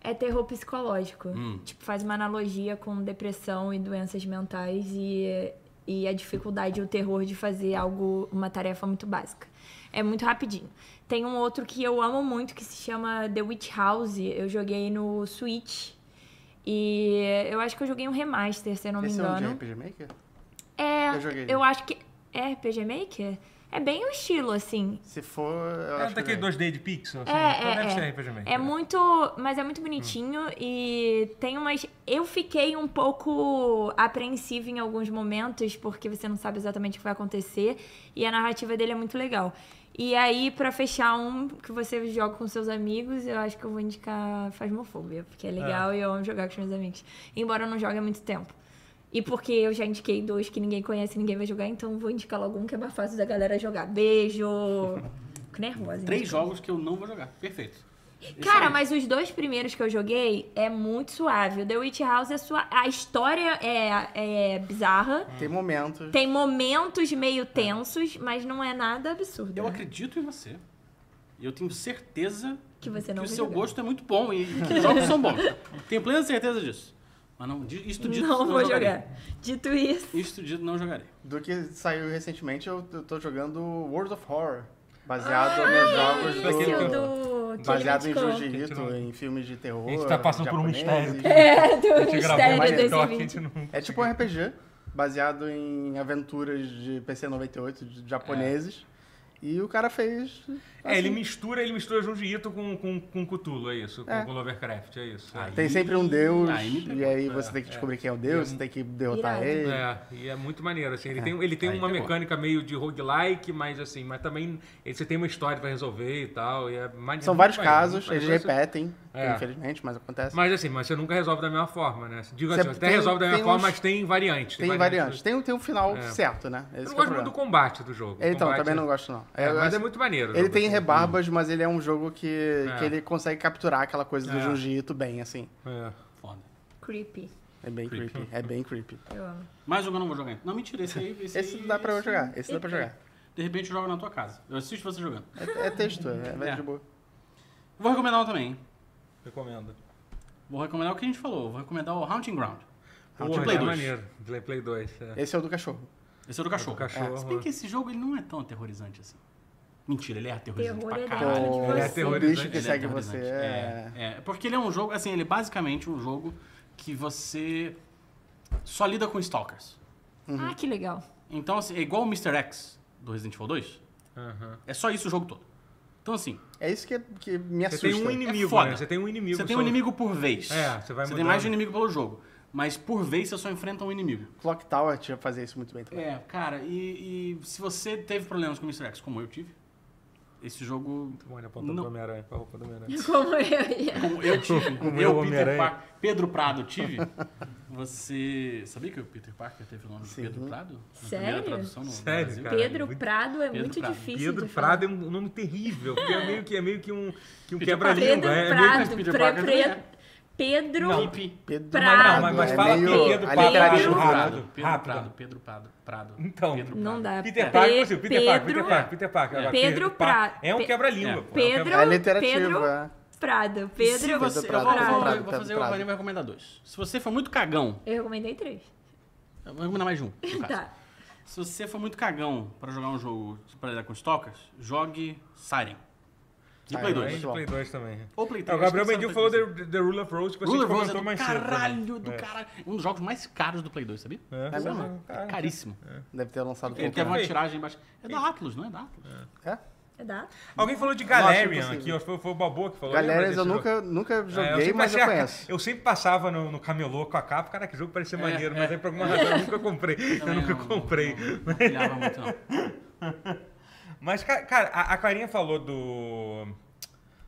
É terror psicológico. Tipo, faz uma analogia com depressão e doenças mentais e, e a dificuldade e o terror de fazer algo, uma tarefa muito básica. É muito rapidinho. Tem um outro que eu amo muito que se chama The Witch House. Eu joguei no Switch. E eu acho que eu joguei um remaster, se eu não me
Esse é um de
engano.
RPG Maker?
É,
Eu joguei.
eu acho que. É RPG Maker? É bem o estilo, assim.
Se for,
É
eu acho que
daquele
ganho.
2D de pixel, assim.
É,
então
é,
deve
é.
ser RPG Maker.
É muito, mas é muito bonitinho e tem umas. Eu fiquei um pouco apreensiva em alguns momentos porque você não sabe exatamente o que vai acontecer e a narrativa dele é muito legal. E aí, pra fechar um que você joga com seus amigos, eu acho que eu vou indicar Fasmofobia, porque é legal e eu amo jogar com os meus amigos. Embora eu não jogue há muito tempo. E porque eu já indiquei dois que ninguém conhece, ninguém vai jogar, então vou indicar logo um que é mais fácil da galera jogar. Beijo! Fico nervosa.
Três
gente.
jogos que eu não vou jogar. Perfeito.
Cara, mas os dois primeiros que eu joguei é muito suave. O The Witch House é sua. A história é, é bizarra.
Tem momentos.
Tem momentos meio tensos, mas não é nada absurdo.
É. Eu
né?
acredito em você. E eu tenho certeza
Que você não
que o
vai
seu
jogar.
gosto é muito bom e que os jogos são bons. Tenho plena certeza disso. Mas não, di- isto dito,
não vou
jogarei.
jogar. Dito isso.
Isto dito, não jogarei.
Do que saiu recentemente, eu, eu tô jogando World of Horror. Baseado
Ah,
nos jogos
Esse
daquele que-
do...
do. que
Baseado
ele
em
indicou.
Jujirito, em filmes de terror.
A gente tá passando por um
japoneses.
mistério.
É,
A
do
gente
mistério
gravou um
mais
desse
TikTok, a
vídeo.
gente não...
É tipo um RPG, baseado em aventuras de PC98 de japoneses. E o cara fez.
É, ele mistura, ele mistura Junji Ito com, com, com Cthulhu, é isso. Com, com Lovecraft, é isso. É.
Tem sempre um deus,
Aí me pegou.
e aí você tem que descobrir quem é o deus, você tem que derrotar
Irado.
ele.
É, e é muito maneiro, assim, ele tem, ele tem
Aí
uma
pegou.
mecânica meio de roguelike, mas assim, mas também ele- você tem uma história pra resolver e tal, e é maneiro.
São
muito
vários
maneiro,
casos,
muito
eles
maneiro.
repetem,
É.
infelizmente, mas acontece.
Mas assim, mas você nunca resolve da mesma forma, né? Digo
Você
assim, até
tem- um-
resolve da mesma
tem
forma,
uns-
mas tem variantes.
tem variantes. Tem, um- tem um final certo, né? Esse
Eu não
que é
gosto
o
muito do
problema.
combate do jogo.
É, Então,
Combate-
também não gosto, não.
É,
Eu
mas
acho-
é muito maneiro. o
Ele
jogo,
tem
assim.
rebarbas, mas ele é um jogo que,
É.
que ele consegue capturar aquela coisa do
É.
jiu-jitsu bem, assim.
É.
Foda.
Creepy.
É bem creepy. É bem creepy.
Eu amo.
Mais jogo eu não vou jogar. Não, mentira, esse aí. Esse,
Esse
aí-
dá pra eu
esse-
jogar. Esse dá pra jogar.
De repente eu jogo na tua casa. Eu assisto você jogando.
É, é texto, é, vai
É.
de boa.
Vou recomendar um também. hein?
Recomendo.
Vou recomendar o que a gente falou. Vou recomendar o Haunting Ground.
Porra,
um Play
é
2.
maneiro. Play, Play 2. É.
Esse é o do cachorro.
Esse é o do cachorro.
cachorro.
Se bem que esse jogo ele não é tão aterrorizante assim. Mentira, ele é aterrorizante
Terror é
pra
da hora
caralho.
de
Pô,
você.
é
o
aterrorizante.
bicho que
Ele é
segue
aterrorizante.
você é...
É, é, porque ele é um jogo, assim, ele é basicamente um jogo que você só lida com stalkers.
Uhum.
Ah, que legal.
Então, assim, é igual o Mr. X do Resident Evil 2.
Aham.
É só isso o jogo todo. Então, assim,
É isso que, que me
Você
assusta.
tem um inimigo,
É foda.
né? Você tem um inimigo.
você tem um
só.
inimigo por vez.
É, você vai
tem mais de um
mudando.
inimigo pelo jogo. Mas por vez você só enfrenta um inimigo.
Clock Tower tinha que fazer isso muito bem também.
É, cara, e, e se você teve problemas com o Mr. X, como eu tive, esse jogo.
Olha, apontando
Não.
pro Homem-Aranha, pra roupa do Homem-Aranha.
Como eu ia.
Como eu tive,
Como eu,
eu, Peter
Homem-Aranha.
Pa- Pedro Prado tive. Você. Sabia que o Peter Parker teve o nome de Pedro Prado? Na primeira
Sério?
tradução no no
Sério,
Brasil?
cara?
Pedro
muito-
Prado é
Pedro
muito
Prado.
difícil.
Pedro
de falar.
Prado é um nome terrível, porque é meio que, é meio que um, que um
Peter
Pedro
quebra-língua. É, é meio
Prado.
Peter
pre-
Parker também,
pre-
né?
Pedro.
Pipe.
Pedro
Prado.
Não, mas, mas
é
fala
meio
Pedro
a
Prado,
literatura,
Pedro Prado.
né?
Pedro
rápido.
Prado, Pedro Prado, Prado.
Então.
Pedro Prado.
Não dá.
Peter
Pe-
Parker, assim, Peter Parker, Peter
Pedro-
Parker, Peter Parker. Agora,
Pedro Prado.
É um
Pe-
quebra-língua. pô, é
É.
um
Pedro.
quebra-
É literativa,
Pedro
é.
Prado. Pedro.
Se
Pedro Prado,
você, eu
Pedro
vou, vou-
Prado,
vou
Pedro
fazer o
Prado.
Varinho vai recomendar dois. Se você for muito cagão,
Eu recomendei três.
eu vou recomendar mais um. no caso.
Tá.
Se você for muito cagão pra jogar um jogo pra lidar com stalkers, jogue Siren. De
Siren.
Play 2.
Aí, de É, Play 2 também. Então,
Ou Play 3.
É, O Gabriel Mendigo falou The, The Rule of Rose, que você
Rule of Rose
assim,
é
comentou
do
mais cedo. né?
caralho, do caralho. Um dos jogos mais caros do Play 2, sabia?
É,
É mesmo?
sabe? Caralho.
Caríssimo.
É.
Deve ter lançado
Ele
pouco.
teve uma
Foi.
tiragem baixa. É da Atlus, não é da Atlus?
É?
É da?
Alguém falou de
Não, acho
Galerian
impossível.
aqui, ó, foi, foi o Balboa que falou. lembra
Galera,
desse
eu
jogo?
nunca, nunca
É,
joguei,
sempre
mas
achei
eu
a-
conheço.
Eu sempre passava no, no camelô com a capa, cara, que jogo parecia
É,
maneiro, mas
é.
aí por alguma razão eu nunca comprei. eu
Também
nunca
não-
comprei.
Não, não, pilhava muito, não.
Mas, ca- cara, a, a Clarinha falou do.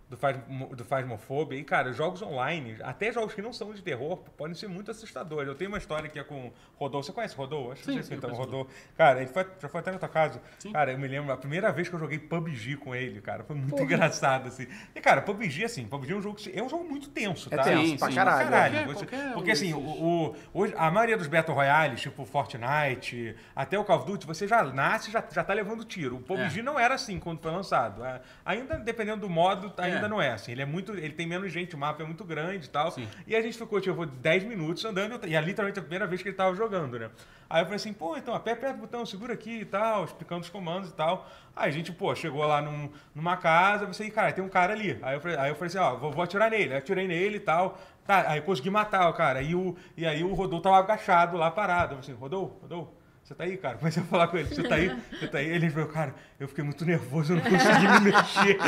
Do, faz, do Fasmofobia. E, cara, jogos online, até jogos que não são de terror, podem ser muito assustadores. Eu tenho uma história aqui com o Rodolfo. Você conhece o Rodolfo? Acho que
Sim,
você
sim,
então,
eu
o
conheço o
Rodolfo. Cara, ele foi, já foi até na tua casa. Cara, eu me lembro, a primeira vez que eu joguei PUBG com ele, cara, foi muito engraçado, assim. E, cara, PUBG, assim, PUBG é um jogo, que se- é um jogo muito tenso,
É
tá?
tenso
Sim,
pra
sim.
caralho.
Caralho,
Qualquer-
você-
qualquer
porque
um
assim, o,
desses.
o- hoje, a maioria dos Battle Royales, tipo Fortnite, até o Call of Duty, você já nasce e já, já tá levando tiro. O PUBG não era assim quando foi lançado. É, Ainda, dependendo do modo, ainda
É.
não é assim. Ele é muito. Ele tem menos gente, o mapa é muito grande e tal.
Sim.
E a gente ficou, tipo, 10 minutos andando, e é literalmente a primeira vez que ele tava jogando, né? Aí eu falei assim, pô, então, aperta aperta o botão, segura aqui e tal, explicando os comandos e tal. Aí a gente, pô, chegou lá num- assim, numa casa, eu pensei, cara, tem um cara ali. Aí eu falei, aí eu falei assim, ó, vou, vou atirar nele. Aí eu atirei nele e tal. Tá, aí eu consegui matar o cara. E, o, e aí o Rodolfo tava agachado lá, parado. Eu falei assim, Rodolfo, Rodolfo, você tá aí, cara? Comecei a falar com ele, você tá aí? Você tá aí? Ele falou, cara, eu fiquei muito nervoso, eu não consegui me mexer.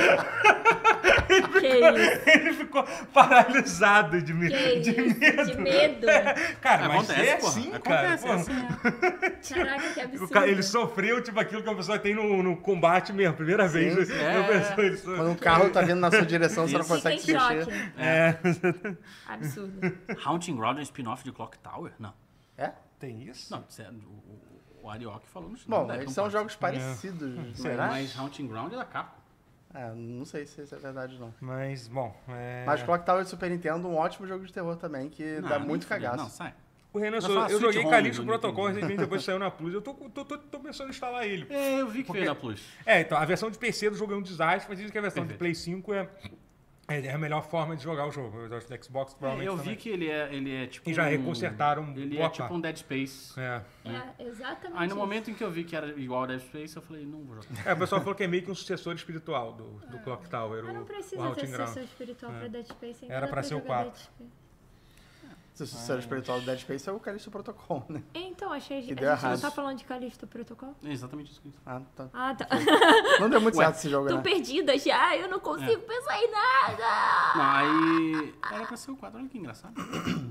Que isso?
Ele ficou paralisado de, me,
Que
de
isso?
medo.
De medo.
Cara, mas
Acontece,
é
porra.
assim,
Acontece, é
cara.
assim. né?
Pô,
Caraca, que
o
absurdo.
cara, ele sofreu tipo aquilo que uma pessoa tem no, no combate mesmo, primeira vez.
é.
Eu penso, ele so-
Quando um carro tá vindo na sua direção, você não
Isso.
Fica em
consegue se mexer.
choque.
É.
Absurdo.
Haunting Ground é um spin-off de Clock Tower? Não.
É?
Tem isso?
Não, isso é- o, o, o Arioc falou no
Bom,
não deve,
eles
não
são
pode.
jogos parecidos.
É. Será?
Mas,
Mas Haunting Ground é da Capcom.
é, não sei se isso é verdade, não.
Mas, bom. É...
Mas Clock Tower de Super Nintendo, um ótimo jogo de terror também, que
Não,
dá
nem
muito
fudendo.
cagaço.
Não, sai.
O Renan, eu,
Vai falar
eu
Sweet
joguei
Home,
Calypso
eu não
Protocol
entendi.
recentemente, depois que saiu na Plus. Eu tô, com- tô, tô, tô pensando em instalar ele.
É, eu vi que
Porque-
veio da Plus.
É, então, a versão de PC do jogo é um desastre, mas dizem que a versão
Perfeito.
de Play 5 é, é a melhor forma de jogar o jogo. Eu acho que do Xbox
É,
provavelmente
eu vi
também.
que ele é, ele é tipo.
E já
um-
reconsertaram
Ele é
boa
tipo
parte.
um Dead Space.
É.
É, exatamente.
Aí no
isso.
momento em que eu vi que era igual ao Dead Space, eu falei, não vou jogar.
É, o pessoal falou que é meio que um sucessor espiritual do, do Clock Tower.
É. Mas
o-
não
o
precisa ter
Haunting Ground.
sessão espiritual pra Dead Space. ainda
É. Era
dá
pra ser o
jogar
quatro.
Dead Space.
Se o sucessor espiritual do Dead Space é o Calixto Protocol, né?
Então, achei...
Que
a
deu
gente
errado.
não tá falando de Calixto Protocol?
É exatamente isso que eu disse.
Ah, tá.
Ah, tá.
Não deu muito
Ué,
certo esse jogo,
Tô
né?
perdida já, eu não consigo
É.
pensar em nada.
Não, aí. Era pra ser o quadro, olha que engraçado.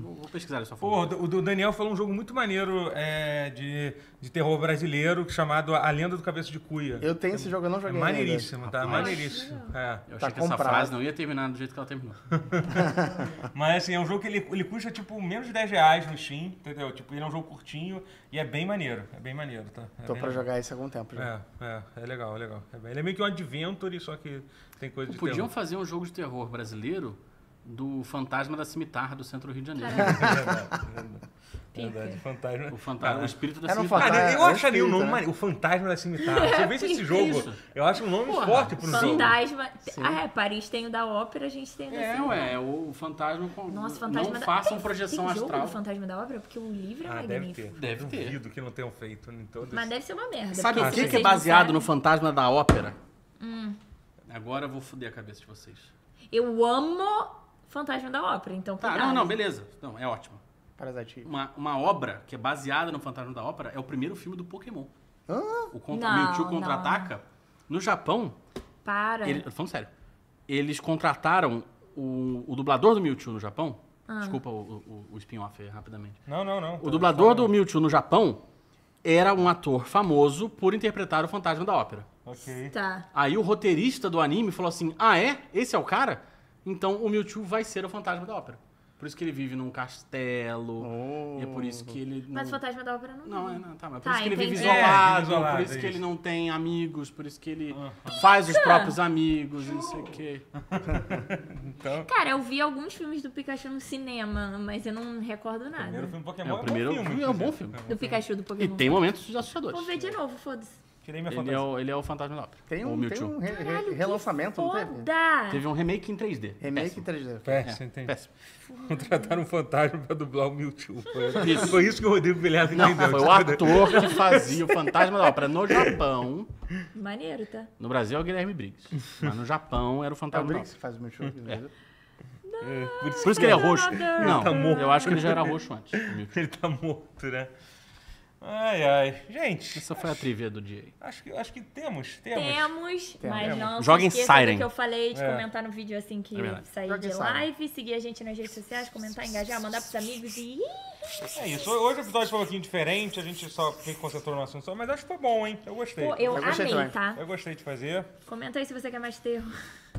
vou, vou pesquisar essa
Pô,
foto.
o o Daniel falou um jogo muito maneiro é, de, de terror brasileiro chamado A Lenda do Cabeça de Cuia.
Eu tenho esse jogo, eu não
É
joguei ainda.
maneiríssimo, tá? Maneiríssimo. É.
Eu achei
Tá
que essa
comprado.
frase não ia terminar do jeito que ela terminou.
Mas assim, é um jogo que ele, ele custa tipo menos de 10 reais no Steam, entendeu? Tipo, ele é um jogo curtinho e é bem maneiro. É bem maneiro, tá? É
Tô
bem
pra
legal.
jogar esse há algum tempo já.
É, é, é legal, é legal. É bem- ele é meio que um adventure, só que tem coisa de
Podiam
terror.
fazer um jogo de terror brasileiro do fantasma da cimitarra do centro do Rio de Janeiro.
É Verdade, fantasma. Ah,
O fantasma, o
Cara,
espírito da
Era um
cimitarra.
Cara, eu acharia
Ah,
um
espírito,
nome
né?
maneiro. O Fantasma da Cimitarra. Se eu visse
é
esse jogo,
isso?
eu acho um nome
Porra,
forte pro jogo.
Fantasma. Ah, é, Paris tem o da ópera, a gente tem o da
É,
cinema.
ué, o fantasma com.
Nossa, fantasma
não
da
façam
Tem-
projeção
tem jogo
astral.
do fantasma da ópera? Porque o livro é
Ah, deve
magnífico.
ter.
Deve ter.
Duvido que não tenham feito né, então em todos.
Mas deve ser uma merda.
Sabe
porque
o
se
que, que é
vocês não
baseado no
sabem-
fantasma da ópera?
Hum.
Agora eu vou foder a cabeça de vocês.
Eu amo Fantasma da Ópera, então
Tá,
cuidado.
não, não, beleza. Não, é ótimo.
Parasite.
Uma, uma obra que é baseada no fantasma da ópera é o primeiro filme do Pokémon.
Hã?
O contra,
Não,
Mewtwo
não.
contra-ataca. No Japão,
Para.
Ele, eu tô falando sério. Eles contrataram o, o dublador do Mewtwo no Japão.
Ah.
Desculpa o, o, o spin-off aí, rapidamente.
Não, não, não. Tá
O dublador do Mewtwo no Japão era um ator famoso por interpretar o fantasma da ópera.
Ok.
Tá.
Aí o roteirista do anime falou assim: Ah, é? Esse é o cara? Então o Mewtwo vai ser o fantasma da ópera. Por isso que ele vive num castelo. E é por isso que ele. Não...
Mas Fantasma da Ópera não.
Não, é, não, tá, mas por
Tá,
isso que ele vive
entendi.
É,
isolado,
vive isolado,
por isso que
isso.
ele não tem amigos, por isso que ele faz
Tá.
os próprios amigos, e não sei o quê.
É,
é-
Então,
Cara, eu vi alguns filmes do Pikachu no cinema, mas eu não recordo nada.
primeiro filme Pokémon
É, o primeiro
é um bom filme.
é um bom
inclusive.
filme.
Do Pikachu do
E
Pokémon.
tem né? momentos
Vou
assustadores.
ver de novo, foda-se.
Tirei minha
Ele é,
fantasia.
o, ele é o fantasma da ópera.
Tem
o
um, tem
Mewtwo.
um re- re-
Caralho, que
relançamento, não teve?
foda!
Teve um remake em 3D.
Remake
Péssimo. Tá
em 3D.
Péssimo, entendi.
Péssimo.
Contrataram um fantasma pra dublar o Mewtwo. Foi
Isso.
isso, foi isso que o Rodrigo Guilherme
Não,
entendeu.
foi o ator que fazia o fantasma da ópera no Japão.
Maneiro, tá?
No Brasil é o Guilherme Briggs. Mas no Japão era
É o
o fantasma da
Briggs
ópera.
que faz o Mewtwo. inclusive.
Por isso
Por isso que ele é
Não,
roxo.
não.
Não,
Ele tá morto.
eu acho que ele já era roxo antes. o Mewtwo.
que ele tá morto, né? Ai, ai. Gente,
Essa foi a trivia do dia aí.
acho que, acho que temos, temos.
Temos, mas não se
Joguem
esqueça do
Siren.
que eu falei de
É.
comentar no vídeo assim que
É verdade.
sair
Joguem
de
Siren.
live, seguir a gente nas redes sociais, comentar, engajar, mandar pros amigos e...
É isso. Hoje o episódio foi um pouquinho diferente, a gente só se concentrou no assunto só, mas acho que foi bom, hein? Eu gostei.
Pô, eu
Eu gostei
amei,
também.
tá?
Eu gostei de fazer.
Comenta aí se você quer mais um terror.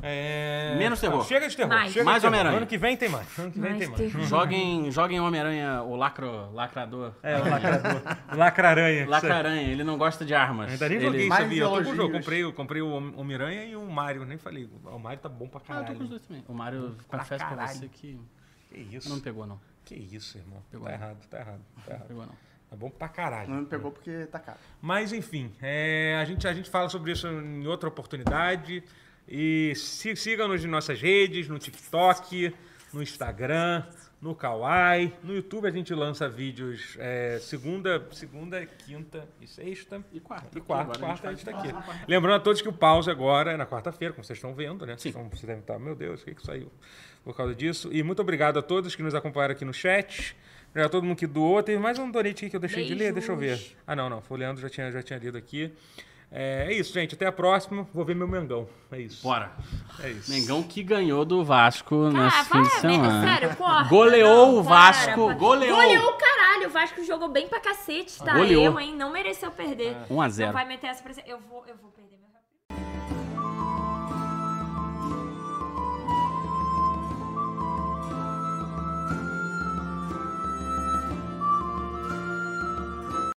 É...
Menos terror.
Chega de terror.
Mais.
Chega
Mais
de terror.
Homem-Aranha.
Ano que vem tem mais. Ano que vem
Mais
tem mais.
terror.
Joguem, joguem Homem-Aranha, o lacro, lacrador.
É, o lacrador. Lacraranha. que isso aí.
Lacra-aranha, ele não gosta de armas.
Ainda nem
Ele-
joguei,
Mais
sabia? Eu tô com o jogo.
elogios.
Comprei, eu comprei o Hom- Homem-Aranha e o Mario. Nem falei. O Mario tá bom pra
Ah, eu tô com os
caralho.
dois também. O Mario, confesso pra
caralho.
você que
que isso?
não pegou, não.
Que isso, irmão.
Pegou.
Tá errado, tá errado, tá errado.
Pegou, não.
Tá bom pra caralho.
Não me pegou porque tá caro.
Mas, enfim, é, a, gente, a gente fala sobre isso em outra oportunidade. E si- sigam-nos em nossas redes, no TikTok, no Instagram, no Kawaii. No YouTube a gente lança vídeos é, segunda, segunda, quinta e sexta.
E quarta.
E quarta,
Agora
quarta a gente tá
faz
está
pausa
aqui.
na quarta.
Lembrando a todos que o pause agora é na quarta-feira, como vocês estão vendo, né? Vocês, estão, vocês devem estar, meu Deus, o que, que saiu por causa disso? E muito obrigado a todos que nos acompanharam aqui no chat. Obrigado a todo mundo que doou. Teve mais um donate aqui que eu deixei de ler, deixa eu ver.
Beijos.
Ah, não, não. Foi o Leandro, já tinha, já tinha lido aqui. É, é isso, gente. Até a próxima. Vou ver meu Mengão. É isso.
Bora.
É isso.
Mengão que ganhou do Vasco
Ah,
nesse
vai,
fim de semana.
sério, corta.
né? Goleou
Não,
o
para,
Vasco,
para.
goleou.
Goleou o caralho, o Vasco jogou bem pra cacete, tá?
Goleou.
Eu, hein, não mereceu perder.
1 a 0.
Não vai meter essa pressão. Eu vou, eu vou perder.